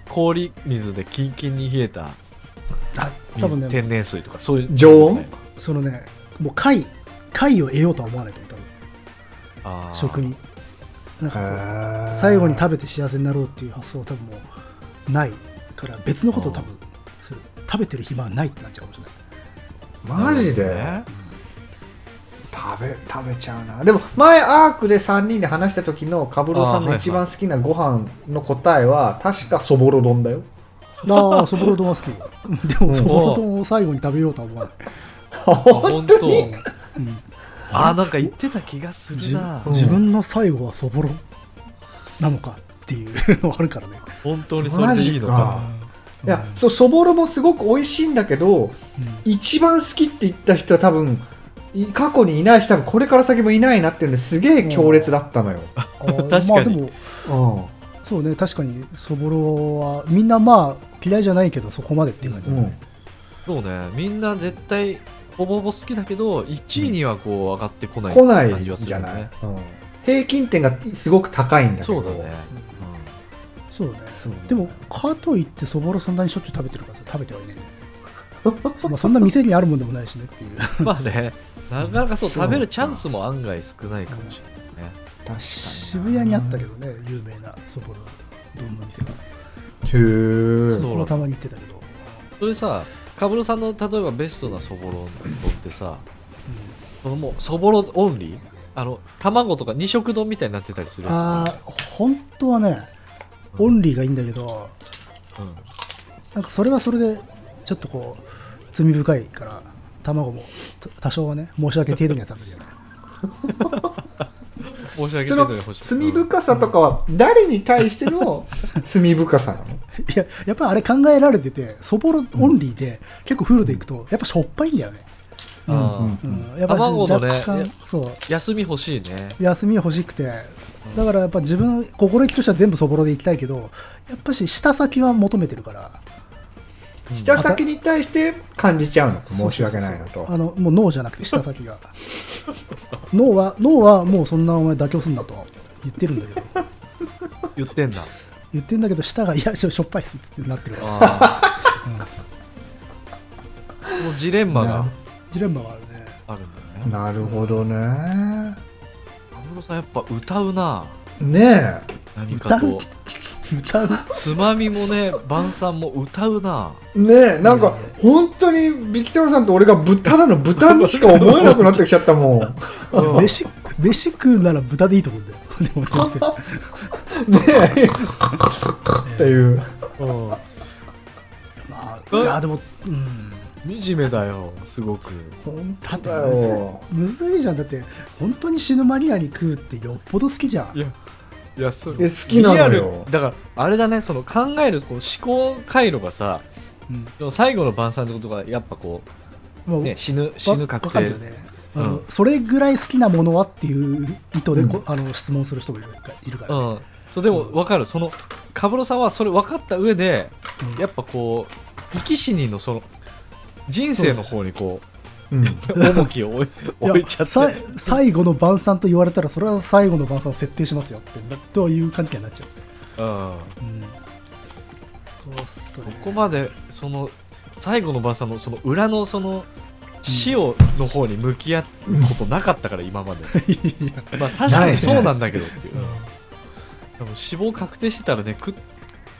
Speaker 1: 氷水でキンキンに冷えた
Speaker 2: あ
Speaker 1: 水
Speaker 2: 多分ね
Speaker 1: 天然水とかそういう
Speaker 3: 常温
Speaker 2: そのねもう貝貝を得ようとは思わないと思う多分
Speaker 1: あー
Speaker 2: 食になんかこう
Speaker 3: へー
Speaker 2: 最後に食べて幸せになろうっていう発想は多分もうないから別のことを多分する食べてる暇はないってなっちゃうかもしれない
Speaker 3: マジで、
Speaker 1: ね
Speaker 3: 食べ食べちゃうなでも前アークで3人で話した時のカブロさ
Speaker 1: あー
Speaker 3: ん
Speaker 1: はいは
Speaker 3: の
Speaker 1: い
Speaker 3: 一番好きなご飯の答えは確かそぼろ丼だよ
Speaker 2: ああそぼろ丼は好きよで
Speaker 3: う
Speaker 2: も
Speaker 3: ん
Speaker 2: そぼろ丼を最後に食べようとは思わない、
Speaker 3: 本当に
Speaker 1: あ
Speaker 2: うん
Speaker 1: あなんか言ってた気がする
Speaker 2: 自
Speaker 1: な
Speaker 2: 分自分の最後はそぼろなのかっていうのはあるからね
Speaker 1: 本当にそれでいいのか
Speaker 3: マジかいやそそぼろもすごく美味しいんだけど
Speaker 2: うん
Speaker 3: 一番好きって言った人は多分い過去にいないし多分これから先もいないなっていうのですげえ強烈だったのよ、
Speaker 2: あ
Speaker 1: 確
Speaker 2: ー
Speaker 1: かに
Speaker 2: まあでも
Speaker 3: うん
Speaker 2: そうね確かにそぼろはみんなまあ嫌いじゃないけどそこまでっていう感じだね、
Speaker 1: そうねみんな絶対ほぼほぼ好きだけど1位にはこう上がってこない
Speaker 3: 来ない
Speaker 1: 感じはする
Speaker 3: じ
Speaker 1: よ
Speaker 3: ゃ
Speaker 1: ね
Speaker 3: ない、うん平均点がすごく高いんだけ
Speaker 1: そ
Speaker 3: ど
Speaker 1: うだ ね、
Speaker 2: そうね
Speaker 3: そう
Speaker 2: でもかといってそぼろそんなにしょっちゅう食べてるからさ食べてはいないんだよねまあそんな店にあるもんでもないしねっていう
Speaker 1: うんまあねなかなかそう
Speaker 3: そうか
Speaker 1: 食べるチャンスも案外少ないかもしれないね
Speaker 3: 確かにな
Speaker 2: 渋谷にあったけどね有名なそぼろ丼の店が
Speaker 3: へえ
Speaker 1: そう
Speaker 2: このたまに行ってたけど、
Speaker 1: それさカブロさんの例えばベストなそぼろ丼ってさそのもうそぼろオンリーあの卵とか二色丼みたいになってたりす
Speaker 2: うん、
Speaker 1: るやつ
Speaker 2: ああ本当はねオンリーがいいんだけど
Speaker 1: うん
Speaker 2: なんかそれはそれでちょっとこう罪深いから卵もと多少はね申し訳程度には食べる よね
Speaker 1: 申し訳
Speaker 3: そ
Speaker 1: ない
Speaker 3: の
Speaker 1: のに欲しい
Speaker 3: 罪深さとかは誰に対しての罪深さなの
Speaker 2: いややっぱあれ考えられててそぼろオンリーで結構フルでいくとやっぱしょっぱいんだよね、
Speaker 1: うんあ
Speaker 2: う
Speaker 3: うん
Speaker 2: ん、やっぱ
Speaker 1: 卵の
Speaker 2: 若
Speaker 1: ね
Speaker 2: 干、
Speaker 1: いや
Speaker 2: そう
Speaker 1: ー休み欲しいね
Speaker 2: 休み欲しくてだからやっぱ自分心意気としては全部そぼろでいきたいけどやっぱし下先は求めてるから
Speaker 3: 下先に対して感じちゃうの申し訳ない
Speaker 2: そ
Speaker 3: の
Speaker 2: う
Speaker 3: と
Speaker 2: そうそうあのもう脳じゃなくて下先が 脳は脳はもうそんなお前妥協すんなと言ってるんだけど
Speaker 1: 言ってんだ
Speaker 2: 言ってんだけど舌がいやしょしょっぱいっすってなってるから
Speaker 1: ああもうジレンマが
Speaker 2: ジレンマはあるね
Speaker 1: あるんだね
Speaker 3: なるほどね
Speaker 1: 安室さんやっぱ歌うな
Speaker 3: ね
Speaker 1: 何か
Speaker 2: 歌う
Speaker 1: と
Speaker 2: 歌う
Speaker 1: つまみもね晩さんも歌うな
Speaker 3: えねえなんか本当にビキタロさんと俺が豚なの豚にしか思えなくなってきちゃったもん
Speaker 2: 飯食飯食うなら豚でいいと思うんだよでも 全然
Speaker 3: ねえっていう
Speaker 2: まあいやでもうん
Speaker 1: 惨めだよすごく
Speaker 3: 本
Speaker 2: だ
Speaker 3: 当
Speaker 2: って
Speaker 3: だ
Speaker 2: むずい
Speaker 3: よ
Speaker 2: むずいじゃんだって本当に死ぬ間際に食うってよっぽど好きじゃん
Speaker 1: いやいやそれ
Speaker 3: え好きなのよ
Speaker 1: リアルだからあれだねその考えるこう思考回路がさ
Speaker 2: うん
Speaker 1: でも最後の晩さんってことがやっぱこ
Speaker 2: まあ
Speaker 1: う、ね、死ぬ死ぬ確
Speaker 2: わかる
Speaker 1: 定
Speaker 2: よねあの、
Speaker 1: うん
Speaker 2: それぐらい好きなものはっていう意図でこ、
Speaker 3: う
Speaker 2: あの質問する人もいるかいるから、
Speaker 1: う
Speaker 2: ね
Speaker 1: んそうでも分かるそのカブロさんはそれ分かった上で
Speaker 2: うん
Speaker 1: やっぱこう生き死にのその人生の方にこ
Speaker 3: うん
Speaker 1: う重きを置い
Speaker 2: いや
Speaker 1: 置いちゃって
Speaker 2: さ最後の晩餐と言われたらそれは最後の晩餐を設定しますよってという関係になっちゃう、
Speaker 1: うん
Speaker 2: うん、そうするとね
Speaker 1: ここまでその最後の晩さんのその裏のその死をの方に向き合うことなかったから今 まで、まあ確かにそうなんだけどっていう、でも死亡確定してたらねく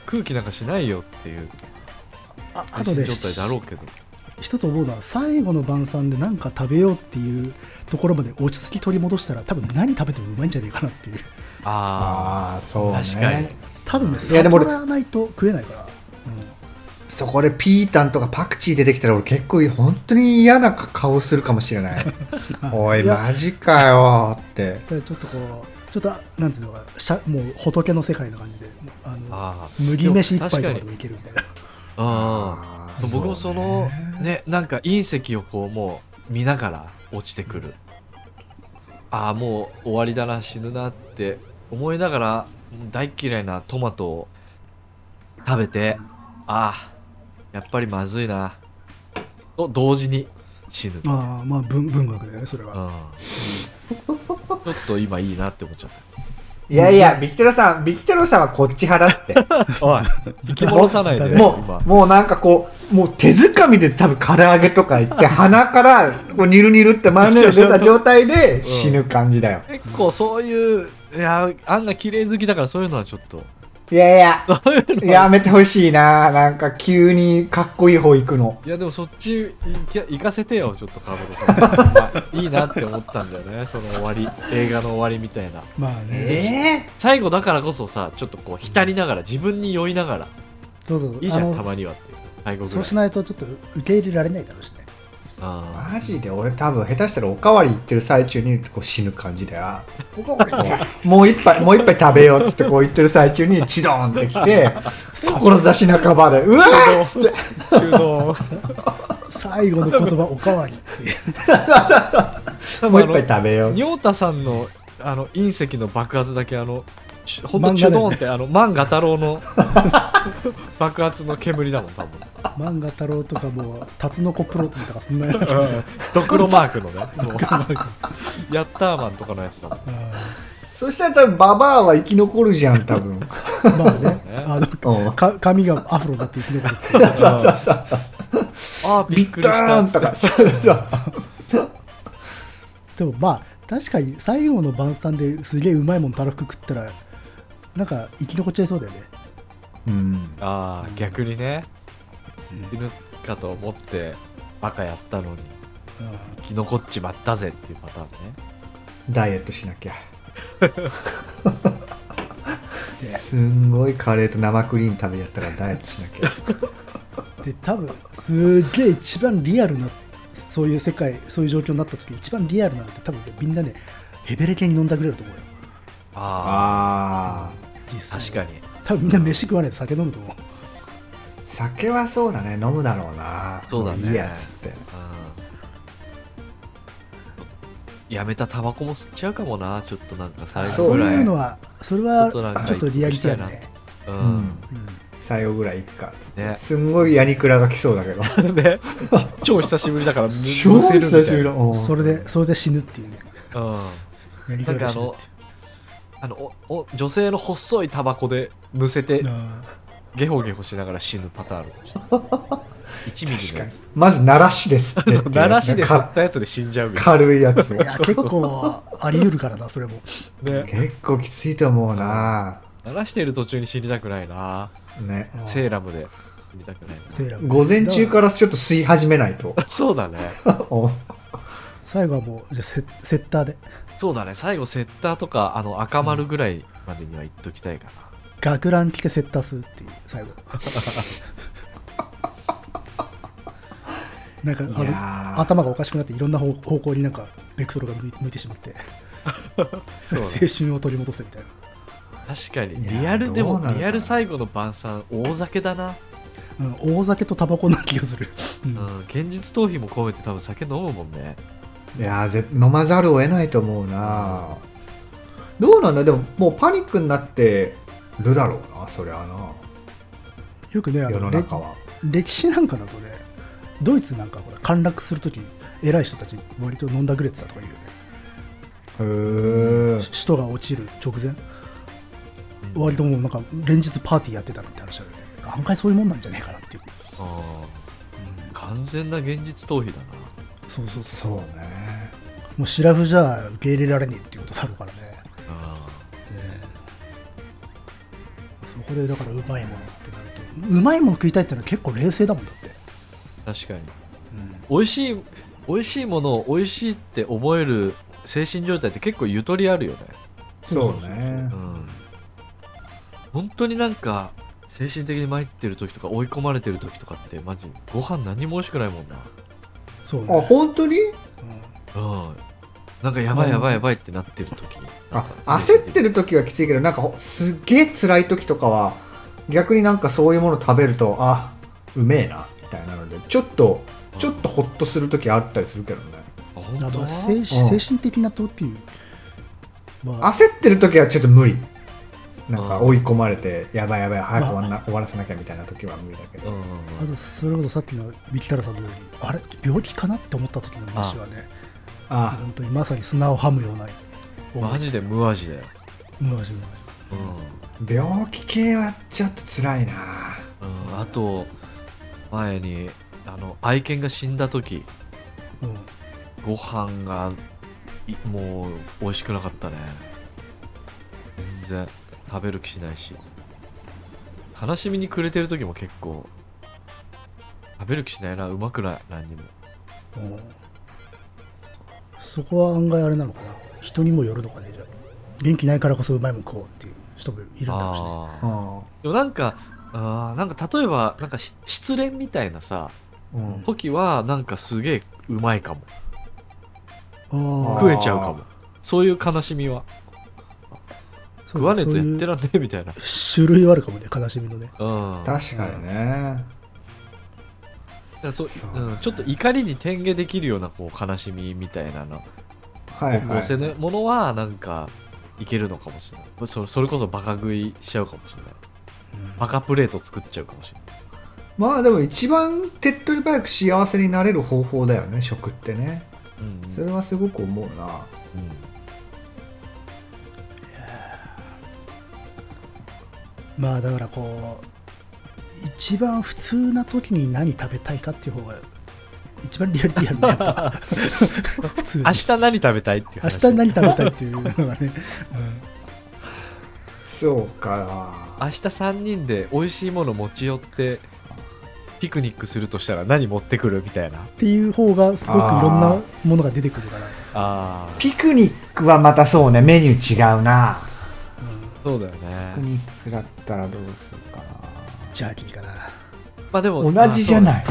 Speaker 1: 空気なんかしないよっていう
Speaker 2: ああ
Speaker 1: 精
Speaker 2: とね
Speaker 1: 神状態だろうけど
Speaker 2: 一つ思うのは最後の晩餐で何か食べようっていうところまで落ち着き取り戻したら多分何食べてもうまいんじゃないかなっていう
Speaker 1: あ
Speaker 3: ああそうね
Speaker 1: 確かに
Speaker 2: 多分ね
Speaker 3: いやでも
Speaker 2: 悟
Speaker 3: 俺
Speaker 2: らないと食えないから、
Speaker 3: そこでピータンとかパクチー出てきたら俺結構本当に嫌な顔するかもしれ ないおい
Speaker 2: いや
Speaker 3: マジかよって
Speaker 2: だからちょっとこうちょっとなんていうのかしゃもう仏の世界な感じでもうあの
Speaker 1: あー
Speaker 2: 麦飯一杯とか
Speaker 1: で
Speaker 2: で
Speaker 1: も
Speaker 2: もいけるみたいな
Speaker 1: 確かにうん僕もそのねなんか隕石をこうもう見ながら落ちてくるああもう終わりだな死ぬなって思いながら大っ嫌いなトマトを食べてああやっぱりまずいなと同時に死ぬ、うん、ちょ
Speaker 2: まあまあ文文学だよねそれは、
Speaker 1: っと今いいなって思っちゃった
Speaker 3: いやいやビキテロさんビキテロさんはこっち派 だって
Speaker 1: おい生き戻さないで
Speaker 3: も
Speaker 1: 今
Speaker 3: うもうなんかこうもう手づかみで多分唐揚げとかいって鼻からこうニルニルってマヨネーズ出た状態で
Speaker 1: ん
Speaker 3: 死ぬ感じだよ、
Speaker 1: 結構そういういやーあんな綺麗好きだからそういうのはちょっと
Speaker 3: いや いややめてほしいななんか急にかっこいい方行くの
Speaker 1: いやでもそっちいき行かせてよちょっと川本さん、まあいいなって思ったんだよね その終わり映画の終わりみたいな
Speaker 2: まあね、
Speaker 3: ええ
Speaker 1: 最後だからこそさちょっとこう浸りながら自分に酔いながら
Speaker 2: どうぞ
Speaker 1: いいじゃ
Speaker 2: あ
Speaker 1: ん
Speaker 2: の
Speaker 1: たまにはっていう最後ぐ
Speaker 2: そ
Speaker 1: ら
Speaker 2: う
Speaker 1: い
Speaker 2: しないとちょっと受け入れられないだろうしね
Speaker 1: あ
Speaker 3: マジで俺多分下手したらおかわり行ってる最中にこう死ぬ感じだよもう一杯もう一杯食べようっつってこう言ってる最中にチドーンってきて志半ばでうわーっつって
Speaker 1: ー 中道
Speaker 2: 最後の言葉おかわりって いう
Speaker 1: 多分
Speaker 3: もう
Speaker 1: あ
Speaker 3: 一杯食べ
Speaker 1: の
Speaker 3: ようっつって
Speaker 1: 仁太さんのあの隕石の爆発だけあのちほん
Speaker 2: 漫
Speaker 1: と
Speaker 2: 画
Speaker 1: チ
Speaker 2: だ
Speaker 1: ュド
Speaker 2: よね
Speaker 1: ーンって、あの万画太郎の 爆発の煙だもん多分
Speaker 2: 漫画太郎とかもうタツノコプロとかそ んなやつ
Speaker 1: ドクロマークのねもうヤッターマンとかのやつだもん
Speaker 3: そしたら多分ババアは生き残るじゃん 多分
Speaker 2: まあね
Speaker 1: ね
Speaker 2: あの
Speaker 3: うん
Speaker 2: か髪がアフロになって生き残るって
Speaker 3: そうそうそうそう
Speaker 1: ああび
Speaker 3: ビ
Speaker 1: っくりし
Speaker 3: ッタ
Speaker 1: た
Speaker 3: ー
Speaker 1: っ
Speaker 3: ン
Speaker 1: つ
Speaker 3: と
Speaker 1: って
Speaker 3: かそうそう
Speaker 2: でもまあ確かに最後の晩餐ですげえうまいもんたらふく食ったらなんか生き残っちゃいそうだよね
Speaker 3: うん
Speaker 1: ああ逆にね死ぬかと思ってバカやったのに
Speaker 2: うん
Speaker 1: 生き残っちまったぜっていうパターンね
Speaker 3: ダイエットしな きゃすんごいカレーと生クリーム食べちゃったからダイエットしなきゃ
Speaker 2: で多分すっげえ一番リアルなそういう世界そういう状況になった時一番リアルなのって多分ねみんなねヘベレケに飲んだくれると思うよ
Speaker 1: あ
Speaker 3: ああ
Speaker 2: 実
Speaker 1: あ
Speaker 2: 際
Speaker 1: 確かに
Speaker 2: 多分みんな飯食わないで酒飲むと思う
Speaker 3: 酒はそうだね飲むだろうな
Speaker 1: そうだね
Speaker 3: もいいやっつって
Speaker 1: あーやめたタバコも吸っちゃうかもなちょっとなんか最
Speaker 3: そ
Speaker 1: 後
Speaker 2: そう
Speaker 1: ぐ
Speaker 2: う
Speaker 1: らい
Speaker 2: いうのはそれは
Speaker 1: ちょっとなんか
Speaker 2: ちょっとリアリティあるね、
Speaker 1: う、
Speaker 3: うん最後ぐらいいっかっつって、
Speaker 1: ね
Speaker 3: すんごいヤニクラが来そうだ けど
Speaker 1: ね超久しぶりだ からむ
Speaker 3: 超
Speaker 1: むせるみたいな
Speaker 3: 久しぶりだ
Speaker 2: うんそれ
Speaker 3: で
Speaker 2: でそれで死ぬっていうね
Speaker 1: うん
Speaker 2: やり
Speaker 1: な
Speaker 2: 方
Speaker 1: んか
Speaker 2: が
Speaker 1: あ
Speaker 2: 死ぬっ
Speaker 1: のあのおお女性の細いタバコでむせて
Speaker 2: ていううん
Speaker 1: ゲホゲホしながら死ぬパターンあるかもしれない1ミリ
Speaker 3: 確
Speaker 1: の
Speaker 3: か
Speaker 1: や
Speaker 3: に
Speaker 1: つ
Speaker 3: まず鳴らしです ってっていうやつね
Speaker 1: 鳴らしで吸っ
Speaker 3: か
Speaker 1: たやつで死んじゃうみたいな
Speaker 3: 軽いやつを
Speaker 2: いや結構あり得るからなそれも
Speaker 1: ね
Speaker 3: 結構きついと思うな
Speaker 1: 鳴らしてる途中に死にたくないな
Speaker 3: ね
Speaker 2: うん
Speaker 1: セーラムで死にたくない
Speaker 2: セーラー
Speaker 3: 午前中からちょっと吸い始 めないと
Speaker 1: なそうだね
Speaker 2: 最後はもうじゃあセセッターで
Speaker 1: そうだね最後セッターとかあの赤丸ぐらいまでには言っときたいか
Speaker 2: 学ラン着てセッターするっていう最後なんか
Speaker 3: いや
Speaker 2: あ
Speaker 3: ー
Speaker 2: の頭がおかしくなっていろんな方方向になんかベクトルが向い向いてしまって
Speaker 1: そうね
Speaker 2: 青春を取り戻すみたい
Speaker 1: な確かに
Speaker 3: いや
Speaker 1: リアルで
Speaker 3: ど
Speaker 1: も
Speaker 3: うなるかな
Speaker 1: リアル最後の晩餐大酒だな、
Speaker 2: な、うん、大酒とタバコな気がする、う
Speaker 1: うんん、現実逃避も込めて多分酒飲むもんね
Speaker 3: いやーぜ飲まざるを得ないと思うなどうなんだでももうパニックになってるだろうなそりゃな
Speaker 2: よくねあ
Speaker 3: 世
Speaker 2: の
Speaker 3: の
Speaker 2: れ
Speaker 3: 中は
Speaker 2: 歴史なんかだとねドイツなんかほら陥落するときに偉い人たち割と飲んだくれてたとか言うよね
Speaker 3: へえ
Speaker 2: 首都が落ちる直前割ともうなんか連日パーティーやってたなんて話あるよね案外そういうもんなんじゃねえかなっていう
Speaker 1: あー完全な現実逃避だな
Speaker 2: そうそうそう
Speaker 3: そうね
Speaker 2: もうシラフじゃ受け入れられねえっていうことだろうからね、
Speaker 1: あ
Speaker 2: ええそこでだからうまいものってなるとうまいもの食いたいってのは結構冷静だもんだって、
Speaker 1: ー確かに
Speaker 2: うん
Speaker 1: 美味しい美味しいものを美味しいって思える精神状態って結構ゆとりあるよね
Speaker 3: そうね
Speaker 1: うん本当になんか精神的に参ってる時とか追い込まれてる時とかってマジご飯何も美味しくないもんな
Speaker 2: そう
Speaker 3: あ
Speaker 2: ね、
Speaker 3: 本当に
Speaker 2: うん
Speaker 1: うんなんかやばいやばいやばいってなってる時
Speaker 3: あ焦って
Speaker 1: る
Speaker 3: る時はきついけどなんかほすっげえ辛い時とかは逆になんかそういうもの食べるとあうめえなみたいなのでちょっとちょっとホッとする時あったりするけどね
Speaker 1: あ本
Speaker 2: あ
Speaker 1: 当
Speaker 2: の精
Speaker 3: うん
Speaker 2: 精神的な時は
Speaker 3: 焦ってる時はちょっと無理なんか
Speaker 1: うん
Speaker 3: 追い込まれてやばいやばい早く終わん
Speaker 2: ま
Speaker 3: な終わらせなきゃみたいな時は無理だけ
Speaker 1: う
Speaker 3: ど
Speaker 1: ん
Speaker 2: あとそれこそさっきの三木太郎さんのようにあれ病気かなって思った時の飯はね
Speaker 3: あ
Speaker 2: 本当にまさに砂をはむような
Speaker 1: マジで無味だよ
Speaker 2: マジで
Speaker 1: うん
Speaker 3: 病気系はちょっと辛いな
Speaker 1: うん、あと前にあの愛犬が死んだ時
Speaker 2: うんうん
Speaker 1: ご飯がいもう美味しくなかったね全然食べる気しないし悲しみに暮れてる時も結構食べる気しないなうまくない何にも
Speaker 2: うんそこは案外あれなのかな人にもよるのかねじゃあ元気ないからこそうまいもん食おうっていう人もいるんだろうしね
Speaker 1: あー
Speaker 3: あ
Speaker 1: でもなんかあーなんか例えばなんかし失恋みたいなさ
Speaker 3: ーうん
Speaker 1: 時はなんかすげえうまいかも
Speaker 2: あ
Speaker 1: 食えちゃうかもそういう悲しみは
Speaker 2: ーそう
Speaker 1: 食わねえとやって
Speaker 2: そういう
Speaker 1: らんねえみたいな
Speaker 2: 種類はあるかもね悲しみのね
Speaker 1: うん
Speaker 3: 確かにね
Speaker 1: だからそう
Speaker 3: そう
Speaker 1: うん、ちょっと怒りに転下できるようなこう悲しみみたいなの
Speaker 3: はいは
Speaker 1: 乗せ
Speaker 3: い
Speaker 1: のものはなんかいけるのかもしれないそそれこそバカ食いしちゃうかもしれないバカプレート作っちゃうかもしれない
Speaker 3: まあでも一番手っ取り早く幸せになれる方法だよね食ってね
Speaker 1: うんうん
Speaker 3: それはすごく思うな
Speaker 1: うん
Speaker 2: まあだからこう一番普通な時に何食べたいかっていう方が一番リアリティあるねや っぱ普通に
Speaker 1: 明日何食べたいっていう
Speaker 2: 明
Speaker 1: 話
Speaker 2: 日何食べたいっていうの がね、
Speaker 3: そうか
Speaker 1: 明日3人で美味しいもの持ち寄ってピクニックするとしたら何持ってくるみたいな
Speaker 2: っていう方がすごくいろんなものが出てくるから、
Speaker 1: ああ
Speaker 3: ピクニックはまたそうねメニュー違うな
Speaker 1: そうだよ
Speaker 3: ピク
Speaker 1: ね
Speaker 3: ニックだったらどうするかな
Speaker 2: ジャーキーかな
Speaker 1: まあでも
Speaker 3: 同じじゃ
Speaker 1: い
Speaker 3: ない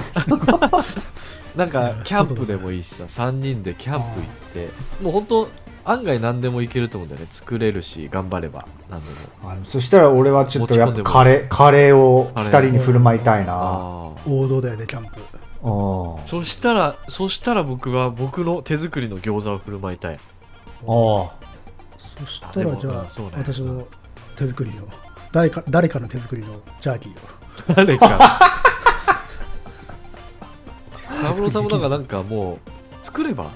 Speaker 1: なんかキャンプでもいいしさ3人でキャンプ行ってもう本当案外何でもいけると思うんだよね作れるし頑張れば何でも
Speaker 3: あのそしたら俺はちょっとやっ
Speaker 1: 持ち込んで
Speaker 3: ぱ
Speaker 1: も
Speaker 3: カレーカレーを
Speaker 1: カレ
Speaker 3: 2
Speaker 1: ー
Speaker 3: 人に振る舞いたいな
Speaker 1: ああ
Speaker 2: 王道だよねキャンプ
Speaker 3: うん
Speaker 1: そしたらそしたら僕は僕の手作りの餃子を振る舞いたい
Speaker 3: あ
Speaker 2: そし
Speaker 1: あ
Speaker 2: た
Speaker 1: で
Speaker 2: ら
Speaker 1: も
Speaker 2: じゃあ
Speaker 1: うんそうね
Speaker 2: 私も手作りの誰か誰かの手作りのジャーキーを
Speaker 1: 誰 か三郎さんもなんかなんかもう作れば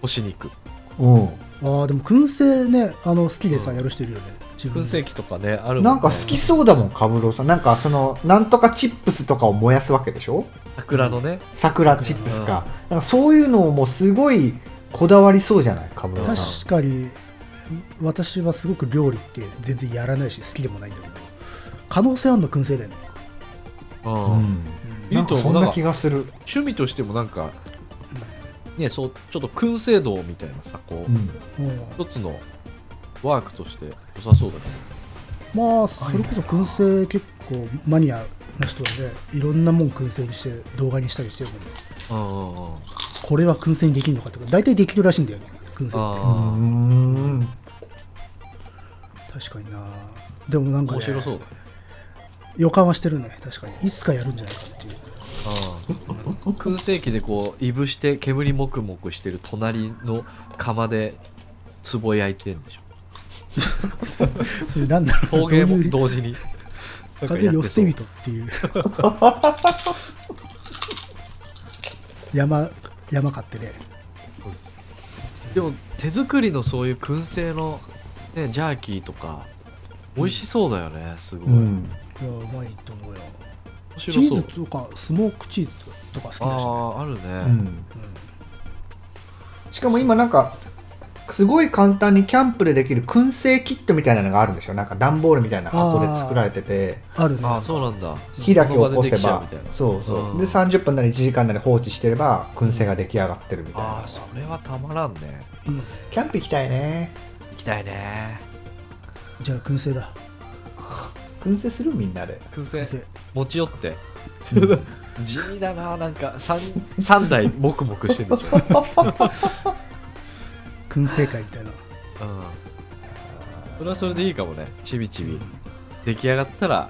Speaker 1: 干し肉
Speaker 3: あうん
Speaker 2: ああでも燻製ねあの好きでさ、やる人いるよね自分
Speaker 1: 燻製機とかねあるもね
Speaker 3: なんか好きそうだもん、カブロさん。なんかその、なんとかチップスとかを燃やすわけでしょ
Speaker 1: 桜のね
Speaker 3: 桜チップスか。なんかそういうのもすごいこだわりそうじゃない、カブロ
Speaker 2: 確
Speaker 3: さ。
Speaker 2: かに私はすごく料理って全然やらないし好きでもないんだけど可能性あるの燻製だよね、
Speaker 1: うんん、
Speaker 2: うん
Speaker 1: い
Speaker 3: ないん
Speaker 1: と
Speaker 3: かそ
Speaker 1: 思うんなん
Speaker 3: な
Speaker 1: か
Speaker 3: 気がする。
Speaker 1: 趣味としてもなんかねそうちょっと燻製道みたいなさこう、
Speaker 3: うん。
Speaker 2: うん
Speaker 1: 一つのワークとして良さそうだね
Speaker 2: まあそれこそ燻製結構マニアな人はねいろんなもん燻製にして動画にしたりしてるもんね
Speaker 1: うんうんうん
Speaker 2: これは燻製にできるのかとか大体できるらしいんだよね燻製
Speaker 1: あ
Speaker 2: っ
Speaker 1: ー
Speaker 3: うーん。
Speaker 2: て確かになでもなんか、
Speaker 1: 面
Speaker 2: ね、
Speaker 1: 白そうだね
Speaker 2: 予感はしてるね確かにいつかやるんじゃないかってい
Speaker 1: う
Speaker 2: う
Speaker 1: ん燻製機でこういぶして煙もくもくしてる隣の釜で壺焼いてるんでしょ
Speaker 2: それなんだろう
Speaker 1: 陶芸も
Speaker 2: どういう
Speaker 1: 同時になんか
Speaker 2: 風
Speaker 1: やっ
Speaker 2: 寄
Speaker 1: て
Speaker 2: せ
Speaker 1: そう
Speaker 2: 人っていう山山買ってね
Speaker 1: でも手作りのそういう燻製の、ね、ジャーキーとか美味しそうだよねすごい、
Speaker 3: う
Speaker 1: 面
Speaker 3: ん。
Speaker 2: いやうまいと思うよチ
Speaker 1: 白そう
Speaker 2: ーズとかスモークチーズとか
Speaker 1: あ
Speaker 2: 好きだし、ね
Speaker 1: ああるね、
Speaker 3: うん。しかも今なんか、すごい簡単にキャンプでできる燻製キットみたいなのがあるんでしょなんか段ボールみたいな箱で作られてて、
Speaker 2: あるね
Speaker 1: ああそうなんだ
Speaker 3: 火だけ起こせ
Speaker 1: その場
Speaker 3: ば
Speaker 1: でできちゃうみたいな
Speaker 3: そうそう、
Speaker 1: うん
Speaker 3: で30分なり1時間なり放置してれば燻製が出来上がってるみたい
Speaker 1: あ
Speaker 3: な
Speaker 1: あそれはたまらんね
Speaker 2: いいね
Speaker 3: キャンプ行きたいね
Speaker 1: 行きたいね
Speaker 2: じゃあ燻製だ
Speaker 3: 燻製するみ んなで
Speaker 1: 燻製
Speaker 2: 燻製
Speaker 1: 持ち寄って地味だななんか 3, 三台もくもくしてるでしょ、
Speaker 2: 燻製会みたいな
Speaker 1: うん、それはそれでいいかもねちびちび出来上がったら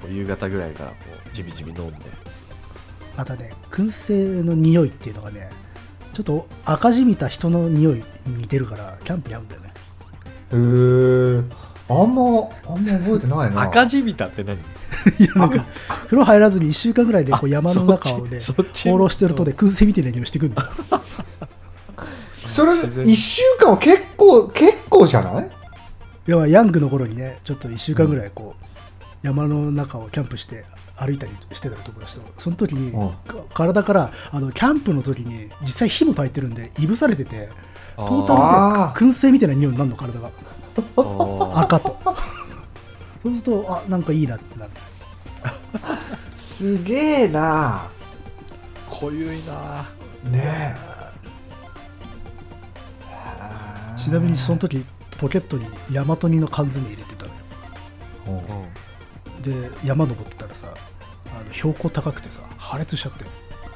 Speaker 1: こう夕方ぐらいからこうちびちび飲んで
Speaker 2: またね燻製の匂いっていうのがねちょっと赤じみた人の匂いに似てるからキャンプに合うんだよね
Speaker 3: へえあんまあんま覚えてないな
Speaker 1: 赤じみたって何
Speaker 2: いやなんか風呂入らずに1週間ぐらいでこう山の中をね
Speaker 1: そっちそっち
Speaker 2: 放浪してるとね燻製みたいな匂いしてくるんだ よ
Speaker 3: それ
Speaker 1: 自然に
Speaker 3: 1週間は結構結構じゃない
Speaker 2: 要はヤングの頃にねちょっと1週間ぐらいこう、山の中をキャンプして歩いたりしてた友達とその時に、
Speaker 3: うん
Speaker 2: か体からあのキャンプの時に実際火も焚いてるんでいぶされててトータルで
Speaker 3: あー
Speaker 2: 燻製みたいな匂いになるの体が
Speaker 1: あー
Speaker 2: 赤とそうするとあなんかいいなってなる
Speaker 3: すげえな
Speaker 1: 濃ゆいな
Speaker 3: ねえ
Speaker 2: ちなみにその時ポケットにヤマトニの缶詰入れてたのよ
Speaker 3: うん
Speaker 2: で山登ってたらさあの標高高くてさ破裂しちゃって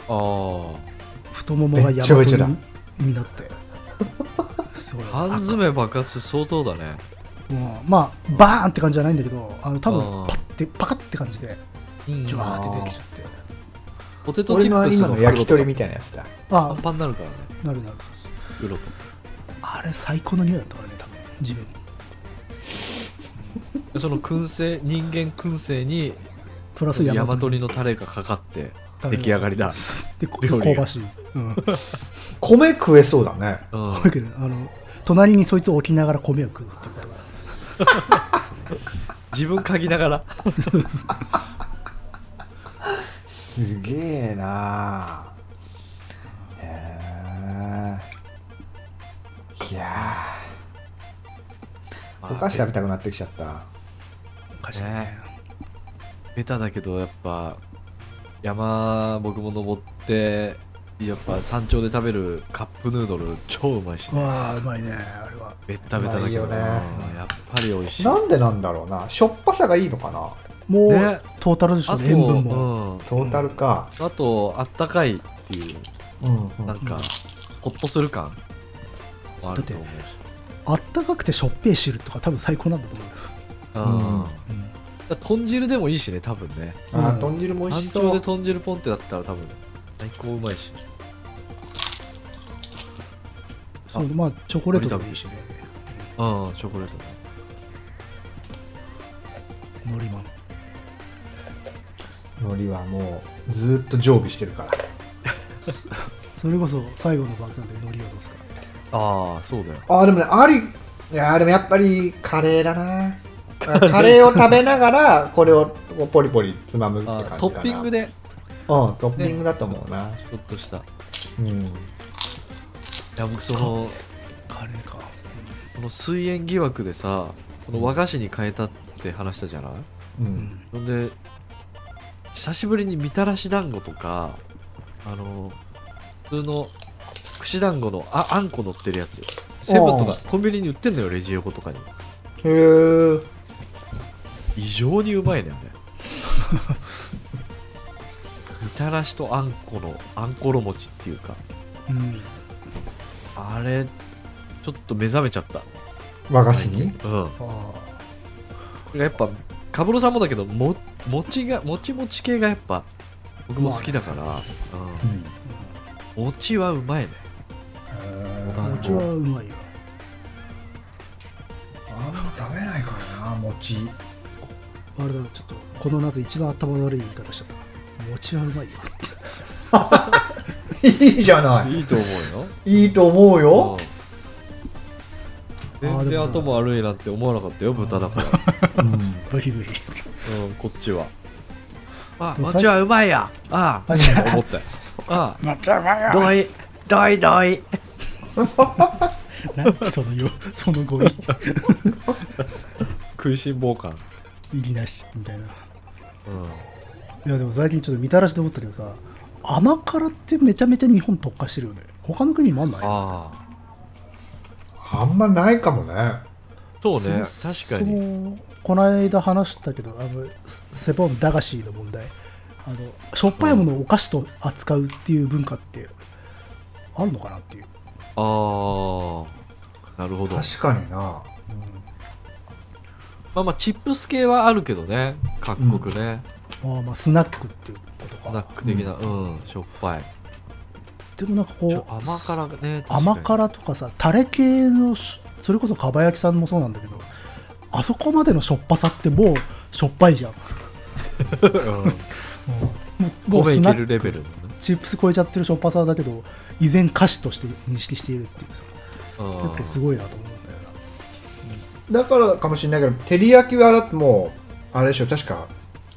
Speaker 1: あー
Speaker 2: 太ももが
Speaker 3: べっ
Speaker 2: ヤ
Speaker 3: ちょ
Speaker 2: マ
Speaker 3: べち
Speaker 2: ト
Speaker 3: ょだ
Speaker 2: ニになって すごい
Speaker 1: 缶詰爆発相当だね
Speaker 2: もうまあバーンって感じじゃないんだけどあの多分
Speaker 1: あー
Speaker 2: パッてパカッて感じでジュワーって出てきちゃって
Speaker 1: ポテト
Speaker 3: 俺
Speaker 1: チッ
Speaker 3: の
Speaker 1: プス
Speaker 3: 今
Speaker 1: の
Speaker 3: の焼き鳥
Speaker 1: 袋
Speaker 3: みたいなやつだ
Speaker 1: と
Speaker 2: あ
Speaker 1: かパンパンになるからね
Speaker 2: あなるなるそうそう
Speaker 1: うろと
Speaker 2: あれ最高の匂いだったからね多分自分
Speaker 1: その燻製人間燻製に
Speaker 2: プラスヤ
Speaker 1: 大
Speaker 2: マ
Speaker 1: 和
Speaker 2: トニ
Speaker 1: 鳥のタレがかかって
Speaker 2: 食べ
Speaker 1: 出
Speaker 2: る
Speaker 1: 来上がりだ
Speaker 2: でこ
Speaker 1: 料理が
Speaker 2: 香ばしい、うん、だ
Speaker 3: 米食えそうだね
Speaker 1: うん
Speaker 2: けどあの隣にそいつを置きながら米を食うってい うことが
Speaker 1: 自分嗅ぎながら
Speaker 3: すげえなへえいやーお菓子食べたくなってきちゃった
Speaker 2: おかしいね
Speaker 1: ねベタだけどやっぱ山僕も登ってやっぱ山頂で食べるカップヌードル超うまいしね
Speaker 2: わあうまいねあれは
Speaker 1: ベッタベタだけど
Speaker 3: うまいよね
Speaker 1: うんやっぱり美味しい
Speaker 3: なんでなんだろうなしょっぱさがいいのかな
Speaker 2: もう、
Speaker 1: ね
Speaker 2: トータルでしょ
Speaker 1: あ
Speaker 2: うね塩分も、
Speaker 1: と、
Speaker 3: トータルか
Speaker 1: うん、あとあったかいっていう
Speaker 3: うんうん
Speaker 1: なんかホッとする感もあると思うし
Speaker 2: あったかくてしょっぺい汁とか多分最高なんだと思うよ、
Speaker 1: うん
Speaker 3: うん
Speaker 1: だか
Speaker 2: うん
Speaker 1: ら豚汁でもいいしね多分ね
Speaker 3: あ
Speaker 2: うん
Speaker 3: ー豚汁も美味し
Speaker 1: 山頂
Speaker 3: そ
Speaker 1: で
Speaker 3: う
Speaker 1: 豚汁ポンってだったら多分最高うまいし
Speaker 2: そうまあチョコレートでもいいしね
Speaker 1: うんチョコレートね
Speaker 2: 海苔も
Speaker 3: 海苔はもうずーっと常備してるから
Speaker 2: それこそ最後の晩餐で海苔をどうすか
Speaker 1: ああそうだよ
Speaker 3: あーでもねありいやーでもやっぱりカレーだなあ カレーを食べながらこれをポリポリつまむって
Speaker 1: あ
Speaker 3: 感
Speaker 1: ー
Speaker 3: じかな
Speaker 1: トッピング
Speaker 3: で
Speaker 1: で
Speaker 3: うんトッピングだと思うな、
Speaker 1: ちょっとしたい
Speaker 3: うん
Speaker 1: や僕その
Speaker 2: カレーか、
Speaker 1: この水煙疑惑でさこの和菓子に変えたって話したじゃない
Speaker 3: うん
Speaker 2: う
Speaker 3: うん
Speaker 2: ん、
Speaker 1: ほんで久しぶりにみたらし団子とかあの普通の串団子のああんこ乗ってるやつセブンとかコンビニに売ってんのよレジ横とかに
Speaker 3: へえ
Speaker 1: 異常にうまいねあ れみたらしとあんこのあんころ餅っていうか
Speaker 2: うん、
Speaker 1: あれちょっと目覚めちゃった
Speaker 3: 和菓子に
Speaker 1: うん
Speaker 2: あ
Speaker 1: やっぱカブロさんもだけども餅がもちもち系がやっぱ僕も好きだから、
Speaker 3: うん
Speaker 1: うん、餅はうまいね
Speaker 3: へ
Speaker 2: あ
Speaker 3: ー
Speaker 2: 餅はうまいよ
Speaker 3: あんま食べないからな餅
Speaker 2: あれだなちょっとこの夏一番頭の悪い言い方しちゃったな餅はうまいよって
Speaker 3: いいじゃない
Speaker 1: いいと思うよ
Speaker 3: いいと思うよ
Speaker 1: うん
Speaker 2: あー
Speaker 1: 全
Speaker 2: で
Speaker 1: 然
Speaker 2: も
Speaker 1: 後も悪いなんて思わなかったよ豚だから、
Speaker 3: うん
Speaker 2: ブヒブヒ
Speaker 1: うん、こっちはあ
Speaker 2: でもさ
Speaker 1: 餅はうまいやああ
Speaker 2: マジ
Speaker 1: 思ったよあ
Speaker 2: 餅はうまい
Speaker 1: あどいどいどい
Speaker 2: なんでそのよその語彙
Speaker 1: 食いしん坊感
Speaker 2: いりなしみたいな
Speaker 1: うん
Speaker 2: いやでも最近ちょっとみたらしで思ったけどさ甘辛ってめちゃめちゃ日本特化してるよね他の国もあんない
Speaker 1: ああ
Speaker 3: あんまないかもね
Speaker 1: そうね確かに
Speaker 2: そのこの間話したけどあのセセボン駄菓子の問題あのしょっぱいものをお菓子と扱うっていう文化ってあるのかなっていう、
Speaker 1: ああなるほど
Speaker 3: 確かにな
Speaker 1: まあまあチップス系はあるけどね各国ね、
Speaker 2: うんまあまあスナックっていうこと
Speaker 1: スナッ
Speaker 2: か
Speaker 1: ク的なうん、しょっぱい
Speaker 2: でもなんかこ
Speaker 1: ちょ
Speaker 2: う
Speaker 1: 甘辛がね
Speaker 2: 甘
Speaker 1: 確か
Speaker 2: 辛とかさタレ系のしそれこそかば焼きさんもそうなんだけどあそこまでのしょっぱさってもうしょっぱいじゃん
Speaker 1: にうん
Speaker 2: もうもう
Speaker 1: 米
Speaker 2: ス
Speaker 1: い
Speaker 2: ナ
Speaker 1: け
Speaker 2: ッ
Speaker 1: る
Speaker 2: ク
Speaker 1: レベル のね
Speaker 2: チップス超えちゃってるしょっぱさだけど依然菓子として認識しているっていうさ
Speaker 1: うん
Speaker 2: 結構すごいなと思うんだよな
Speaker 3: だからかもしれないけど照り焼きはだってもうあれでしょ確か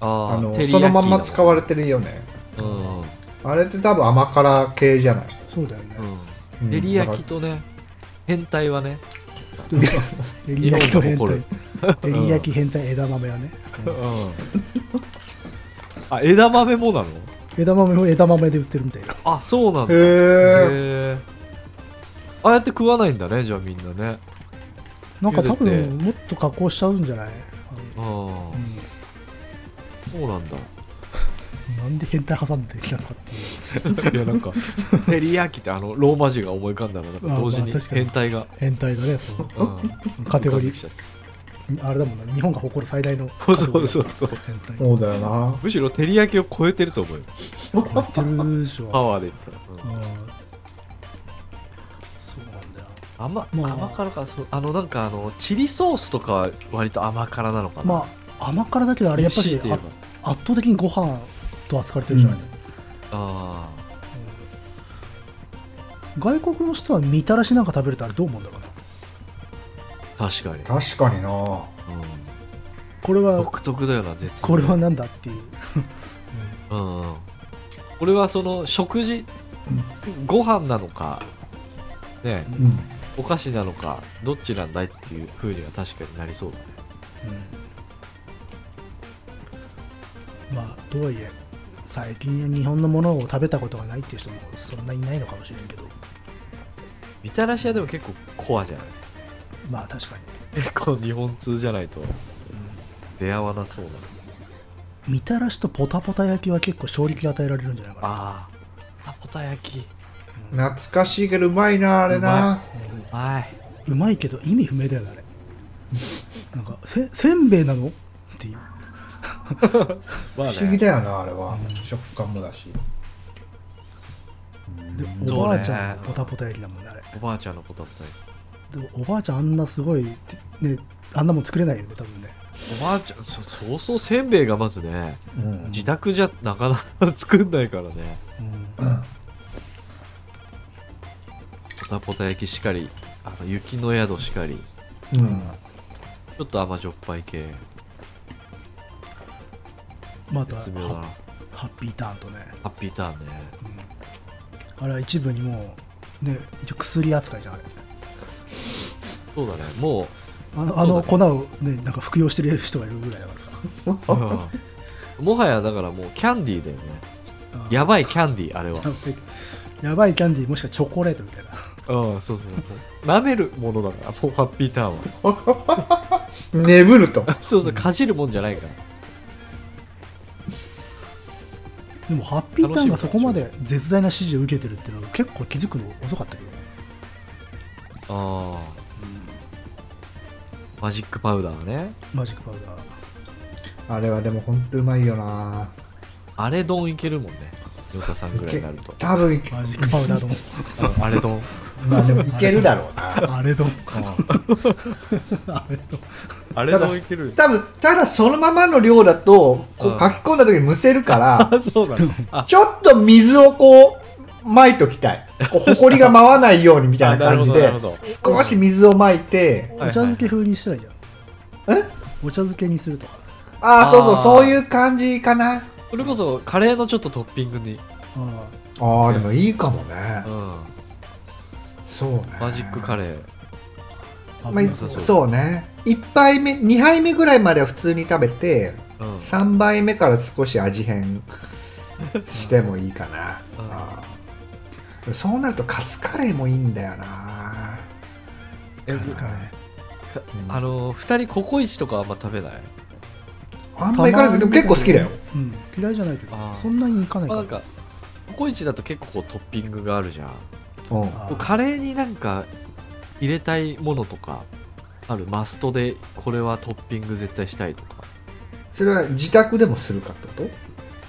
Speaker 1: あ
Speaker 3: あ
Speaker 1: ー
Speaker 3: の
Speaker 1: 照り
Speaker 3: そ
Speaker 1: 焼
Speaker 3: の
Speaker 1: き
Speaker 3: まんま使われ
Speaker 1: て
Speaker 3: てるよね
Speaker 1: うんうん
Speaker 3: あれって多分甘辛系じゃない
Speaker 2: そうだよね、
Speaker 3: うん
Speaker 1: 照り焼きとね変態はね
Speaker 2: エリアと変
Speaker 1: 日本が誇
Speaker 2: 態
Speaker 1: る
Speaker 2: 照り焼き変態枝豆はね
Speaker 1: あ枝豆もなの
Speaker 2: 枝豆も枝豆で売ってるみたいな
Speaker 1: あそうなんだへ
Speaker 3: へえ
Speaker 1: えああやって食わないんだねじゃあみんなね
Speaker 2: なんか多
Speaker 1: 茹でて
Speaker 2: 分もっと加工しちゃうんじゃない
Speaker 1: ああ
Speaker 2: あのうん
Speaker 1: そうなんだ
Speaker 2: なんで変態挟んできたのかっていう
Speaker 1: いやなんか「照り焼き」ってあのローマ字が思い浮かんだらなんか同時に
Speaker 2: あまあ確かに
Speaker 1: 変態が、
Speaker 2: 変態だねその
Speaker 1: うん、
Speaker 2: カテゴリ
Speaker 1: 浮かんできちゃ
Speaker 2: ー
Speaker 1: った
Speaker 2: あれだもんな日本が誇る最大のカ
Speaker 1: そう
Speaker 2: テゴリー
Speaker 1: そうそうそう
Speaker 2: 変態
Speaker 3: そうだよな
Speaker 1: むしろ照り焼きを超えてると思うよ
Speaker 2: 超えてるでしょ
Speaker 1: パワーで言ったら、うん
Speaker 2: うんそうなんだよ
Speaker 1: 甘
Speaker 2: まあ
Speaker 1: 甘辛かそうあのなんかあのチリソースとかは割と甘辛なのかな
Speaker 2: まあ甘辛だけどあれやっぱ
Speaker 1: 美
Speaker 2: り
Speaker 1: 味しい言えば
Speaker 2: あ圧倒的にご飯と扱われてるじゃない、
Speaker 3: うん
Speaker 1: あ
Speaker 2: 外国の人はみたらしなんか食べるとあれどう思うんだろうね
Speaker 1: あ確かに、
Speaker 3: 確かにな
Speaker 1: う
Speaker 2: これ
Speaker 1: ん、
Speaker 2: は
Speaker 1: 独特だよな絶妙
Speaker 2: これはなんだっていう
Speaker 1: うんうん俺はその食事ご飯なのかね
Speaker 3: うん
Speaker 1: お菓子なのかどっちなんだいっていう風には確かになりそうだね
Speaker 2: うんまあとはいえ最近は日本のものを食べたことがないっていう人もそんなにいないのかもしれんけど
Speaker 1: みたらし屋でも結構コアじゃない
Speaker 2: まあ確かに、
Speaker 1: 結構日本通じゃないと
Speaker 2: う、
Speaker 1: 出会わなそうだなん
Speaker 2: みたらしとポタポタ焼きは結構衝撃与えられるんじゃないかな
Speaker 1: あーあポタ焼きう
Speaker 3: 懐かしいけどうまいなあれ
Speaker 1: う
Speaker 3: な
Speaker 1: まいう
Speaker 2: まいけど意味不明だよねあれなんかせせんべいなのっていう
Speaker 1: まあ
Speaker 3: 不思議
Speaker 1: ね
Speaker 3: だよなあれは食感もだし
Speaker 2: で
Speaker 1: そうね
Speaker 2: おばあちゃんのポタポタ焼きだもんねあれ
Speaker 1: おばあちゃんのポタポタ焼き
Speaker 2: でもおばあちゃんあんなすごいてねあんなもん作れないよね多分ね
Speaker 1: おばあちゃんそそうそうせんべいがまずね
Speaker 3: うん
Speaker 1: 自宅じゃなかなか作んないからね
Speaker 2: うん
Speaker 3: うん
Speaker 1: ポタポタ焼きしかりあの雪の宿しかり
Speaker 3: うん
Speaker 1: ちょっと甘じょっぱい系
Speaker 2: またハ
Speaker 1: 絶妙だな
Speaker 2: ッハッピーターンとね、
Speaker 1: ハッピーターンね
Speaker 2: うん、あれは一部にもうね一応薬扱いじゃんあれ
Speaker 1: そうだねもう
Speaker 2: あのあの
Speaker 1: そ
Speaker 2: 粉をねなんか服用してる人がいるぐらいだからさ
Speaker 1: うんもはやだからもうキャンディーだよね
Speaker 2: あー
Speaker 1: やばいキャンディーあれは
Speaker 2: やばいやばいキャンディーもしくはチョコレートみたいな
Speaker 1: うんそうそう舐めるものだからもうハッピーターンは
Speaker 3: 眠ると
Speaker 1: そうそうかじるもんじゃないから
Speaker 2: でもハッピーターンがそこまで絶大な支持を受けてるっていうのは結構気づくの遅かったけどね
Speaker 1: ああマジックパウダーね
Speaker 2: マジックパウダー
Speaker 3: あれはでもほんとうまいよな
Speaker 1: あれ丼いけるもんねヨタさんぐらいになると
Speaker 3: 多分いけ
Speaker 2: マジックパウダー丼
Speaker 1: あれ丼
Speaker 3: まあでもいけるだろうな
Speaker 2: あれ丼あれ丼
Speaker 1: あれ
Speaker 3: ただ
Speaker 1: 丼いける
Speaker 3: 多分ただそのままの量だとこう
Speaker 1: うん
Speaker 3: 書き込んだ時にむせるから
Speaker 1: あそうだねあ
Speaker 3: ちょっと水をこうまいときたいこうほこりが舞わないようにみたいな感 じ
Speaker 1: あな
Speaker 3: で
Speaker 1: るほどなる
Speaker 3: 少し水をまいて
Speaker 2: お
Speaker 1: はい
Speaker 2: 茶漬け風にしたらいいじゃん
Speaker 3: え
Speaker 2: お茶漬けにするとか
Speaker 3: ああそうそう
Speaker 1: あー
Speaker 3: そういう感じかな
Speaker 1: それこそカレーのちょっとトッピングに、
Speaker 2: あ
Speaker 3: ああでもいいかもね
Speaker 1: うん、
Speaker 3: そうね
Speaker 1: マジックカレー
Speaker 2: あ
Speaker 3: まあ、い
Speaker 1: そうそう
Speaker 3: そうね1杯目2杯目ぐらいまでは普通に食べて
Speaker 1: うん
Speaker 3: 3杯目から少し味 変してもいいかな、
Speaker 1: うん
Speaker 3: あーそうなるとカツカレーもいいんだよな
Speaker 1: え
Speaker 2: カツカレー
Speaker 1: かあのー、2人ココイチとかあんま食べない
Speaker 3: あんまり行かなくてでも結構好きだよ、
Speaker 2: うん、嫌いじゃないけど
Speaker 1: あー
Speaker 2: そんなにいかない
Speaker 1: まあ、
Speaker 2: か
Speaker 1: な
Speaker 2: ら
Speaker 1: んかココイチだと結構こうトッピングがあるじゃん
Speaker 3: うん、
Speaker 2: あー
Speaker 1: カレーになんか入れたいものとかあるマストでこれはトッピング絶対したいとか
Speaker 3: それは自宅でもするかってこ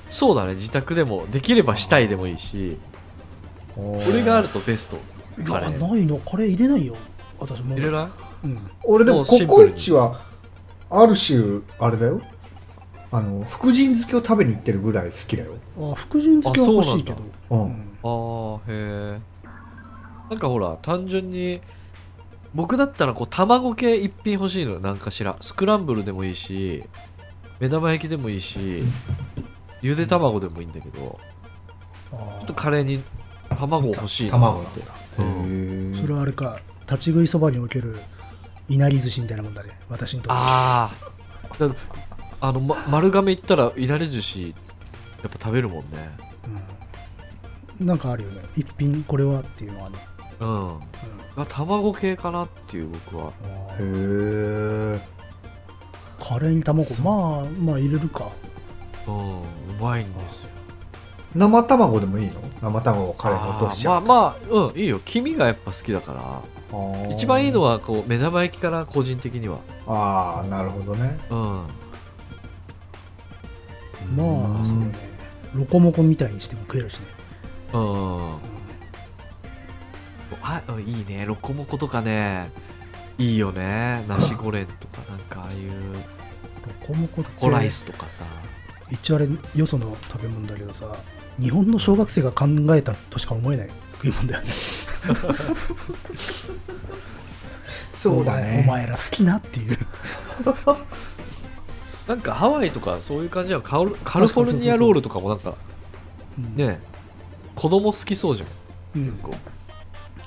Speaker 1: そうだね自宅でもできればしたいでもいいし
Speaker 3: と
Speaker 1: これがあるとベスト
Speaker 2: い
Speaker 1: カレ
Speaker 2: や
Speaker 1: ー
Speaker 2: ないのカレー入れないよ私も
Speaker 1: 入れない
Speaker 2: うん、
Speaker 3: 俺で
Speaker 1: も
Speaker 3: も
Speaker 1: うシ
Speaker 3: コ
Speaker 1: ンプルに
Speaker 3: コイチはある種あれだよあの福神漬けを食べに行ってるぐらい好きだよ、
Speaker 2: あ福神漬けは欲しいけ
Speaker 1: あ
Speaker 2: ど
Speaker 1: そう
Speaker 3: うん
Speaker 2: うん
Speaker 1: あーへえなんかほら単純に僕だったらこう卵系一品欲しいのよなんかしらスクランブルでもいいし目玉焼きでもいいしゆで卵でもいいんだけどちょ
Speaker 2: あ
Speaker 1: っと
Speaker 2: ー
Speaker 1: カレーに卵欲しいな
Speaker 3: 卵
Speaker 1: っ
Speaker 3: なん
Speaker 1: て
Speaker 3: だ
Speaker 1: うん
Speaker 3: へえ
Speaker 2: それはあれか立ち食いそばにおけるいなり寿司みたいなもんだね私にとって
Speaker 1: ああだあの、ま、丸亀行ったらいられ寿司やっぱ食べるもんね
Speaker 2: うん、なんかあるよね一品これはっていうのはね、
Speaker 1: うんあ卵系かなっていう僕は
Speaker 2: うんあー
Speaker 3: え
Speaker 2: カレーに卵まあまあ入れるか
Speaker 1: うんうまいんですよ
Speaker 3: 生卵でもいいの生卵をカレーに落としちゃ
Speaker 1: あ
Speaker 3: う
Speaker 1: ーまあまあうんいいよ黄身がやっぱ好きだか
Speaker 3: あー
Speaker 1: ら一番いいのはこう目玉焼きかな個人的には
Speaker 3: ああなるほどね
Speaker 1: うん
Speaker 2: ま
Speaker 3: う
Speaker 2: あ
Speaker 3: ん
Speaker 2: そうねロコモコみたいにしても食えるしね、
Speaker 1: うんあうんいいねロコモコとかねいいよねナシゴレンとかなんかああいう
Speaker 2: うん、ロコモコって
Speaker 1: ホライスとかさ、
Speaker 2: 一応あれよその食べ物だけどさ日本の小学生が考えたとしか思えない食い物だよね
Speaker 3: そうだね
Speaker 2: お前お前ら好きなっていう
Speaker 1: なんかハワイとかそういう感じはカルカルフォルニアロールとかもなんか
Speaker 2: うん
Speaker 1: ね子供好きそうじゃん
Speaker 2: うん
Speaker 1: こ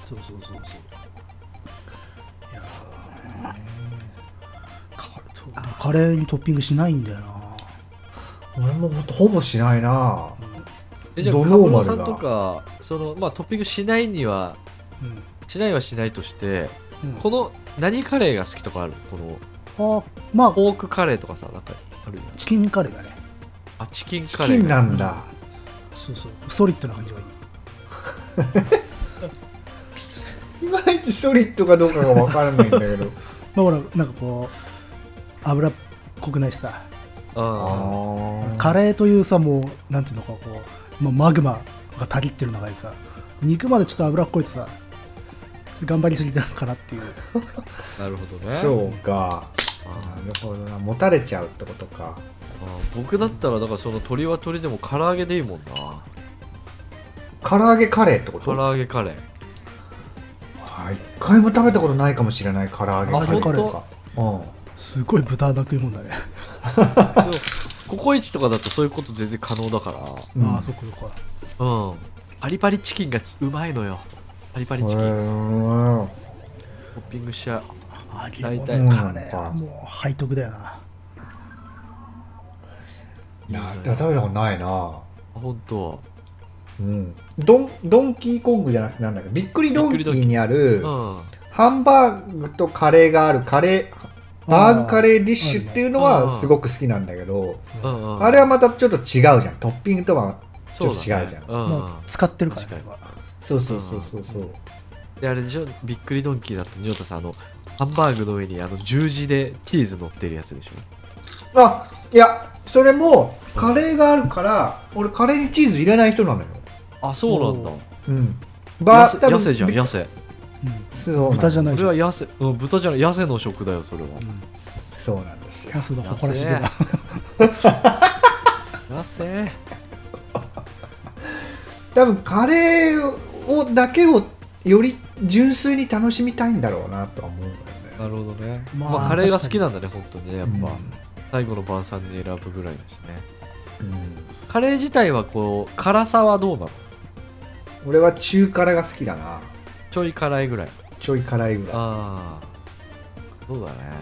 Speaker 2: そうそうそうそういやーカレーそうカレーにトッピングしないんだよな
Speaker 3: 俺もほほぼしないな
Speaker 1: うえじゃあ
Speaker 3: ド
Speaker 1: カ
Speaker 3: ノー
Speaker 1: ブ
Speaker 3: マ
Speaker 1: ロ
Speaker 3: ル
Speaker 1: さ
Speaker 3: だ
Speaker 1: んとかその、まあ、トッピングしないには
Speaker 2: うん
Speaker 1: しないはしないとして
Speaker 2: うん
Speaker 1: この何カレーが好きとかあるこの
Speaker 2: あまあ
Speaker 1: ポークカレーとかさなんかあるじゃん
Speaker 2: チキンカレーだね
Speaker 1: あチキン
Speaker 3: チ
Speaker 1: カレ
Speaker 3: キ
Speaker 1: ー
Speaker 3: ンなんだ
Speaker 2: そうそうソリッドな感じがいい
Speaker 3: いまいちソリッドかどうかが分からないんだ けど
Speaker 2: まあほらなんかこう油っこくないしさ
Speaker 1: あ
Speaker 3: あ
Speaker 2: カ
Speaker 3: レ
Speaker 2: レーというさもうなんていうのかこう、まあ、マグマがたぎってる中でさ肉までちょっと脂っこいとさちょっと頑張りすぎたのかなっていう
Speaker 1: ーなるほどね
Speaker 3: そうかな
Speaker 1: あ
Speaker 3: るほどなもたれちゃうってことか
Speaker 1: ーあー僕だったらだからその鶏は鶏でも唐揚げでいいもんな
Speaker 3: 唐揚げカレーってこ
Speaker 1: 唐
Speaker 3: と
Speaker 1: 揚げカレー
Speaker 3: あ一回も食べたことないかもしれない唐揚げカレー
Speaker 2: あ
Speaker 3: とかうん
Speaker 2: すごい豚な食いもんだね、
Speaker 1: でもココイチとかだとそういうこと全然可能だから
Speaker 3: うん
Speaker 2: ああそっかそっか
Speaker 1: うんパリパリチキンがうまいのよパリパリチキン
Speaker 3: へ
Speaker 1: ト
Speaker 3: ー
Speaker 1: ッピングしちゃう
Speaker 2: 揚げ
Speaker 1: 大
Speaker 2: 物
Speaker 1: 体
Speaker 2: カレーはもう背徳だよな
Speaker 3: ない
Speaker 1: いの
Speaker 3: 食べ
Speaker 1: よ
Speaker 3: たことないな
Speaker 1: あ本当
Speaker 3: うんドンドンキーコングじゃなくてなんだっけびっくりドンキーにある
Speaker 1: うん
Speaker 3: ハンバーグとカレーがあるカレーバーグカレーディッシュっていうの
Speaker 1: ある
Speaker 3: は
Speaker 1: ね
Speaker 3: すごく好きなんだけど
Speaker 1: うんうん
Speaker 3: あれはまたちょっと違うじゃんトッピングとはちょっと違うじゃん
Speaker 1: そうだねうんうん
Speaker 2: まあ、使ってるからね
Speaker 1: 確
Speaker 2: これは
Speaker 3: そうそうそうそうそう
Speaker 1: であれでしょびっくりドンキーだとニョタさんあのハンバーグの上にあの十字でチーズ乗ってるやつでしょ
Speaker 3: あいやそれもカレーがあるから俺カレーにチーズ入れない人なのよ
Speaker 1: あそうなんだ
Speaker 2: おー
Speaker 3: うん
Speaker 1: や
Speaker 3: バ
Speaker 1: せ
Speaker 3: 多分
Speaker 1: やせじゃんやせ
Speaker 2: うん
Speaker 3: そう
Speaker 2: 豚じゃ
Speaker 3: ない
Speaker 2: ない
Speaker 1: こ
Speaker 2: じ
Speaker 1: れ
Speaker 2: ゃ
Speaker 1: は
Speaker 2: ん
Speaker 1: やせ、うん、豚じゃないやせの食だよそれは
Speaker 2: うん
Speaker 3: そうなんですよ
Speaker 2: 安田
Speaker 1: や
Speaker 2: 誇
Speaker 1: せ
Speaker 2: らしげ な
Speaker 1: やせ
Speaker 3: 多分カレーをだけをより純粋に楽しみたいんだろうなとは思うんだよね
Speaker 1: なるほどね
Speaker 2: ま
Speaker 1: ま
Speaker 2: あ
Speaker 1: あ、カレーが好きなんだね本当にねやっぱ、
Speaker 3: うん
Speaker 1: 最後の晩餐に選ぶぐらいだしね
Speaker 3: うん
Speaker 1: カレー自体はこう辛さはどうなの
Speaker 3: 俺は中辛が好きだな
Speaker 1: ちょい辛いぐらい
Speaker 3: ちょい辛いぐらい
Speaker 1: ああそうだね
Speaker 3: そうだね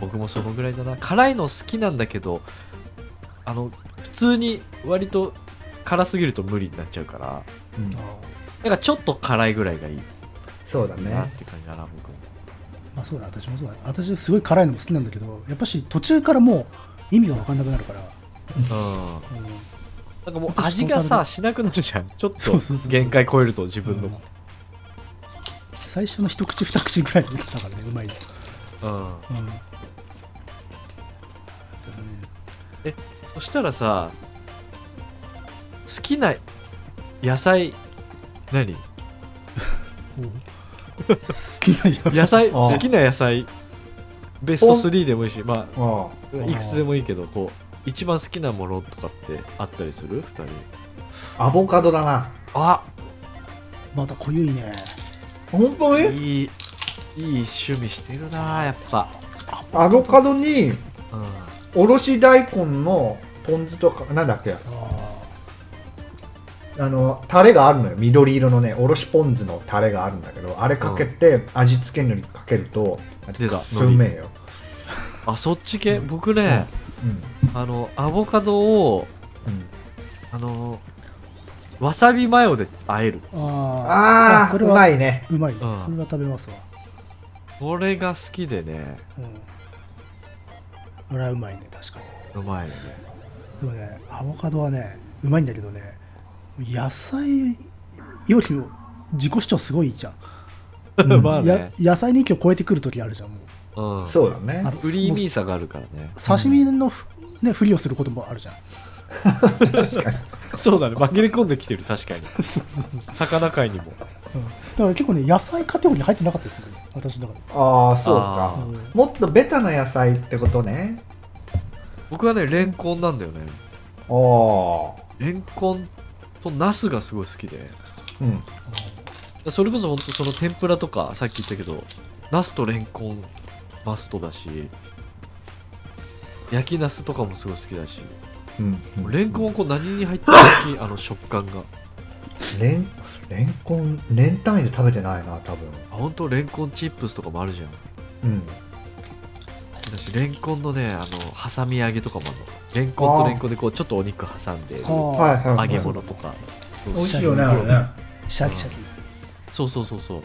Speaker 1: 僕もそのぐらいだな辛いの好きなんだけどあの普通に割と辛すぎると無理になっちゃうから
Speaker 3: うん
Speaker 2: あ
Speaker 1: なんかちょっと辛いぐらいがいい
Speaker 3: そうだ
Speaker 1: なっ
Speaker 3: ね
Speaker 1: て感じだな、僕も
Speaker 2: ーまあそうだ私もそうだ私すごい辛いのも好きなんだけどやっぱし途中からもう意味が分かんなくなるから、
Speaker 1: うん
Speaker 2: うん
Speaker 1: なんかもう味がさしなくなるじゃんちょっ
Speaker 2: そう
Speaker 1: と
Speaker 2: そうそう
Speaker 1: 限界超えると自分の
Speaker 2: うん最初の一口二口ぐらいできたからねうまいの
Speaker 1: うん
Speaker 2: うん
Speaker 1: そしたらさ好きな野菜何
Speaker 2: 好きな野菜
Speaker 1: 野菜
Speaker 3: ー
Speaker 1: 好きな野菜ベスト3でもいいしま
Speaker 3: あ
Speaker 1: あいくつでもいいけどこう一番好きなものとかってあったりする2人
Speaker 3: あアボカドだな
Speaker 1: あ
Speaker 2: また濃ゆいね
Speaker 3: 本当に
Speaker 1: いいいい趣味してるなやっぱ、
Speaker 3: アボカドに
Speaker 1: うん、
Speaker 3: おろし大根のポン酢とかなんだっけ
Speaker 2: あ
Speaker 3: あのタレがあるのよ緑色のねおろしポン酢のタレがあるんだけどあれかけて、味付けのりかけるとあて
Speaker 1: 出た
Speaker 3: かすうめえよ、
Speaker 1: あそっち系僕ね、
Speaker 3: うん
Speaker 1: あのアボカドを
Speaker 3: うん、
Speaker 1: あのわさびマヨで和える
Speaker 2: あー
Speaker 3: ああうま
Speaker 2: い
Speaker 3: いね
Speaker 2: うまいね、
Speaker 1: うん
Speaker 2: それは食べますわ
Speaker 1: これが好きでね
Speaker 2: うんこれはうまいね確かに
Speaker 1: うまいよね
Speaker 2: でもねアボカドはねうまいんだけどね野菜よりも自己主張すごいじゃん、
Speaker 3: う ん
Speaker 1: まあ
Speaker 2: や
Speaker 1: ね、
Speaker 2: 野菜人気を超えてくる時あるじゃんもう
Speaker 1: うん、
Speaker 3: そうだ
Speaker 2: あ
Speaker 3: ね
Speaker 2: の
Speaker 1: クリーミーさがあるからね
Speaker 2: 刺身のふ、ね、ふりをすることもあるじゃん
Speaker 3: 確かに
Speaker 1: そうだね 紛れ込んできてる確 かに魚界にも
Speaker 2: うんだから結構ね野菜カテゴリーに入ってなかったですよね私の中で
Speaker 3: ああそうか
Speaker 1: あ
Speaker 2: ー
Speaker 3: もっとベタな野菜ってことね
Speaker 1: 僕はねレンコンなんだよね
Speaker 3: ああ
Speaker 1: レンコンとナスがすごい好きで
Speaker 3: うん
Speaker 1: それこそ本当その天ぷらとかさっき言ったけどナスとレンコンマストだし焼きナスとかもすごい好きだし
Speaker 3: うん
Speaker 1: レンコンはこう何に入っても好 きあの食感が
Speaker 3: レンレンコン年単位で食べてないな多分
Speaker 1: あ本当レンコンチップスとかもあるじゃん
Speaker 3: うん
Speaker 1: 私レンコンのねあの挟み揚げとかもあるのレンコンとレンコンでこうちょっとお肉挟んでる揚
Speaker 2: はあ
Speaker 3: いは
Speaker 1: げ物とかそう
Speaker 3: 美
Speaker 2: おい
Speaker 3: 味しいよねあれね
Speaker 2: シャキシャキ、
Speaker 1: そうそうそうそう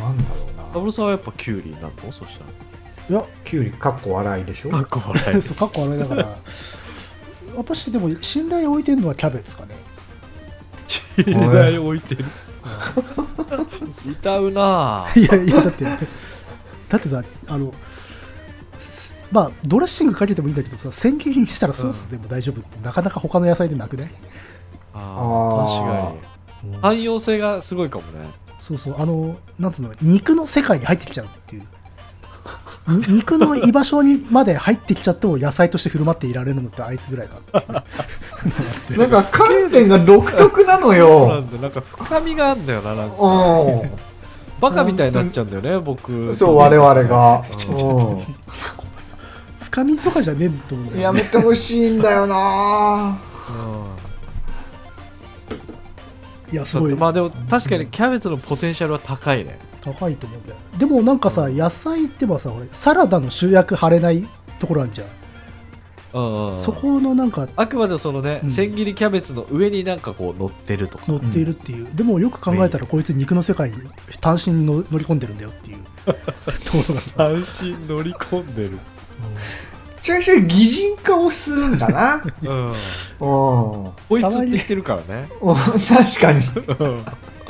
Speaker 3: なんだろうな
Speaker 1: ダブルさんはやっぱキュウリになるのそしたら
Speaker 2: いや
Speaker 3: キュウリかっこ笑いでしょ
Speaker 1: かっこ笑い
Speaker 2: そうかっこ悪いだ から私でも信頼を置いてるのはキャベツかね
Speaker 1: 信頼を置い てる歌うなぁ
Speaker 2: いやいやだってだってさあのすまあドレッシングかけてもいいんだけどさ千切りにしたらソースでも大丈夫って、なかなか他の野菜でなくね、
Speaker 1: あー
Speaker 3: あ
Speaker 1: 確か
Speaker 3: ー
Speaker 1: に汎用性がすごいかもね
Speaker 2: そうそうあのなんつうの肉の世界に入ってきちゃうっていうに 肉の居場所にまで入ってきちゃっても野菜として振る舞っていられるのってあいつぐらいかなっていう
Speaker 3: なんか観点が独特なの
Speaker 1: そうな
Speaker 3: よ
Speaker 1: んだなんか深みがあるんだよななんか
Speaker 3: う
Speaker 1: バカみたいになっちゃうんだよね僕
Speaker 3: んそう我々が
Speaker 1: うん
Speaker 2: 深みとかじゃねえと思うん
Speaker 3: う
Speaker 2: だ
Speaker 3: ん
Speaker 2: よ
Speaker 3: や
Speaker 2: ね
Speaker 3: めてほしいんだよな
Speaker 2: めいやす
Speaker 1: そ
Speaker 2: ごいう
Speaker 1: まあでも確かにキャベツのポテンシャルは高いね
Speaker 2: 高いと思うんだよでもなんかさ野菜ってばさ俺サラダの主役張れないところあるじゃん
Speaker 1: うんうん
Speaker 2: そこのなんか
Speaker 1: あくまでもそのね、
Speaker 2: うん
Speaker 1: 千切りキャベツの上になんかこう乗ってるとか
Speaker 2: 乗っているっていう、でもよく考えたらこいつ肉の世界に単身の乗り込んでるんだよっていう ところがさ
Speaker 1: 単身乗り込んでる
Speaker 3: ちゃいちゃい擬人化をするんだな
Speaker 1: うん
Speaker 3: うん
Speaker 1: 追いつってきてるからね
Speaker 3: うん確かに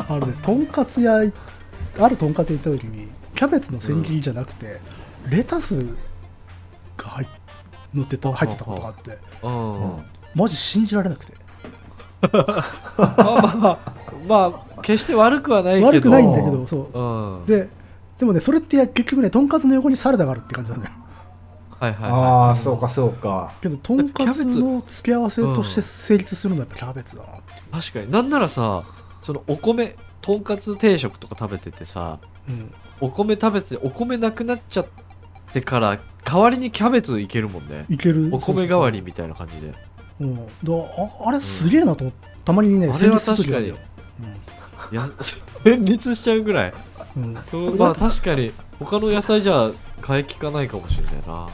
Speaker 2: あのねとんかつ屋いあるとんかつ屋行った時にキャベツの千切りじゃなくて、レタスが入っ乗ってた入ってたことがあって
Speaker 1: うん、
Speaker 3: うん
Speaker 2: マジ信じられなくて
Speaker 1: まあまあまあ決して悪くはないけど
Speaker 2: 悪くないんだけどそう
Speaker 1: うん
Speaker 2: ででもねそれって結局ねとんかつの横にサラダがあるって感じなんだよ
Speaker 1: はいはい、は
Speaker 3: ああそうかそうか
Speaker 2: けどとんかつ
Speaker 1: キャベツ
Speaker 2: の付け合わせとして成立するのはやっぱキャベツだなっていう
Speaker 1: い、確かになんならさそのお米とんかつ定食とか食べててさ
Speaker 2: うん、
Speaker 1: お米食べてお米なくなっちゃってから代わりにキャベツいけるもんね
Speaker 2: いける
Speaker 1: お米代わりみたいな感じで
Speaker 2: うん、だああれすげえなと思って、たまに
Speaker 1: あ
Speaker 2: ね
Speaker 1: れは
Speaker 2: 戦慄する時あるよ、
Speaker 1: いや連立しちゃうぐらい
Speaker 2: うんうん、だ
Speaker 1: そうまあ確かに他の野菜じゃ買い効かないかもしれないな
Speaker 2: っ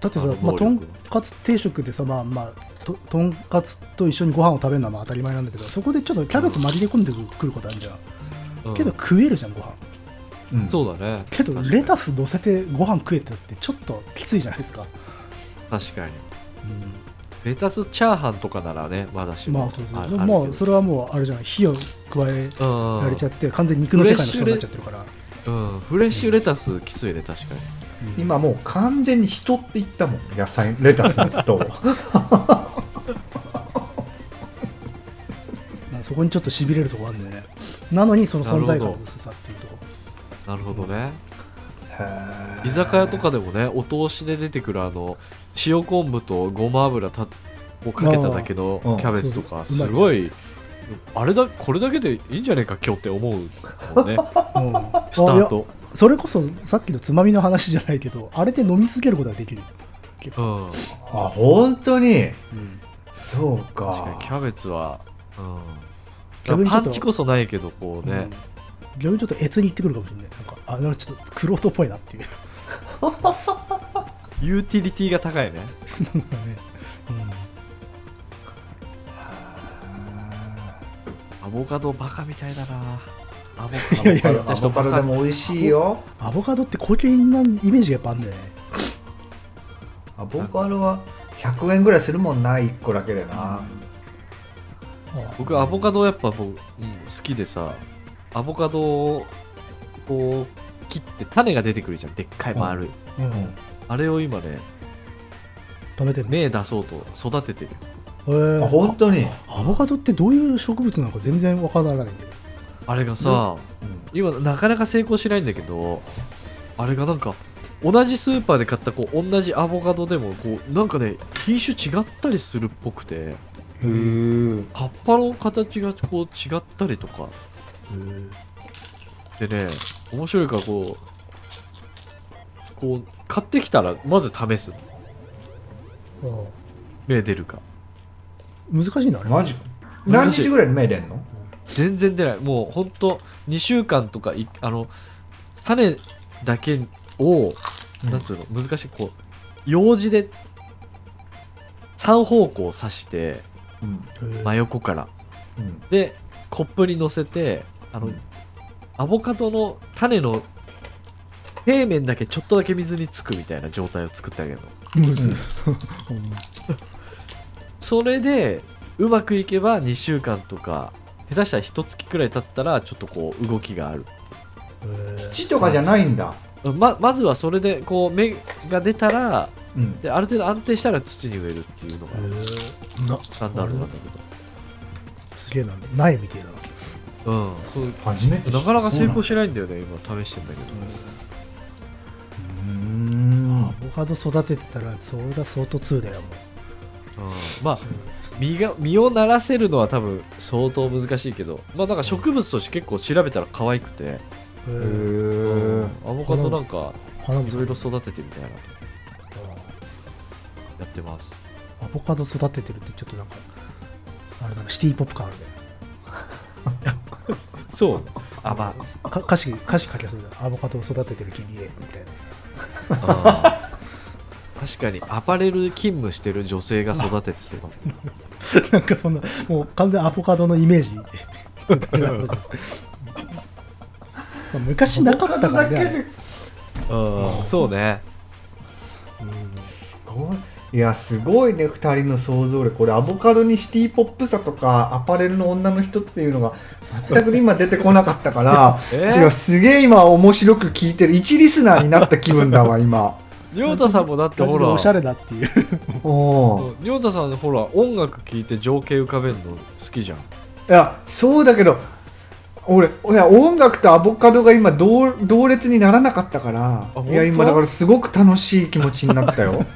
Speaker 2: てさ
Speaker 1: あの、
Speaker 2: まあ、
Speaker 1: 能力
Speaker 2: とんかつ定食でさまあまあととんかつと一緒にご飯を食べるのはまあ当たり前なんだけどそこでちょっとキャベツ紛れ込んでくることあるじゃん、
Speaker 1: うん
Speaker 2: けど食えるじゃんご飯
Speaker 3: うん
Speaker 1: そうだね
Speaker 2: けど
Speaker 1: 確かに
Speaker 2: レタス乗せてご飯食えてたってちょっときついじゃないですか、
Speaker 1: 確かに
Speaker 2: う
Speaker 1: レタスチャーハンとかならねまだし
Speaker 2: ん、ま
Speaker 1: も
Speaker 2: あそうそう
Speaker 1: るる
Speaker 2: で
Speaker 1: けど
Speaker 2: もまあそれはもうあれじゃん火を加え
Speaker 1: うん
Speaker 2: られちゃって完全に肉の世界の人になっちゃってるから、
Speaker 1: うん、フレッシュレタスきついね確かに
Speaker 2: うん
Speaker 3: 今もう完全に人って言ったもん野菜レタスの人を
Speaker 2: なんかそこにちょっとしびれるとこあるんだよねなのにその存在
Speaker 1: なる
Speaker 2: 感
Speaker 1: ほ
Speaker 2: の
Speaker 1: ど
Speaker 2: 薄さっていうとこ
Speaker 1: なるほどね居酒屋とかでもねお通しで出てくるあの塩昆布とごま油たをかけただけの
Speaker 3: あーうん
Speaker 1: キャベツとか
Speaker 2: そう
Speaker 1: す
Speaker 2: そう
Speaker 1: ごいあれだこれだけでいいんじゃねえか今日って思 うもんね
Speaker 2: うん
Speaker 1: スタート
Speaker 2: いやそれこそさっきのつまみの話じゃないけどあれで飲み続けることができ
Speaker 1: う
Speaker 2: る、
Speaker 1: ん
Speaker 3: あ本当に
Speaker 2: うん、
Speaker 3: そう
Speaker 1: 確かにキ
Speaker 3: か
Speaker 1: ャベツは、うん、
Speaker 2: 逆にちょ
Speaker 1: パ
Speaker 2: っと
Speaker 1: ンチこそないけどこうね、
Speaker 2: うん逆にちょっと越に行ってくるかもしれないなんかあなんかちょっとクロートっぽいなっていう
Speaker 1: ユーティリティが高いね
Speaker 2: そん なのがね、うん
Speaker 1: アボカドバカみたいだなアボ
Speaker 2: いやい
Speaker 1: カ
Speaker 2: や
Speaker 1: ド
Speaker 3: アボカドでも美味しいよ
Speaker 2: アボカドって高級なイメージがやっぱあるんだよね
Speaker 3: アボカドは100円ぐらいするもんな1個だけでな
Speaker 2: あ
Speaker 1: 僕アボカドやっぱ僕、好きでさアボカドをこう切って種が出てくるじゃんでっかい丸い、
Speaker 2: うん、
Speaker 1: あれを今ね
Speaker 2: 食べてるね
Speaker 1: 芽出そうと育ててる
Speaker 2: へー
Speaker 3: あ本当に
Speaker 2: アボカドってどういう植物なのか全然わからないんだけど
Speaker 1: あれがさ、今なかなか成功しないんだけどあれがなんか同じスーパーで買ったこう同じアボカドでもこうなんかね品種違ったりするっぽくて
Speaker 3: へえ
Speaker 1: 葉っぱの形がこう違ったりとかでね面白いからこうこう買ってきたらまず試す
Speaker 2: ああ
Speaker 1: 芽出るか
Speaker 2: 難しいなあれ
Speaker 3: マジか何
Speaker 1: 難しい
Speaker 3: 日ぐらいで芽出んの
Speaker 1: 全然出ないもうほんと2週間とかいあの種だけを
Speaker 3: うん
Speaker 1: なんつうの難しいこう用事で3方向を刺して
Speaker 3: うん
Speaker 2: へー
Speaker 1: 真横から
Speaker 3: うん
Speaker 1: でコップに乗せてあの、
Speaker 3: うん
Speaker 1: アボカドの種の平面だけちょっとだけ水につくみたいな状態を作ってあげるの
Speaker 2: むずい
Speaker 1: それでうまくいけば2週間とか下手したら1月くらい経ったらちょっとこう動きがある
Speaker 2: へー
Speaker 3: 土とかじゃないんだ
Speaker 1: ままずはそれでこう芽が出たら
Speaker 3: うん
Speaker 1: である程度安定したら土に植えるっていうのが
Speaker 2: へーな
Speaker 1: スタンダードなんだけ
Speaker 2: すげえな苗みてえだな
Speaker 1: ど、うん、そう
Speaker 3: 初めて
Speaker 1: なかなか成功
Speaker 3: し
Speaker 1: しないんだよね今試してんだけど
Speaker 2: アボカド育ててたらそれが相当通だよもう
Speaker 1: うんまあ実が実をならせるのは多分相当難しいけどまあなんか植物として結構調べたら可愛くて、
Speaker 2: へ
Speaker 3: へ
Speaker 2: ー
Speaker 1: うん
Speaker 3: え
Speaker 1: アボカドなんか
Speaker 2: 花も
Speaker 1: い
Speaker 2: 咲
Speaker 1: ろいろ
Speaker 2: く
Speaker 1: 育ててみたいなと
Speaker 2: あ
Speaker 1: やってます
Speaker 2: あアボカド育ててるってちょっとなんかあれなんかシティポップ感あるね
Speaker 1: そうあま
Speaker 2: か歌詞歌詞書きそうだアボカドを育ててる君へみたいなさ
Speaker 1: あ、うん確かにアパレル勤務してる女性が育ててそうだもん
Speaker 2: なんかそんなもう完全にアボカドのイメージまあ昔なかったからねあれ
Speaker 1: うんそうね、
Speaker 3: すごいいやすごいね2人の想像力これアボカドにシティポップさとかアパレルの女の人っていうのが全く今出てこなかったから
Speaker 1: えー
Speaker 3: いやすげえ今面白く聞いてる一リスナーになった気分だわ今
Speaker 1: りょうたさんもだってほら
Speaker 2: おしゃれ だっていう
Speaker 3: おー
Speaker 1: りょうたさんほら音楽聴いて情景浮かべるの好きじゃん
Speaker 3: いやそうだけど俺いや音楽とアボカドが今同同列にならなかったから
Speaker 1: 本当
Speaker 3: いや今だからすごく楽しい気持ちになっ たよ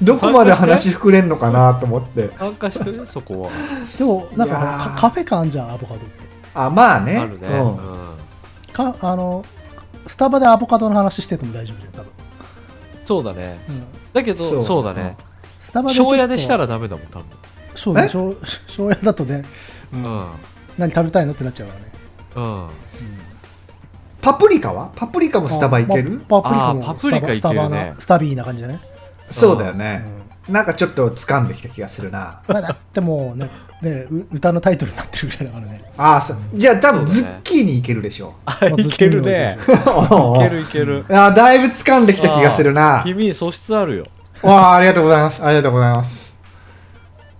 Speaker 3: どこまで話膨れんのかなと思って
Speaker 1: 参加してねそこは
Speaker 2: でもなんかほら
Speaker 3: いやー
Speaker 2: カカフェ感あんじゃんアボカドって
Speaker 3: あまあね
Speaker 1: あるね、
Speaker 3: うん
Speaker 1: うん
Speaker 2: かあのスタバでアボカドの話してても大丈夫じゃん多分、
Speaker 1: そうだね
Speaker 2: うん、
Speaker 1: だけど
Speaker 3: そ
Speaker 1: そううだね
Speaker 2: スタバでちょっと
Speaker 1: 庄屋でしたらダメだもん多分
Speaker 2: そうね
Speaker 3: え
Speaker 2: 庄庄屋だとね
Speaker 1: う
Speaker 2: 何食べたいのってなっちゃうからね
Speaker 1: んうん
Speaker 3: パプリカはパプリカもスタバいける
Speaker 2: あまあパプリカも
Speaker 1: あーパプリカいけるね
Speaker 2: スタバなスタビーな感じだね、
Speaker 3: そうだよね
Speaker 2: う、ん
Speaker 3: なんかちょっと掴んできた気がするな
Speaker 2: まあ、だってもうねねう歌のタイトルになってるぐらいだからね
Speaker 3: ああそうじゃあ多分
Speaker 1: そう
Speaker 3: ズ
Speaker 1: だね
Speaker 3: ッキーニいけるでしょ、
Speaker 1: あいけるねいけるいける
Speaker 3: あーだいぶ掴んできた気がするな
Speaker 1: 君素質あるよ
Speaker 3: わあありがとうございますありがとうございます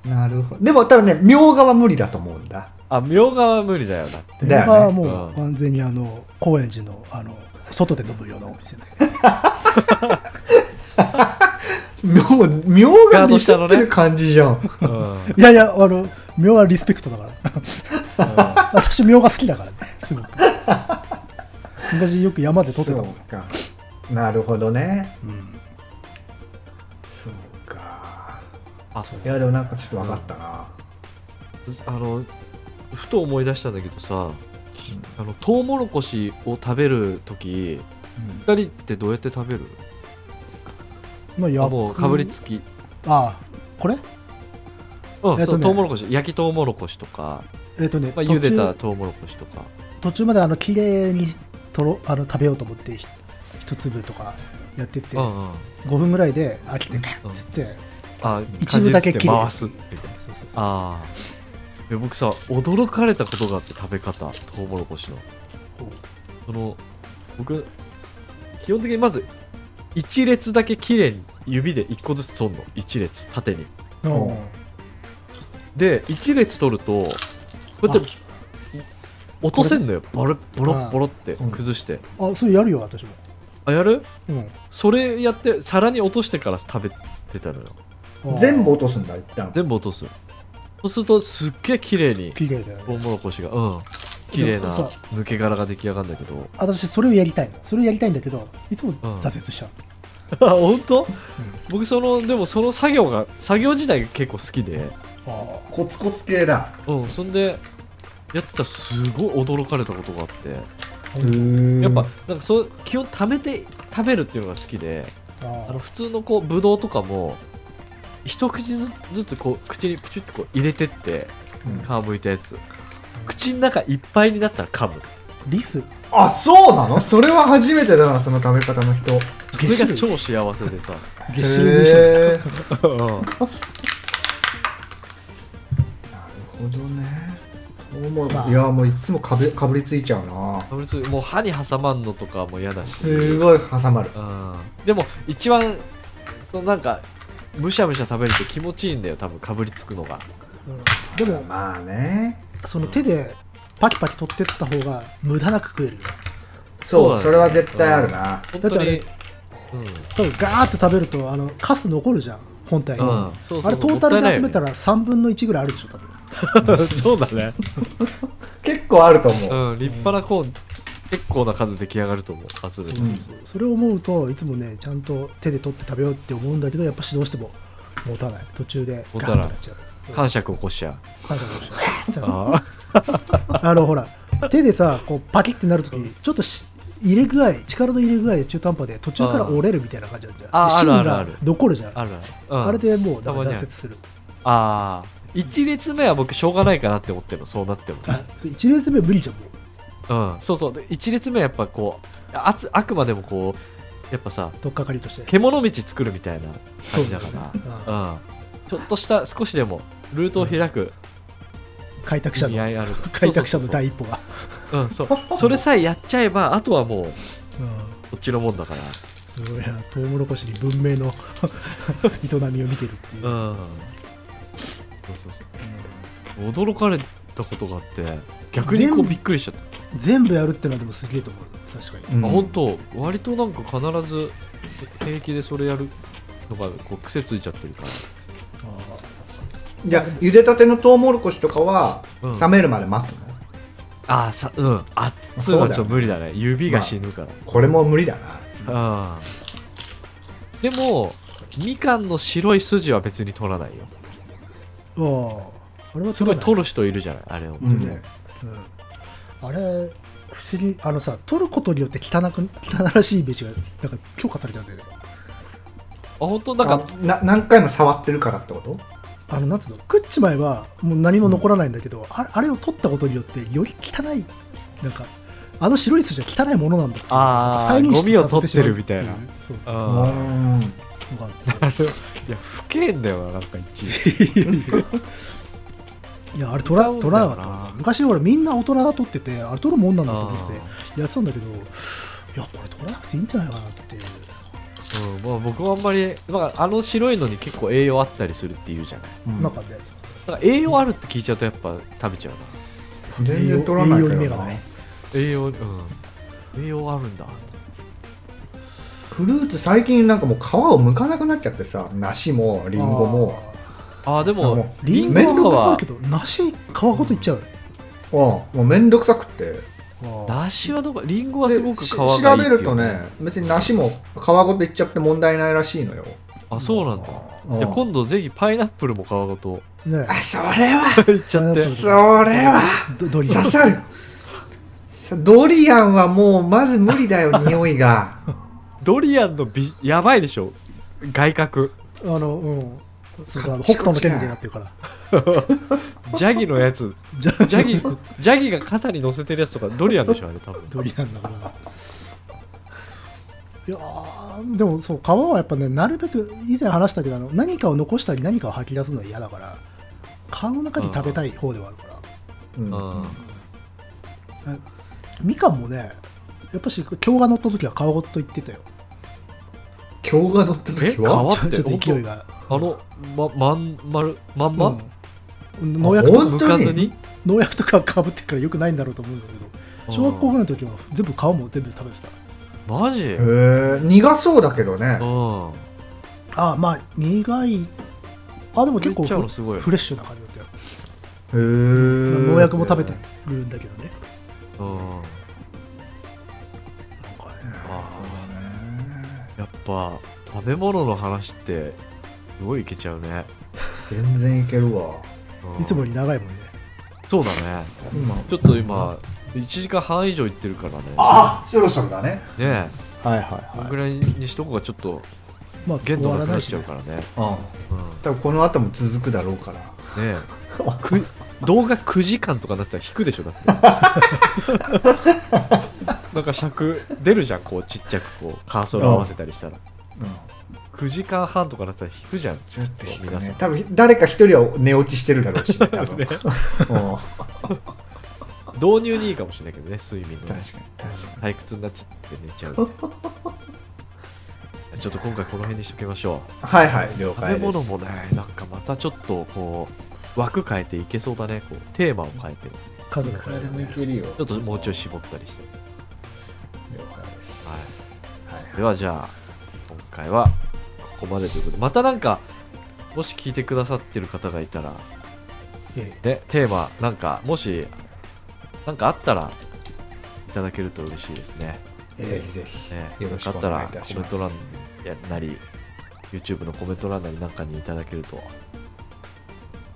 Speaker 3: なるほどでも多分ねみょうがは無理だと思うんだ
Speaker 1: あみょうがは無理だよなって
Speaker 3: だ
Speaker 2: これは
Speaker 3: よね
Speaker 2: もう完全にあの高円寺のあの外で飲むようなお店で、
Speaker 3: みょうみょうがにしってる感じじゃん、
Speaker 1: うん
Speaker 2: いやいやあの明はリスペクトだから 私明が好きだからねすごく昔よく山で撮ってたもん
Speaker 3: そうかなるほどね
Speaker 2: うん
Speaker 3: そうか
Speaker 1: あ
Speaker 3: いやでもなんかちょっと分かったな、
Speaker 1: あのふと思い出したんだけどさあのトウモロコシを食べる時二人ってどうやって食べる
Speaker 2: まあや
Speaker 1: あもうかぶりつき
Speaker 2: ああこれ
Speaker 1: うん、
Speaker 2: えっ
Speaker 1: そ
Speaker 2: と
Speaker 1: う
Speaker 2: ね
Speaker 1: トウモロコシ焼きトウモロコシとか、
Speaker 2: えっ、とね、
Speaker 1: まあ、
Speaker 2: 途
Speaker 1: 茹
Speaker 2: 中
Speaker 1: でたトウモロコシとか
Speaker 2: 途中まであの綺麗にとろあの食べようと思ってひ一粒とかやってって、
Speaker 1: うんうん
Speaker 2: 5分ぐらいで飽きてカッって言って、
Speaker 1: あ
Speaker 2: 一部だけ
Speaker 1: 果
Speaker 2: 切
Speaker 1: 実
Speaker 2: れ
Speaker 1: 回すっていう
Speaker 2: そうそうそう
Speaker 1: ああいや僕さ驚かれたことがあって食べ方トウモロコシのその僕基本的にまず一列だけ綺麗に指で一個ずつ取るの一列縦に
Speaker 2: うん
Speaker 3: うん
Speaker 1: で一列取るとこうやって落とせんのよボロボロ
Speaker 2: あ
Speaker 1: ボロって
Speaker 3: うん
Speaker 1: 崩して
Speaker 2: あそれやるよ私も、
Speaker 1: あやる
Speaker 2: うん
Speaker 1: それやって皿に落としてから食べてたのよ
Speaker 2: あ
Speaker 3: 全部落とすんだ一旦
Speaker 1: 全部落とすそうするとすっげえ綺麗に
Speaker 2: 綺麗だよ
Speaker 1: トウ
Speaker 2: ね
Speaker 1: モロコシがうん綺麗な
Speaker 2: でもさ
Speaker 1: 抜け殻が出来上がるんだけど
Speaker 2: 私それをやりたいのそれをやりたいんだけどいつも
Speaker 1: ん
Speaker 2: 挫折しちゃう、
Speaker 1: あ本当
Speaker 2: うん
Speaker 1: 僕そのでもその作業が作業自体が結構好きで
Speaker 2: あ
Speaker 3: コツコツ系だ
Speaker 1: うんそんでやってたらすごい驚かれたことがあって
Speaker 3: や
Speaker 1: やっぱなんかそう基本食べて食べるっていうのが好きで
Speaker 2: ああ
Speaker 1: あの普通のこうブドウとかも一口ずつこう口にプチュッとこう入れてって皮むいたやつ口の中いっぱいになったら噛む
Speaker 2: リス
Speaker 3: あ そうなのそれは初めてだなその食べ方の人
Speaker 1: それが超幸せでさ
Speaker 2: 月収無償
Speaker 3: へえ
Speaker 1: うん
Speaker 3: なるほどねそう思う
Speaker 2: まあ
Speaker 3: いやもういつもかぶかぶりついちゃうな
Speaker 1: かぶりついもう歯に挟まんのとかも嫌だし
Speaker 3: すごい挟まる
Speaker 1: うんでも一番そのなんかむしゃむしゃ食べると気持ちいいんだよ多分かぶりつくのが
Speaker 2: でも
Speaker 3: まあね
Speaker 2: その手でパキパキ取ってった方が無駄なく食えるよ
Speaker 3: そうそ,、
Speaker 1: そう
Speaker 3: れ
Speaker 1: だね
Speaker 3: は絶対あるな、
Speaker 1: 本
Speaker 2: だって
Speaker 1: 当に
Speaker 2: あれ多分ガーって食べるとあのカス残るじゃん本体に、
Speaker 1: うん、うん、そうそうそう
Speaker 2: あれトータルで集めた
Speaker 1: も
Speaker 2: ら3分の1ぐらいあるでしょ多分
Speaker 1: ったいないよねそうだね
Speaker 3: 結構あると思う、
Speaker 1: うん立派なコーン結構な数出来上がると思う集めて
Speaker 3: うん
Speaker 2: それを思うといつもねちゃんと手で取って食べようって思うんだけどやっぱ指導しても持たない途中で
Speaker 1: 持
Speaker 2: ガ
Speaker 1: た
Speaker 2: ー
Speaker 1: ない
Speaker 2: ッとな っちゃう
Speaker 1: 感触起こしちゃう
Speaker 2: 感謝が欲しいガーッてなる
Speaker 1: ああ
Speaker 2: あのほら手でさこうパキってなるときちょっとし入れ具合力の入れ具合で中途半端で途中から折れるみたいな感じなんじゃん
Speaker 1: あーあるあ
Speaker 2: で芯
Speaker 1: るあ
Speaker 2: が
Speaker 1: る
Speaker 2: 残るじゃん
Speaker 1: あ
Speaker 2: あ
Speaker 1: るある、うん
Speaker 2: れでもうだか
Speaker 1: たまに
Speaker 2: ら
Speaker 1: ある
Speaker 2: 挫折する
Speaker 1: ああ1列目は僕しょうがないかなって思ってるのそうなっても
Speaker 2: あ1列目無理じゃんもう
Speaker 1: うんそうそうで1列目はやっぱこうあつあくまでもこうやっぱさ
Speaker 2: 取っかかりとして
Speaker 1: 獣道作るみたいな感じだか
Speaker 2: そうだねう
Speaker 1: ら、うん、ちょっとした少しでもルートを開く
Speaker 2: 開拓
Speaker 1: 意
Speaker 2: 者
Speaker 1: 味
Speaker 2: の
Speaker 1: 合いある
Speaker 2: 開拓者の第
Speaker 1: 一
Speaker 2: 一歩が
Speaker 1: うんそうそれさえやっちゃえばあとはもう
Speaker 2: うん
Speaker 1: こっちのもんだか
Speaker 2: すごいなトウモロコシに文明の 営みを見てるっていう、
Speaker 1: らうんそうそうそう驚かれたことがあって逆にこう
Speaker 2: 全部
Speaker 1: びっくりしちゃった
Speaker 2: 全部やるってのはでもすげえと思う確かに、
Speaker 3: うん
Speaker 1: あ本当割となんか必ず平気でそれやるのがこう癖ついちゃってるか
Speaker 2: あ
Speaker 3: じゃあ茹でたてのトウモロコシとかは、
Speaker 1: うん
Speaker 3: 冷めるまで待つの
Speaker 1: らあーさうん熱いはちょっと無理だね指が死ぬから、
Speaker 3: これも無理だな
Speaker 1: あーでもみかんの白い筋は別に取らないよ
Speaker 2: あああれは
Speaker 1: すごい取
Speaker 2: る
Speaker 1: る人いるじゃないあれを、
Speaker 3: うん
Speaker 2: ね、うん、あれ不思議あのさ取ることによって汚く汚らしいイメージがなんか強化されちゃうんだよね
Speaker 1: あ本当なんか
Speaker 3: あな何回も触ってるからってこと
Speaker 2: あのなんつうの食っちまえばもう何も残らないんだけど、ああれを取ったことによってより汚いなんかあの白い筋は汚いものなんだっていう
Speaker 1: あー
Speaker 2: 再認識させしまう
Speaker 1: ゴミを取ってるみたいな
Speaker 2: ってうそうそう
Speaker 1: あ
Speaker 2: そう
Speaker 1: ー
Speaker 3: うん
Speaker 2: のがあって
Speaker 1: いや不敬だよななんか一
Speaker 2: いやあれ取ら
Speaker 1: 歌うんだ
Speaker 2: 取
Speaker 1: よな
Speaker 2: らなかったのさ昔ほらみんな大人が取っててあれ取るもんなんだと思っ
Speaker 1: あ
Speaker 2: てやってたんだけどいやこれ取らなくていいんじゃないかなっていう
Speaker 1: うんまあ、僕はあんまり、まあ、あの白いのに結構栄養あったりするっていうじゃない
Speaker 3: うん
Speaker 2: 中で
Speaker 1: なんか栄養あるって聞いちゃうとやっぱ食べちゃうな
Speaker 3: 全
Speaker 2: 栄養
Speaker 3: 然取らない
Speaker 2: 栄養
Speaker 3: け
Speaker 2: に目が
Speaker 3: どな
Speaker 2: ない
Speaker 1: 栄養うん栄養あるんだ
Speaker 3: フルーツ最近なんかもう皮を剥かなくなっちゃってさ梨もリンゴも
Speaker 1: あーで
Speaker 3: で
Speaker 1: も
Speaker 3: も
Speaker 2: リ
Speaker 1: リ
Speaker 2: ン
Speaker 1: ン
Speaker 2: ゴ
Speaker 1: ゴ
Speaker 3: めん
Speaker 1: とか
Speaker 2: はわ
Speaker 1: は
Speaker 2: かるけど梨皮ごといっちゃう
Speaker 3: うんもうめんどくさくって
Speaker 1: 梨はどうかリンゴは
Speaker 3: です
Speaker 1: ごく皮
Speaker 3: し
Speaker 1: がいいっていう
Speaker 3: 調べるとね別に梨も皮ごといっちゃって問題ないらしいのよ
Speaker 1: あそうなんだ
Speaker 3: うん
Speaker 1: いや今度ぜひパイナップルも皮ごと
Speaker 2: ね
Speaker 3: あそれは
Speaker 1: いっちゃって
Speaker 2: パイナッ
Speaker 3: そ れは
Speaker 2: ドドリアン
Speaker 3: 刺さるさドリアンはもうまず無理だ よ匂いが
Speaker 1: ドリアンのびやばいでしょ外角
Speaker 2: あのうんそうそうあの
Speaker 3: こっち
Speaker 2: 北斗の剣みたいになってるから
Speaker 1: ジャギのや つ
Speaker 2: じゃあ
Speaker 1: ジャギジャギが肩に乗せてるやつとかドリアンでしょあれ多分
Speaker 2: ドリアンだから。いやーでもそう皮はやっぱねなるべく以前話したけどあの何かを残したり何かを吐き出すのは嫌だから皮の中で食べたい方ではあるから、
Speaker 3: うん
Speaker 1: うん
Speaker 2: みかんもねやっぱし今日が乗った時は皮ごと言ってたよ
Speaker 3: 今日が乗った
Speaker 1: え
Speaker 3: 時は
Speaker 1: 皮っ
Speaker 2: ちょ
Speaker 1: て
Speaker 2: っと勢いが、
Speaker 1: あのままん丸まんま、
Speaker 2: うん、農薬と
Speaker 3: あ
Speaker 2: か
Speaker 3: 本
Speaker 1: 向
Speaker 3: 当
Speaker 1: か
Speaker 3: に
Speaker 1: ずに
Speaker 2: 農薬とかかぶってっからよくないんだろうと思うんだけど小学校ぐらいの時は全部皮も全部食べてた
Speaker 1: マジ
Speaker 3: へえ苦そうだけどね
Speaker 1: うん
Speaker 2: ああまあ苦いあでも結
Speaker 1: 食
Speaker 2: 構
Speaker 1: っちゃうのすごいよ
Speaker 2: フレッシュな感じだったよ
Speaker 3: へえ農
Speaker 2: 農薬も食べてるんだけどね
Speaker 1: うんあ
Speaker 2: なんかね
Speaker 1: あやっぱ食べ物の話ってすごいいけちゃうね、
Speaker 3: 全然いけるわ
Speaker 1: うん
Speaker 2: いつもより長いもんね
Speaker 1: そうだね
Speaker 3: 今
Speaker 1: ちょっと今1時間半以上いってるからね
Speaker 3: あそろそろだね
Speaker 1: ねえ
Speaker 3: はいはい
Speaker 1: この
Speaker 3: は
Speaker 1: ぐらいにしとこうがちょっと
Speaker 2: まあ
Speaker 1: 限
Speaker 2: 終
Speaker 1: 度
Speaker 2: わ
Speaker 1: な
Speaker 2: ら
Speaker 1: く
Speaker 2: な
Speaker 1: なっ
Speaker 2: いし、
Speaker 1: ちゃう
Speaker 2: ね
Speaker 1: か、らね
Speaker 3: いうん
Speaker 1: うんね
Speaker 3: 多分この後も続くだろうから
Speaker 1: えく動画9時間とかだったら引くでしょだってなんか尺出るじゃんこうちっちゃくこうカーソル合わせたりしたら
Speaker 3: うん
Speaker 1: 9時間半とかだったら引くじゃん
Speaker 3: ちょっと引く
Speaker 1: 皆さ
Speaker 3: ね
Speaker 1: ん
Speaker 3: 多分誰か一人は寝落ちしてるだろうし ね多分うん確か
Speaker 1: 導入にいいかもしれないけどね睡眠の、
Speaker 3: に
Speaker 1: ね、
Speaker 3: 確かに
Speaker 1: 退屈になっちゃって寝 ちゃうちょっと今回この辺にしときましょう
Speaker 3: はいはい了
Speaker 1: 食
Speaker 3: 解
Speaker 1: べ
Speaker 3: です
Speaker 1: 物もねなんかまたちょっとこう枠変えていけそうだねこうテーマを変えてち
Speaker 2: 家族
Speaker 3: こ
Speaker 2: だよ
Speaker 3: れでもい
Speaker 2: ね
Speaker 3: けるよ
Speaker 1: ょっともうちょい絞ったりして、
Speaker 3: 了解です
Speaker 1: は
Speaker 3: はい
Speaker 1: い、ではじゃあ今回はここまでということでまたなんかもし聞いてくださってる方がいたら、
Speaker 2: いやいや
Speaker 1: ね、テーマなんかもしなんかあったらいただけると嬉しいですね
Speaker 2: ええ
Speaker 3: ぜひぜひ
Speaker 1: ね
Speaker 3: よろしくお願いいたします
Speaker 1: よかったらコメント欄なり YouTube のコメント欄なりなんかにいただけると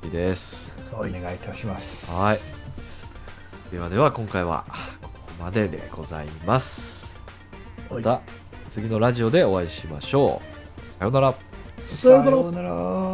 Speaker 1: いいです
Speaker 3: お
Speaker 2: はい
Speaker 3: 願いいたします
Speaker 1: はい。ではでは今回はここまででございます。
Speaker 2: は
Speaker 1: ま
Speaker 2: い
Speaker 1: た次のラジオでお会いしましょう。さようなら。
Speaker 3: さようなら